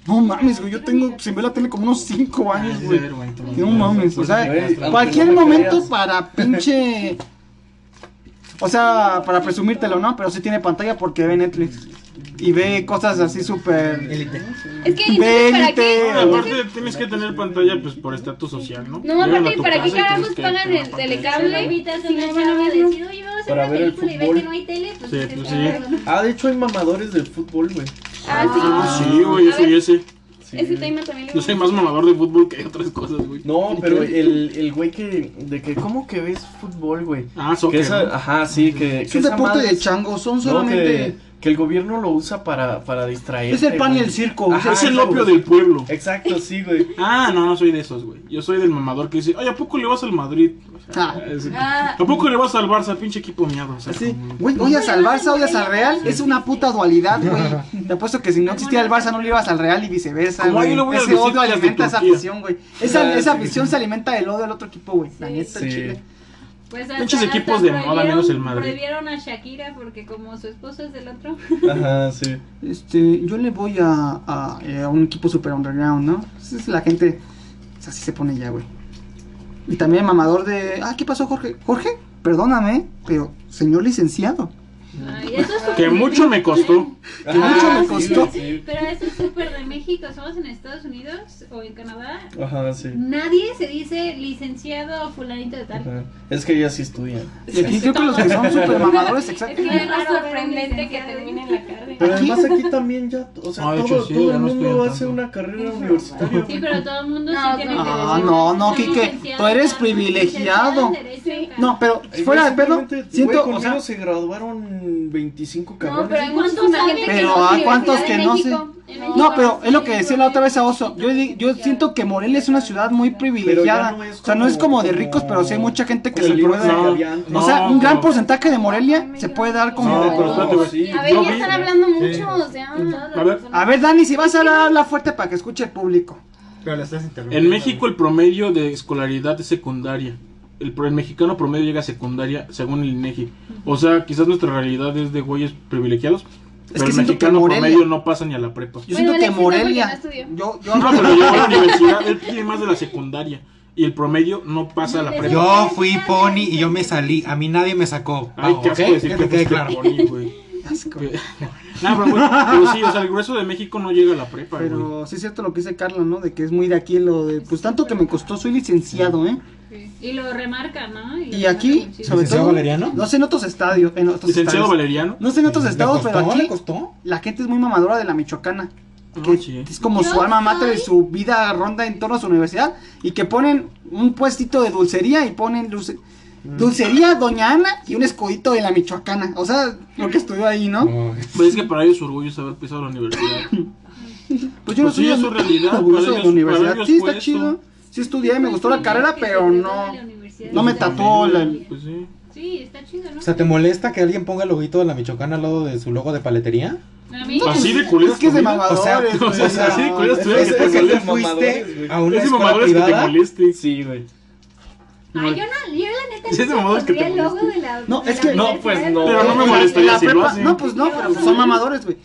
S2: No mames, güey, yo tengo sin ver la tele como unos 5 años, güey. No mames, o sea,
S3: Güey, aunque
S2: cualquier
S3: no me
S2: momento
S3: creas.
S2: para pinche... O sea, para presumírtelo, ¿no? Pero sí tiene pantalla porque ve Netflix. Y ve cosas así súper...
S12: Élite.
S5: Es que entonces, ¿para
S2: Vélite.
S5: qué?
S4: Ah, No, aparte tienes que tener pantalla pues por estatus social, ¿no?
S5: No,
S4: Llegan a
S5: aparte,
S4: tu
S5: ¿para
S4: casa y
S5: qué
S4: tienes
S5: carajos
S4: que
S5: pagan
S4: tener
S5: el
S4: pantalla.
S7: Me
S5: telecable?
S7: invitas a
S5: Si no,
S7: una chava
S5: no,
S7: a
S5: no.
S7: decir, oye, vamos a
S3: Para
S7: ver
S3: ver
S7: una
S3: el
S7: película y ves
S3: fútbol.
S7: que no hay tele, pues
S4: Sí,
S7: dices,
S4: pues
S7: ah,
S4: sí.
S7: perdón.
S3: Ah, de hecho hay mamadores del fútbol, güey.
S5: Ah, sí.
S4: Sí, güey, yo
S5: A
S4: soy
S5: ver.
S4: ese.
S3: Sí.
S5: Ese tema también lo
S4: Yo soy más mamador de fútbol que de otras cosas, güey.
S3: No, pero el, el güey que, de que, ¿cómo que ves fútbol, güey?
S4: Ah,
S3: Que
S4: soccer. ¿no?
S3: esa, ajá, sí, que...
S2: Es
S3: que
S2: un
S3: esa
S2: deporte
S3: madre
S2: de
S3: es-
S2: chango, son
S3: no, que,
S2: solamente...
S3: que el gobierno lo usa para, para distraer.
S2: Es el pan y el circo.
S3: Ajá,
S4: Es el
S3: eso,
S4: opio
S3: güey.
S4: del pueblo.
S3: Exacto, sí, güey.
S4: Ah, no, no soy de esos, güey. Yo soy del mamador que dice, ay, ¿a poco le vas al Madrid? O sea,
S2: Ah.
S4: es-
S5: Ah,
S4: ¿A poco le vas al Barça, pinche equipo miado? O sea,
S2: Sí,
S4: como-
S2: güey, odias al Barça, odias al Real, es una puta dualidad, güey. Te apuesto que si no existiera el Barça no le ibas al Real y viceversa,
S4: Como ahí
S2: güey.
S4: lo voy al
S2: Ese odio
S4: Besiktas de
S2: alimenta esa
S4: Turquía.
S2: afición, güey. Esa,
S3: Ah,
S2: esa
S3: sí.
S2: afición se alimenta del odio del otro equipo, güey. La neta,
S3: Sí.
S2: chile.
S7: Pues hasta-
S4: Pinches
S7: hasta
S4: equipos de moda, menos el
S7: prohibieron-
S4: Madrid.
S7: Prohibieron a Shakira porque como su esposo es del otro.
S3: Ajá, sí.
S2: Este, yo le voy a, a, eh, a un equipo super underground, ¿no? Esa es la gente, o sea, así se pone ya, güey. Y también el mamador de, ah, ¿qué pasó, Jorge? Jorge, perdóname, pero señor licenciado.
S7: Ay, eso es súper
S4: Que
S7: de
S4: mucho me
S7: México,
S4: costó.
S7: ¿eh?
S4: Que mucho me
S7: sí,
S4: costó.
S7: sí. Pero eso es súper de México. Somos en Estados Unidos o en Canadá.
S3: Ajá, sí.
S7: Nadie se dice licenciado fulanito de tal.
S3: Ajá. Es que ellos sí estudian.
S2: Y aquí creo que los que son super mamadores, exacto.
S5: Es
S7: Qué
S5: algo
S7: raro ver un
S5: sorprendente que
S7: licenciado.
S5: termine en la carrera.
S3: Pero además aquí también ya, o sea,
S4: Ah, de
S3: todo,
S4: hecho, sí,
S3: todo
S4: ya
S3: el
S4: no
S3: mundo
S4: estudian
S3: hace
S4: tanto.
S3: una carrera universitaria.
S7: Sí, pero todo el mundo sí
S5: No,
S7: tiene que
S5: no.
S7: decir.
S2: Ah, no, no,
S7: somos
S2: Quique,
S7: licenciados,
S2: tú eres
S7: somos
S2: privilegiado.
S7: licenciados en Derecho, cara.
S2: No, pero
S3: Yo
S2: fuera de pedo,
S3: simplemente, güey,
S2: siento,
S3: conmigo
S2: o sea,
S3: se graduaron 25 cabrones.
S5: No, pero hay
S7: ¿Cuántos
S5: muchísima
S7: saben?
S5: gente que
S2: Pero,
S5: no
S2: ah,
S5: tiene
S2: ¿cuántos
S5: universidad
S2: que
S5: en
S2: no
S5: México.
S7: En México
S2: no, pero es lo que
S7: sí,
S2: decía la otra vez a
S7: güey,
S2: Oso.
S7: sí,
S2: Yo, di- yo siento que Morelia es una ciudad muy privilegiada.
S3: Pero ya no es
S2: o sea, no es como de
S3: como-
S2: ricos, pero sí hay mucha gente que
S3: como
S2: se
S3: el libro
S2: puede.
S3: de
S4: No,
S3: Gavián.
S4: no,
S2: o sea, un gran
S4: pero-
S2: porcentaje de Morelia se puede dar como.
S4: No, pero espérate, güey.
S3: Sí.
S5: A ver,
S4: Yo
S5: ya
S4: vi-
S5: están hablando mucho, o
S7: ¿eh?
S5: sea.
S4: A ver,
S2: A Ah. ver, Dani, si vas a hablar, habla fuerte para que escuche el público.
S12: Pero la estás interrumpiendo.
S4: En México el promedio de escolaridad es secundaria. El, pro- el mexicano promedio llega a secundaria según el INEGI. O sea, quizás nuestra realidad es de güeyes privilegiados, pero
S2: que
S4: el
S2: siento que
S4: mexicano
S2: Morelia-
S4: promedio no pasa ni a la prepa.
S2: Yo
S5: Bueno,
S2: siento que
S5: Alexis no, porque
S2: Morelia.
S5: no estudió.
S2: yo, yo
S4: No, pero llegó a la universidad, él tiene más de la secundaria y el promedio no pasa a la prepa.
S8: Yo fui pony y yo me salí. A mí nadie me sacó.
S4: Ay,
S8: Pau,
S4: qué
S8: Ah, ¿ok?
S4: asco pues, decir
S8: Que
S4: que
S8: te quede
S4: fuiste
S8: claro.
S4: poli, güey. Que- Nah, pero, güey, pero sí, o sea, el grueso de México no llega a la prepa, güey.
S2: Pero sí es cierto lo que dice Carla, ¿no? De que es muy de aquí lo de. Pues tanto que me costó, soy licenciado, ¿eh?
S7: Y lo remarca, ¿no? lo
S2: Y
S7: remarca
S2: aquí,
S7: muchísimo.
S2: sobre
S8: ¿Licenciado
S2: todo.
S8: Valeriano?
S2: No sé en otros estadios. En
S8: pues,
S2: otros
S4: Licenciado
S2: estadios.
S4: Valeriano.
S2: No sé en otros estados, pero
S8: ¿Le costó?
S2: aquí
S8: ¿Le costó?
S2: la gente es muy mamadora de la michoacana.
S4: Ah,
S2: que
S4: sí.
S2: es como su
S7: Yo
S2: alma mater y
S7: soy-
S2: su vida ronda en torno a su universidad y que ponen un puestito de dulcería y ponen dulce-
S4: Mm.
S2: dulcería Doña Ana y un escudito de la Michoacana, o sea, lo que estudió ahí, ¿no?
S4: Pues es que para ellos orgullo es haber pisado la universidad.
S2: Pues yo no
S4: Pues sí,
S2: soy
S4: es su realidad,
S2: orgulloso
S4: para
S2: de la
S4: ellos-
S2: universidad,
S4: para ellos
S2: sí,
S4: fue
S2: está
S4: eso.
S2: chido, sí estudié, me gustó la carrera,
S7: Que se
S2: pero
S7: gradúa
S2: no...
S7: de la universidad.
S2: no me tatuó la-
S4: Pues sí.
S7: Sí, está chido, ¿no?
S8: O sea, ¿te molesta que alguien ponga el loguito de la Michoacana al lado de su logo de paletería?
S7: A mí-
S4: Así de culero.
S2: Es que es de
S4: tu vida.
S8: O sea,
S2: mamadores,
S4: o
S2: güey,
S4: sea,
S2: o sea,
S4: sí, con las
S3: es-
S4: tuyas
S3: es-
S4: que te
S3: es-
S8: que
S4: molestan.
S8: te
S3: molestes, mamadores, güey.
S8: fuiste a una
S4: Ese
S8: escuela
S4: mamador es que te
S8: privada.
S4: moleste.
S3: Sí, güey.
S7: Ay, yo no, yo la neta
S4: Sí, es de
S7: no
S4: mamadores que
S7: se
S4: te
S7: pondría el logo
S4: moleste.
S7: de la
S2: No,
S7: de
S2: es
S7: la
S2: que-
S3: No, pues,
S7: universidad.
S3: no.
S4: Pero no me
S2: en la
S4: molestaría si lo
S2: prepa-
S4: hacen.
S2: No, pues no, pero son mamadores, güey.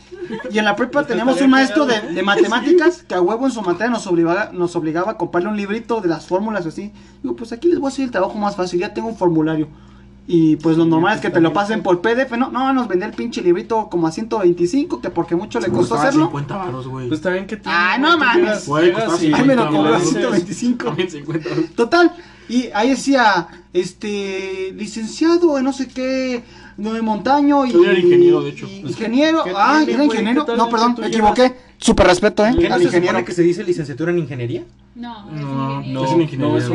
S2: Y en la prepa teníamos un maestro de, de matemáticas que a huevo en su materia nos obligaba, nos obligaba a comprarle un librito de las fórmulas o así. Digo, pues aquí les voy a hacer el trabajo más fácil, ya tengo un formulario. Y pues lo normal es que te lo pasen por PDF, no, no, nos vendía el pinche librito como a 125, que porque mucho le costó
S4: Costaba
S2: hacerlo.
S4: 50 varos, güey.
S3: Pues también que tiene,
S2: Ah,
S3: güey,
S2: no
S3: tú
S2: mames.
S3: llegas-
S4: Güey,
S3: llegas
S4: costaba
S3: y-
S2: Ay, me lo cobró
S4: varos.
S2: 125.
S4: También 50 varos.
S2: Total. Y ahí decía, este, licenciado en no sé qué, no de montaño y...
S4: Yo era ingeniero, de hecho.
S2: y ingeniero,
S3: ¿Qué
S2: ah,
S3: tiene,
S2: era
S3: güey?
S2: ingeniero.
S3: ¿Qué tal
S2: No,
S3: si
S2: perdón,
S3: tú
S2: me
S3: llevas-
S2: equivoqué. Súper respeto, ¿eh?
S8: ¿Qué no
S2: Al
S8: se
S2: ingeniero.
S8: supone que se dice licenciatura en ingeniería?
S4: No,
S7: No,
S3: No,
S4: Es
S7: es
S4: una
S7: una
S4: ingeniería.
S3: no es una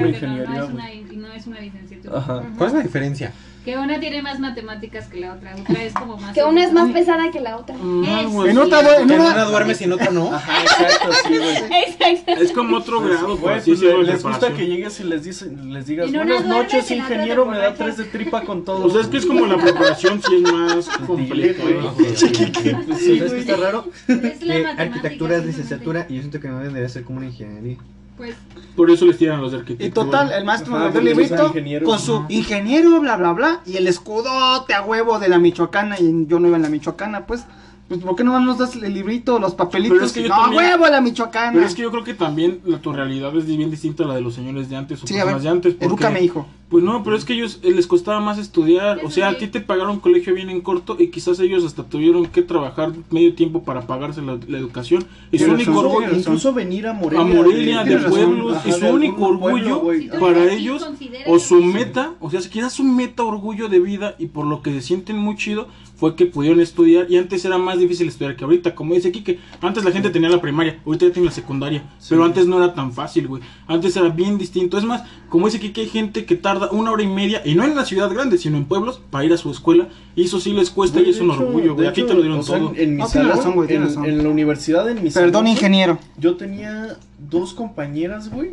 S7: ingeniería.
S3: ingeniería,
S7: No, no,
S3: güey.
S7: es una, no es una licenciatura.
S3: Ajá.
S8: ¿Cuál es la diferencia?
S7: Que una tiene más matemáticas que la otra. Otra es como más.
S5: Que una es más pesada que la otra.
S4: Mm,
S7: Es-
S2: En otra,
S7: sí.
S2: güey, en
S8: Que en
S2: una-
S8: una duermes y en otra
S12: Ah,
S8: no.
S3: Ajá, exacto, sí, güey.
S5: Exacto.
S4: Es como otro grado, por
S3: Güey,
S4: así
S3: pues,
S4: decirlo,
S3: le-
S4: de
S3: les gusta que
S4: preparación.
S3: llegues y les, dice- les digas,
S7: En una
S3: buenas
S7: duermes,
S3: noches,
S7: en la otra
S3: ingeniero,
S7: te
S3: me da
S7: emborrachas".
S3: tres de tripa con todo.
S4: O sea, es que es como la preparación si es más complicada.
S3: Pues
S12: Sí,
S3: sí,
S12: ¿Sabes qué
S3: güey.
S12: está raro?
S7: Es
S6: Eh,
S12: Que
S7: la matemática,
S12: arquitectura es
S7: simplemente.
S12: licenciatura y yo siento que no debería ser como una ingeniería.
S7: Pues
S4: Por eso les tiran a los de
S2: Y
S4: arquitectura.
S2: total, el maestro
S3: Ajá,
S2: nos dio el
S3: porque son
S2: librito
S3: ingenieros,
S2: con su
S3: ajá.
S2: ingeniero, bla, bla, bla, y el escudote a huevo de la Michoacana, y yo no iba en la Michoacana, pues, pues ¿por qué no nos das el librito, los papelitos?
S4: Pero es que yo
S2: no, a
S4: también-
S2: huevo la Michoacana.
S4: Pero es que yo creo que también la, tu realidad es bien distinta a la de los señores de antes o
S2: Sí, a
S4: personas
S2: ver,
S4: pues de antes. porque-
S2: edúcame, hijo.
S4: Pues no, pero es que ellos eh, les costaba más estudiar. O sea, a ti te pagaron colegio bien en corto y quizás ellos hasta tuvieron que trabajar medio tiempo para pagarse la, la educación. Y su
S2: Tienes
S4: único
S2: razón,
S4: orgullo.
S3: Incluso venir a Morelia.
S4: A Morelia, de
S3: tienes razón,
S4: pueblos,
S3: ajá,
S4: y
S3: de
S4: su
S3: algún
S4: único orgullo
S3: pueblo, güey.
S7: tú-
S4: para
S7: sí
S4: ellos,
S7: consideras-
S4: o su meta, o sea, quizás su meta, orgullo de vida, y por lo que se sienten muy chido, fue que pudieron estudiar. Y antes era más difícil estudiar que ahorita, como dice Kike. Antes la gente tenía la primaria, ahorita ya tiene la secundaria. Pero antes no era tan fácil, güey. Antes era bien distinto. Es más, como dice Kike, hay gente que tarda una hora y media, y no en la ciudad grande, sino en pueblos, para ir a su escuela. Y eso sí les cuesta y
S3: Güey,
S4: es un
S3: de hecho-
S4: orgullo, güey.
S3: de
S4: Aquí te
S3: hecho,
S4: lo dieron
S3: o sea,
S4: todo.
S3: En mi
S2: Ah, No, tienes
S3: salón,
S2: razón, güey, tienes
S3: en-
S2: razón.
S3: en la universidad, en mi
S2: Perdón,
S3: salón,
S2: ingeniero.
S3: Yo tenía dos compañeras, güey,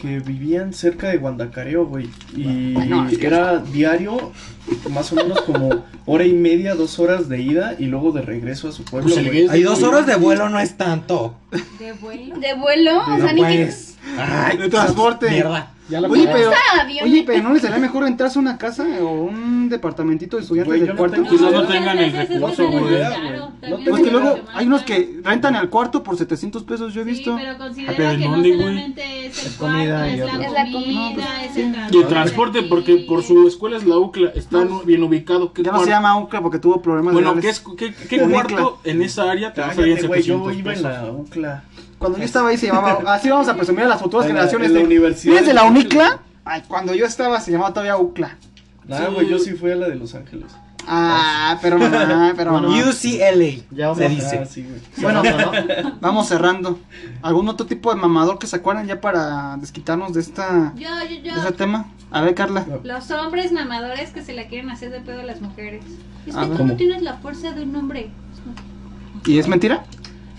S3: que vivían cerca de Guandacareo, güey. Y era diario, más o menos como hora y media, dos horas de ida y luego de regreso a su pueblo.
S4: Pues el
S3: güey.
S4: Guedes,
S8: Hay dos horas de vuelo, no es tanto.
S7: de vuelo.
S5: De vuelo, o sea,
S8: No
S5: ni que.
S2: pues.
S8: puedes. Ay,
S2: De transporte.
S8: mierda.
S10: Ya la
S2: Oye,
S10: pagaron.
S2: pero,
S7: Sabio.
S2: oye, pero ¿no les sería mejor rentarse una casa o un departamentito de estudiantes
S4: Güey,
S2: del
S4: yo no
S2: cuarto?
S4: tengo
S2: Pues
S4: Quizás no tengan el recurso, güey.
S2: que luego hay unos que rentan al cuarto por 700 pesos, yo he
S7: Sí,
S2: visto.
S7: pero
S4: Ah, pero
S7: considera
S4: ¿en
S7: que no
S4: dónde, güey?
S7: solamente es el cuarto,
S12: comida y
S7: es la
S12: otro.
S5: Es la
S7: comida,
S5: comida,
S7: es el
S4: pues Y el transporte, porque por su escuela es la UCLA, está
S2: No.
S4: bien ubicado. ¿Qué
S2: ya no se
S4: cuarto?
S2: llama UCLA porque tuvo problemas
S4: Bueno, ¿qué,
S2: legales.
S4: es, qué, qué cuarto en esa área te va a salir en
S3: Cállate, güey, yo
S4: 700
S3: iba en
S4: pesos?
S3: la UCLA.
S2: Cuando yo estaba ahí se llamaba. Así vamos a presumir a las futuras
S3: En la-
S2: generaciones.
S3: en la
S2: de-
S3: universidad.
S2: ¿Vienes de la UNICLA? Ay, cuando yo estaba se llamaba todavía UCLA.
S3: Nah, Ah, güey, yo sí fui a la de Los Ángeles.
S2: Ah, pero mamá, pero mamá.
S10: UCLA.
S12: Ya vamos
S10: Se
S12: a-
S10: dice.
S3: Ah, sí, güey.
S2: Bueno, vamos cerrando. ¿Algún otro tipo de mamador que se acuerdan ya para desquitarnos de esta
S7: Yo, yo,
S2: de este
S7: yo.
S2: tema? A ver, Carla.
S7: Los hombres mamadores que se la quieren hacer de pedo a las mujeres. Es
S2: A
S7: que
S2: ver.
S7: tú
S3: ¿Cómo?
S7: no tienes la fuerza de un hombre.
S2: ¿Y es mentira?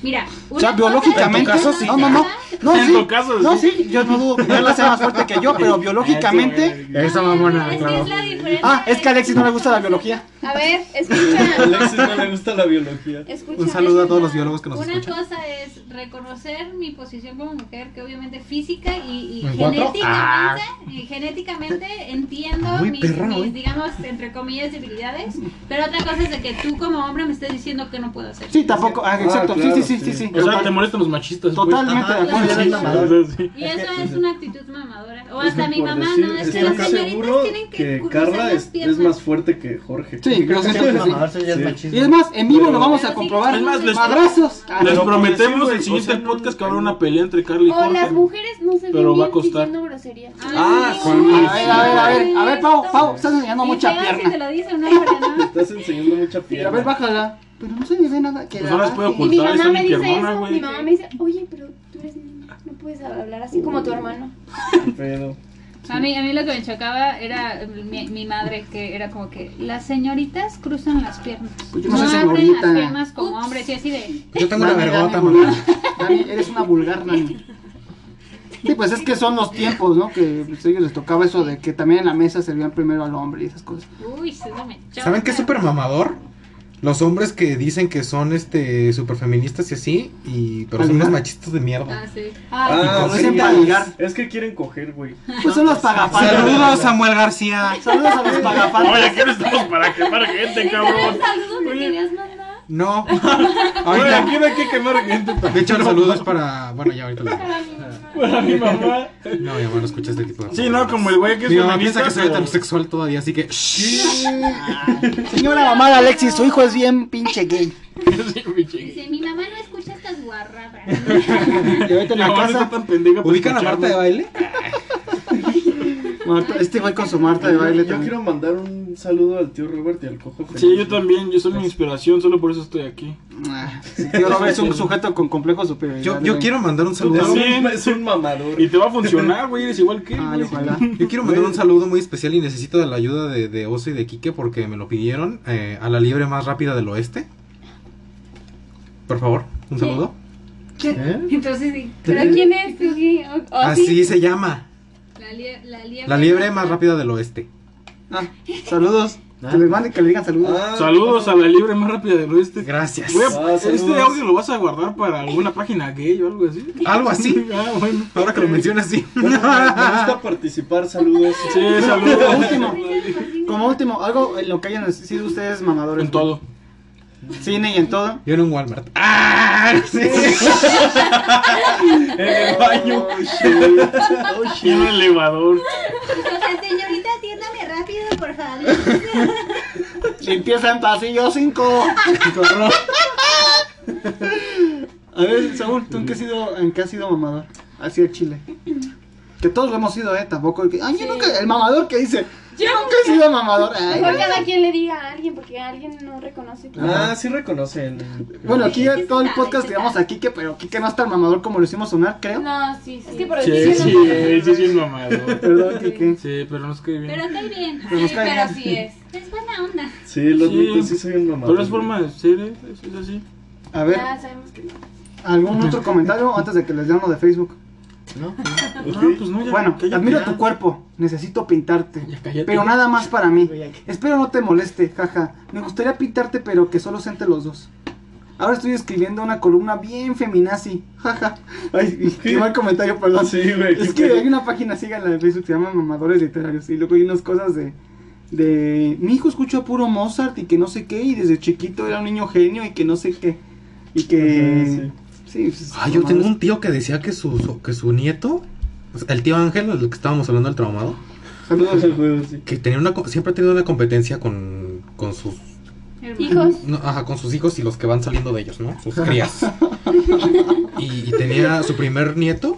S7: Mira, una
S2: O sea,
S7: cosa
S2: biológicamente.
S7: es la
S3: caso, sí.
S2: No, no, no. No,
S4: En
S2: sí.
S4: tu caso,
S2: No,
S4: sí. Ah,
S2: sí, yo no dudo que Carla sea más fuerte que yo, pero biológicamente.
S6: Esa
S7: Es
S6: mamona,
S7: que
S6: claro.
S7: es la diferencia.
S2: Ah, es que a Alexis no le gusta la biología.
S5: A ver, escucha.
S3: Alexis no le gusta la biología.
S5: escucha.
S8: Un saludo a todos los biólogos que nos
S7: Una
S8: escuchan.
S7: cosa es reconocer mi posición como mujer, que obviamente física y, y
S8: ¿En cuatro?
S7: genéticamente,
S8: Ah.
S7: y genéticamente entiendo
S8: Muy
S7: mis,
S8: perra,
S7: mis,
S8: güey.
S7: digamos, entre comillas, debilidades, pero otra cosa es de que tú como hombre me estés diciendo que no puedo hacer.
S2: Sí, tampoco. Ah, exacto. Sí,
S3: claro,
S2: sí, sí, sí,
S3: sí.
S2: sí.
S4: O sea, te molestan los machistas. güey.
S2: Totalmente de acuerdo.
S4: Sí,
S12: eres mamador.
S4: sí, sí.
S7: Y eso es una actitud mamadora. O
S3: Es
S7: hasta
S3: que
S7: mi
S3: por
S7: mamá,
S3: decir,
S7: no, es que
S3: estoy
S7: las
S3: casi
S7: señoritas
S3: seguro
S7: tienen que
S3: que
S7: cruzar
S3: Carla
S7: las
S3: es, es
S7: piernas.
S3: más fuerte que Jorge.
S2: Sí, creo que sí.
S12: Ser
S2: sí.
S12: mamador, eso ya es
S3: Sí.
S12: machismo.
S2: Y es más, en vivo lo vamos a comprobar.
S4: Es más, les-
S2: Madrazos. Ah,
S4: Les
S3: Pero por decir,
S4: prometemos
S3: güey,
S4: el siguiente
S3: o sea, no-
S4: podcast que habrá una pelea entre Carla y
S5: O las
S4: Jorge. Pues
S5: mujeres no se
S4: Pero va
S5: ven
S4: a
S5: bien
S4: costar.
S5: diciendo groserías.
S7: Ah,
S3: Ah,
S7: sí,
S3: con-
S7: sí,
S2: A ver, a ver, a ver. A ver, Pau, Pau, estás enseñando
S7: Y
S2: mucha
S7: peor si
S2: pierna.
S7: te lo dice un hombre, ¿no?
S3: Estás enseñando mucha
S2: Y A ver,
S3: pierna.
S2: bájala. Pero no se le ve nada. Que la
S4: Pues no las puedo
S2: baje.
S5: Y mi
S4: ocultar,
S5: mamá
S4: está
S5: me
S4: mi
S5: dice
S4: hermana,
S5: eso. Mi
S4: Ah, güey.
S5: mamá me dice, oye, pero tú eres niña. No puedes hablar así como tu hermano.
S3: Pero-
S7: A mí, a mí lo que me chocaba era mi, mi madre, que era como que las señoritas cruzan las piernas.
S2: Pues yo no soy
S7: abren las
S2: señorita.
S7: piernas como hombres y así de...
S8: Yo tengo una
S2: Dani,
S8: vergota,
S2: Dani,
S8: mamá.
S2: Dani, eres una vulgar, Nani. Sí, pues es que son los tiempos, ¿no? Que pues, a ellos les tocaba eso de que también en la mesa servían primero al hombre y esas cosas.
S7: Uy, sí, no me choca. Ah,
S8: ¿Saben qué es súper mamador? Los hombres que dicen que son este super feministas y así, y pero son unos machistas de mierda.
S7: Ah, sí.
S3: Ah,
S8: con
S3: sí,
S8: ese
S2: paligar.
S3: Es que quieren coger, güey.
S2: Pues son los pagafantas.
S8: Saludos Samuel García.
S2: Saludos a los pagafantas.
S4: Oye, aquí no estamos para quemar gente, cabrón.
S5: ¿Saludos que querías mandar?
S8: No.
S4: Oye,
S8: Ahorita.
S4: aquí no hay que quemar gente.
S8: De hecho, los saludos para. Bueno, ya ahorita los digo.
S5: Para mi mamá.
S4: Para mi mamá.
S8: No, mi mamá no escucha este tipo de
S4: Sí, no, como el güey que es
S8: Mi mamá
S4: feminista,
S8: piensa que soy
S4: pero-
S8: heterosexual todavía, así que.
S2: Señora mamá de Alexis, su hijo es bien pinche gay.
S4: Sí, mi chica.
S7: Dice, mi mamá no escucha estas guarradas.
S2: Y ahorita en
S4: Mi
S2: la
S4: mamá no
S2: casa,
S4: está tan pendeja para
S8: ¿Ubican a
S4: escucharme.
S8: Marta de baile?
S2: Marta- este güey con su Marta de baile
S3: Yo
S2: también.
S3: quiero mandar un saludo al tío Robert y al cojo.
S4: Sí, yo también, yo soy mi inspiración, solo por eso estoy aquí.
S2: Ah, sí, tío Robert es un sujeto con complejo superior.
S8: Yo,
S6: ¿eh?
S8: yo quiero mandar un saludo.
S4: también.
S3: también. Es un mamador.
S4: Y te va a funcionar, güey, eres igual que. él,
S2: Ay,
S4: güey.
S2: Ah, ojalá.
S8: Yo quiero mandar un saludo muy especial y necesito de la ayuda de, de Oso y de Quique porque me lo pidieron eh, a la liebre más rápida del oeste. Por favor, un saludo.
S3: Ah,
S4: ¿Eh?
S7: Entonces, sí.
S5: ¿Pero quién es? ¿Tú qué? ¿O- o
S8: Así
S5: sí?
S8: se llama.
S7: La, lie- la liebre,
S8: La liebre más rápida del oeste.
S2: Ah, saludos. Que le manden, que le digan saludos.
S3: Ah,
S4: Saludos a la libre más rápida del oeste.
S8: Gracias.
S4: Güey,
S3: Ah,
S4: este
S3: saludos.
S4: audio lo vas a guardar para alguna página gay o algo así.
S8: Algo así.
S4: Ah, bueno.
S8: Ahora que lo mencionas, sí.
S3: bueno, me me gusta participar, saludos.
S4: Sí, saludos.
S2: Último. Como último, algo en lo que hayan sido ustedes mamadores.
S4: En todo.
S2: Cine y en todo.
S8: Yo en un Walmart. ¡Ah! Sí.
S3: En el baño.
S4: Y en un elevador.
S7: Entonces, señorita, atiéndame rápido, por favor.
S2: Limpieza en pasillo 5. A ver, Saúl, ¿tú en qué, has sido, en qué has sido mamador? Así de Chile. Que todos lo hemos sido, ¿eh? Tampoco. el que- Ay, yo
S5: Sí.
S2: nunca. El mamador que dice. Yo nunca he sido mamador. Ay,
S5: Mejor cada quien le diga a alguien, porque alguien no reconoce.
S3: Ah, sí reconocen.
S2: bueno, aquí
S7: Sí, sí,
S2: todo el
S7: sí,
S2: podcast
S7: sí,
S2: digamos a Kike, pero Kike no es tan mamador como lo hicimos sonar, creo.
S5: No, sí, sí. Es que por
S4: Sí, sí, él sí es bien mamador.
S2: Perdón, Kike.
S4: Sí, pero no es que bien.
S7: Pero cae bien.
S2: Pero nos cae
S5: Pero
S2: bien.
S5: sí es.
S7: Es buena onda.
S3: Sí, lo
S4: Sí.
S3: admito, sí soy un mamador.
S4: Pero es forma de ser, ¿eh? es, es así.
S2: A ver,
S5: Ya sabemos que no.
S2: ¿algún otro comentario antes de que les den lo de Facebook?
S4: No,
S3: Ok.
S4: pues no, ya.
S2: Bueno,
S4: cállate
S2: admiro
S4: ya.
S2: tu cuerpo, necesito pintarte.
S4: Ya cállate.
S2: Pero nada más para mí. Espero no te moleste, jaja. Me gustaría pintarte, pero que solo se entre los dos. Ahora estoy escribiendo una columna bien feminazi. Jaja. Ay, qué mal comentario, perdón.
S4: Sí, güey,
S2: Es
S4: qué
S2: que
S4: pedo.
S2: hay una página, síganla de Facebook, se llama Mamadores Literarios. Y luego hay unas cosas de. De mi hijo escuchó a puro Mozart y que no sé qué, y desde chiquito era un niño genio y que no sé qué. Y que. Sí, pues,
S8: Ah, yo
S2: mamadas.
S8: tengo un tío que decía que su, su- que su nieto, o sea, el tío Ángel, el que estábamos hablando del traumado,
S2: Saludos.
S8: que tenía una, co- siempre ha tenido una competencia con, con sus
S5: Hijos.
S8: no, ajá, con sus hijos y los que van saliendo de ellos, ¿no? Sus crías. Y, y tenía su primer nieto,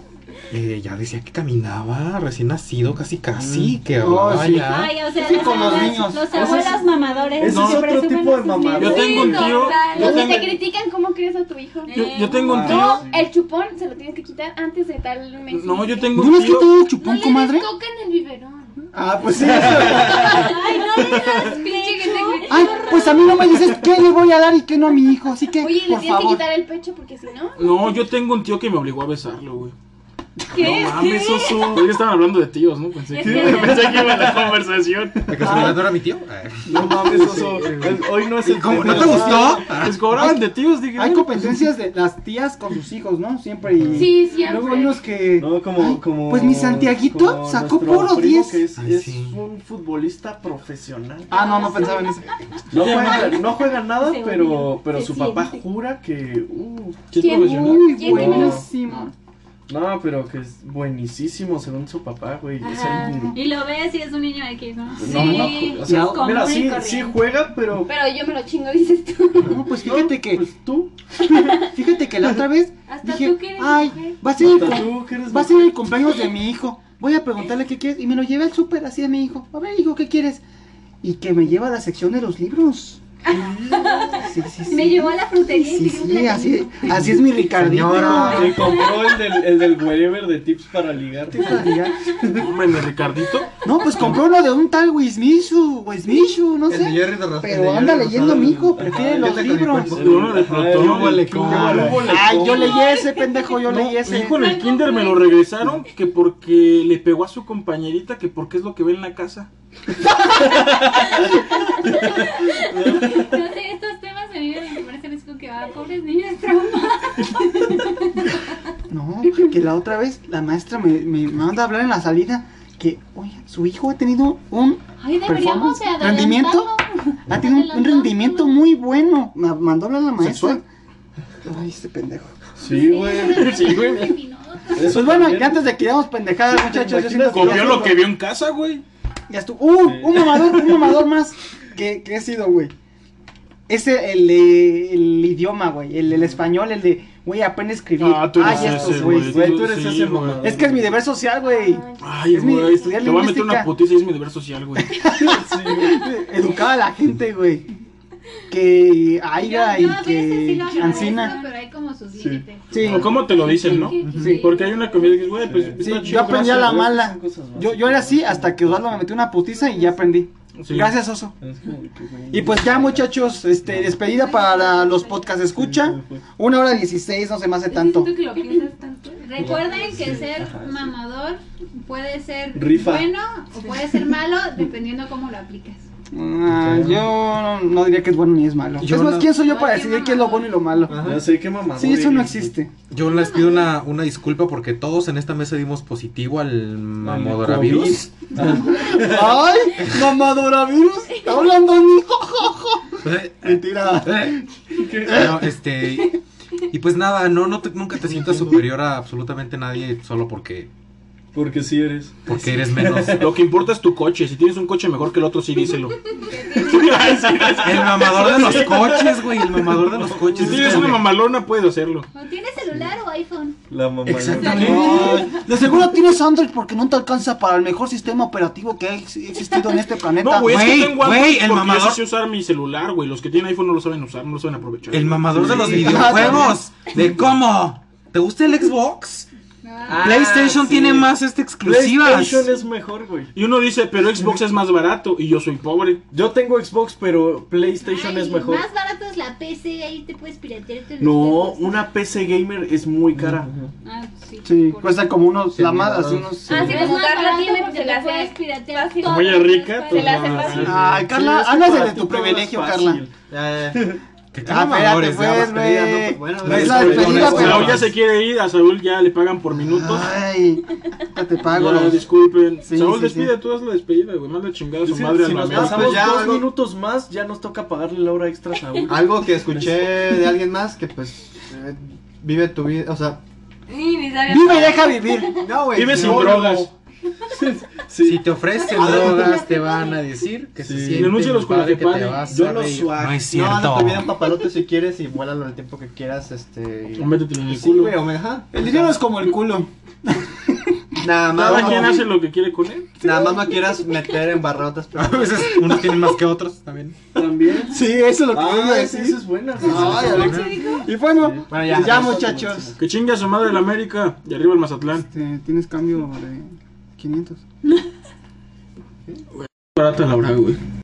S8: eh, ya decía que caminaba recién nacido, casi casi, que hablaba
S2: sí.
S8: ya.
S7: Ay, o sea,
S2: Sí,
S7: los
S2: con los
S7: abuelos-
S2: niños.
S7: los
S2: Ese es-
S7: abuelos mamadores.
S4: ese es
S7: que
S4: otro
S7: presumen
S4: tipo
S7: a
S4: de
S7: sus
S4: mamada.
S7: nietos.
S4: Yo tengo un tío-
S5: total.
S4: yo
S5: Los que
S4: tengo-
S5: te critican cómo crees a tu hijo.
S4: Yo, yo tengo un tío.
S5: No, el chupón se lo tienes que quitar antes de tal mes.
S4: No, yo tengo
S2: ¿No
S4: un
S2: ves que
S4: tío.
S2: todo
S5: No
S2: chupón,
S5: le
S2: comadre?
S5: des coca en el biberón.
S2: Ah, pues sí.
S7: Ay, no le das
S5: Pinche que te critica.
S2: Ay, pues a mí no me dices qué le voy a dar y qué no a mi hijo, así que,
S5: Oye, le
S2: por
S5: tienes que
S2: favor.
S5: quitar el pecho porque si no.
S4: No, yo tengo un tío que me obligó a besarlo, güey.
S7: ¿Qué?
S4: No mames, oso. Es que estaban hablando de tíos, ¿no? Pensé que, pensé que iba la conversación.
S8: ¿De casualidad no era mi tío? Eh,
S3: No mames, oso. Es- Hoy no es el
S8: ¿Cómo? ¿No
S3: tema.
S8: te gustó?
S4: Les cobraban de tíos, dije.
S2: Hay
S4: bueno,
S2: competencias de las tías con sus hijos, ¿no? Siempre y...
S5: Sí, siempre.
S2: Luego hay unos que...
S3: No,
S2: Ay,
S3: como, como.
S2: pues mi Santiaguito
S3: como
S2: sacó
S3: nuestro
S2: puro
S3: primo
S2: 10.
S3: que Es,
S8: Ay,
S3: es
S8: sí.
S3: un futbolista profesional.
S2: Ah, no, no pensaba en eso.
S3: No juega, no juega nada,
S7: Se
S3: pero,
S7: odia,
S3: pero
S7: se
S3: su papá
S7: siente.
S3: jura que. Uh,
S4: ¿sí es
S5: ¿Quién?
S4: profesional?
S2: Uy,
S5: ¿Quién tiene
S2: buenísimo.
S3: no, pero que es buenísimo según su papá, güey. O sea,
S5: Ajá.
S3: no,
S7: Y lo ves y es un niño X, ¿no?
S3: no, o sea,
S7: común
S3: mira,
S7: y
S3: sí,
S7: corriente.
S3: sí juega, pero.
S5: Pero yo me lo chingo, dices tú.
S2: No, pues fíjate que,
S3: Pues tú,
S2: fíjate que la otra vez
S5: Hasta
S2: dije,
S5: tú que eres mujer.
S2: ay, va a ser el,
S3: hasta
S2: cum-
S3: tú que eres.
S2: pues, va a ser el cumpleaños de mi hijo. Voy a preguntarle qué quieres y me lo llevé al súper así a mi hijo. A ver, hijo, ¿qué quieres? Y que me lleva a la sección de los libros. Sí, sí, sí.
S7: Me llevó a la frutería
S2: Sí,
S7: y pidió un
S2: sí,
S7: platillo.
S2: así, así es mi Ricardito.
S6: Señora.
S3: Le compró el del, el del wherever de tips para ligar.
S4: Hombre, mi Ricardito.
S2: No, pues compró uno de un tal Wismichu, Wismichu,
S12: El
S2: no
S12: de
S2: sé.
S12: Jerry de Ros- el
S2: Pero
S12: de
S2: anda
S12: Jerry
S2: leyendo
S12: Rosado.
S2: mi hijo, prefiere
S8: Ah,
S12: Yo
S2: los
S12: tengo mi
S2: libros.
S12: cuerpo.
S4: El uno de Plutón.
S8: Yo huele con-
S2: Ay, yo leí ese, pendejo, yo leí
S4: Mi
S2: ese.
S4: hijo en el kinder me lo regresaron que porque le pegó a su compañerita que porque es lo que ve en la casa.
S7: No sé, estos temas a mí me parecen es como que, ah, pobres niños traumados.
S2: No, que la otra vez la maestra me, me manda a hablar en la salida que, oye, su hijo ha tenido un
S7: Ay, deberíamos
S2: Performance.
S7: de adelantarlo.
S2: ¿Rendimiento? ha tenido un- un rendimiento muy bueno. Me mandó a hablar la maestra. Ay, este pendejo.
S3: Sí, güey. Sí, güey.
S2: Pues
S3: Eso
S2: bueno,
S3: también.
S2: y antes de que digamos pendejadas, muchachos, yo siento que
S4: Copió lo que vio en casa, güey.
S2: Ya estuvo. ¡Uh! Un mamador, un mamador más. ¿Qué, qué he sido, güey? Ese, el, de- el idioma, güey. El, el español, el de, güey, aprende a escribir.
S4: Ah, tú eres
S2: Ay, estos,
S4: ese,
S2: güey.
S4: güey.
S3: güey, tú eres
S4: Sí,
S3: ese
S4: güey.
S3: mamador.
S2: Es que es mi deber social, güey.
S4: Ay,
S2: Es mi-
S4: güey. Te
S2: estudiar
S4: voy a meter una
S2: lingüística.
S4: putiza y es mi deber social, güey.
S2: Educaba a la gente, güey. Que Aira y
S7: Yo- yo a veces sí
S2: que
S7: lo agradezco,
S2: Ancina.
S7: Pero hay como sus
S3: Sí.
S7: límites.
S2: Sí,
S4: O cómo te lo dicen, ¿no?
S2: Sí.
S4: Porque hay una comida que, güey, pues
S2: Sí,
S4: está
S2: yo
S4: chido.
S2: aprendí a la
S3: Gracias,
S2: mala.
S3: son cosas básicas.
S2: Yo, yo era así hasta que Osvaldo me metió una putiza y ya aprendí.
S4: Sí.
S2: Gracias, Oso.
S3: Es como que, güey.
S2: Y pues ya, muchachos, este, despedida para los podcasts escucha. Una hora dieciséis, no se me hace tanto.
S5: Siento que lo piensas tanto.
S7: Recuerden que
S3: Sí,
S7: ser
S3: ajá, sí.
S7: mamador puede ser
S3: Rifa.
S7: bueno o puede ser malo dependiendo cómo lo aplicas.
S2: Ah, yo no, no diría que es bueno ni es malo.
S8: Yo
S2: es más,
S8: no-
S2: ¿quién soy yo para
S7: Ay, qué
S2: decidir qué es lo bueno y lo malo?
S3: Ya sé qué mamador.
S2: Sí, eso
S3: eres,
S2: no
S3: güey.
S2: existe.
S8: Yo les pido una, una disculpa porque todos en esta mesa dimos positivo al mamodoravirus.
S2: ¡Ay! ¡Mamadoravirus! ¡Está hablando a mí!
S8: Eh,
S2: Mentira.
S8: No, este. Y pues nada, no, no te- nunca te sientas superior a absolutamente nadie solo porque,
S3: Porque sí eres.
S8: porque eres menos.
S4: Lo que importa es tu coche. Si tienes un coche mejor que el otro, sí díselo. Ay, sí, gracias.
S8: El mamador de los coches, güey. El mamador de los
S4: Si
S8: coches.
S4: tienes
S8: Es como
S4: una
S8: de-
S4: mamalona, puedes hacerlo.
S7: ¿O tienes celular o iPhone?
S3: La mamá.
S2: Ay, de seguro tienes Android porque no te alcanza para el mejor sistema operativo que ha ex- existido en este planeta.
S4: No, güey, es que
S8: Güey,
S4: tengo
S8: güey,
S4: Android
S8: el
S4: porque yo
S8: mamador-
S4: sí sé usar mi celular, güey. Los que tienen iPhone no lo saben usar, no lo saben aprovechar.
S8: El mamador de los
S2: Sí.
S8: videojuegos. De cómo. ¿Te gusta el Xbox?
S7: Ah,
S8: Ah, PlayStation tiene más este exclusivas.
S3: PlayStation es mejor, güey.
S4: Y uno dice, pero Xbox es más barato y yo soy pobre.
S3: Yo tengo Xbox, pero PlayStation
S7: Ay,
S3: es mejor.
S7: Más barato es la PC, ahí te puedes piratear. tus
S3: No,
S7: juegos.
S3: una PC gamer es muy cara.
S7: Ah, sí.
S2: Sí,
S7: por-
S2: cuesta como unos, la más, así unos...
S7: Ah, sí,
S5: sí,
S7: es
S5: como
S7: más
S5: Carla
S7: barato
S5: tiene,
S7: porque
S5: se la
S7: la puedes
S5: hace
S7: piratear.
S5: fácil.
S7: todo.
S4: Como ella es rica,
S5: Se la hace
S4: ah,
S5: fácil.
S2: Ay, Carla,
S3: es que
S2: háblase
S3: para
S2: de
S3: ti
S2: tu
S3: todo es
S2: privilegio,
S3: fácil.
S2: Carla.
S12: Ya, ya.
S8: Que
S2: Ah,
S8: chingan
S2: espérate,
S8: valores, ya,
S2: pues,
S8: basta, ya, no,
S2: güey.
S8: bueno,
S2: Es
S8: ya,
S2: la despedida,
S8: ya,
S2: pero-
S4: Saúl ya se quiere ir, a Saúl ya le pagan por minutos.
S2: Ay, ya te pago.
S4: Ya, disculpen.
S2: Ah, Sí,
S4: Saúl,
S2: sí,
S4: despide, tú haz la despedida, güey. Manda chingada a su
S3: Si,
S4: madre
S3: si
S4: al
S3: nos
S4: mameo.
S3: pasamos
S12: Pues ya,
S3: dos
S12: algo-
S3: minutos más, ya nos toca pagarle la hora extra a Saúl.
S12: Algo que escuché de alguien más que pues eh, vive tu vida, o sea,
S5: Ni, ni sabía.
S2: Vive y deja vivir.
S12: no, güey.
S4: Vive sin
S12: no,
S4: drogas.
S12: no.
S8: Si te ofrecen drogas, te van a decir que se sienten
S4: Denúncialos con
S8: padre
S4: el
S8: que
S4: que
S8: te
S4: pague.
S8: vas
S3: Yo
S8: a
S3: lo
S8: reír.
S3: suave.
S8: No es
S12: No, anda
S8: cierto.
S12: tu vida en papalote si quieres y vuélalo el tiempo que quieras, este.
S4: O métetelo en el
S12: Sí,
S4: culo.
S12: güey, o me- ajá.
S2: El dinero es como el culo.
S12: Nada más.
S4: Cada
S12: no-
S4: quien hace lo que quiere con él.
S12: Nada más no quieras meter en barrotas.
S8: A veces unos tienen más que otros también.
S3: También.
S2: Sí, eso es lo que yo iba a
S3: Ah, sí,
S2: decir.
S3: eso es buena.
S2: Ay, Alex. Y bueno, pues
S12: Bueno,
S2: ya,
S12: ya.
S2: muchachos.
S4: Que chingue a su madre el América y arriba el Mazatlán.
S2: Este, Tienes cambio de 500.
S4: Barata la hora, güey.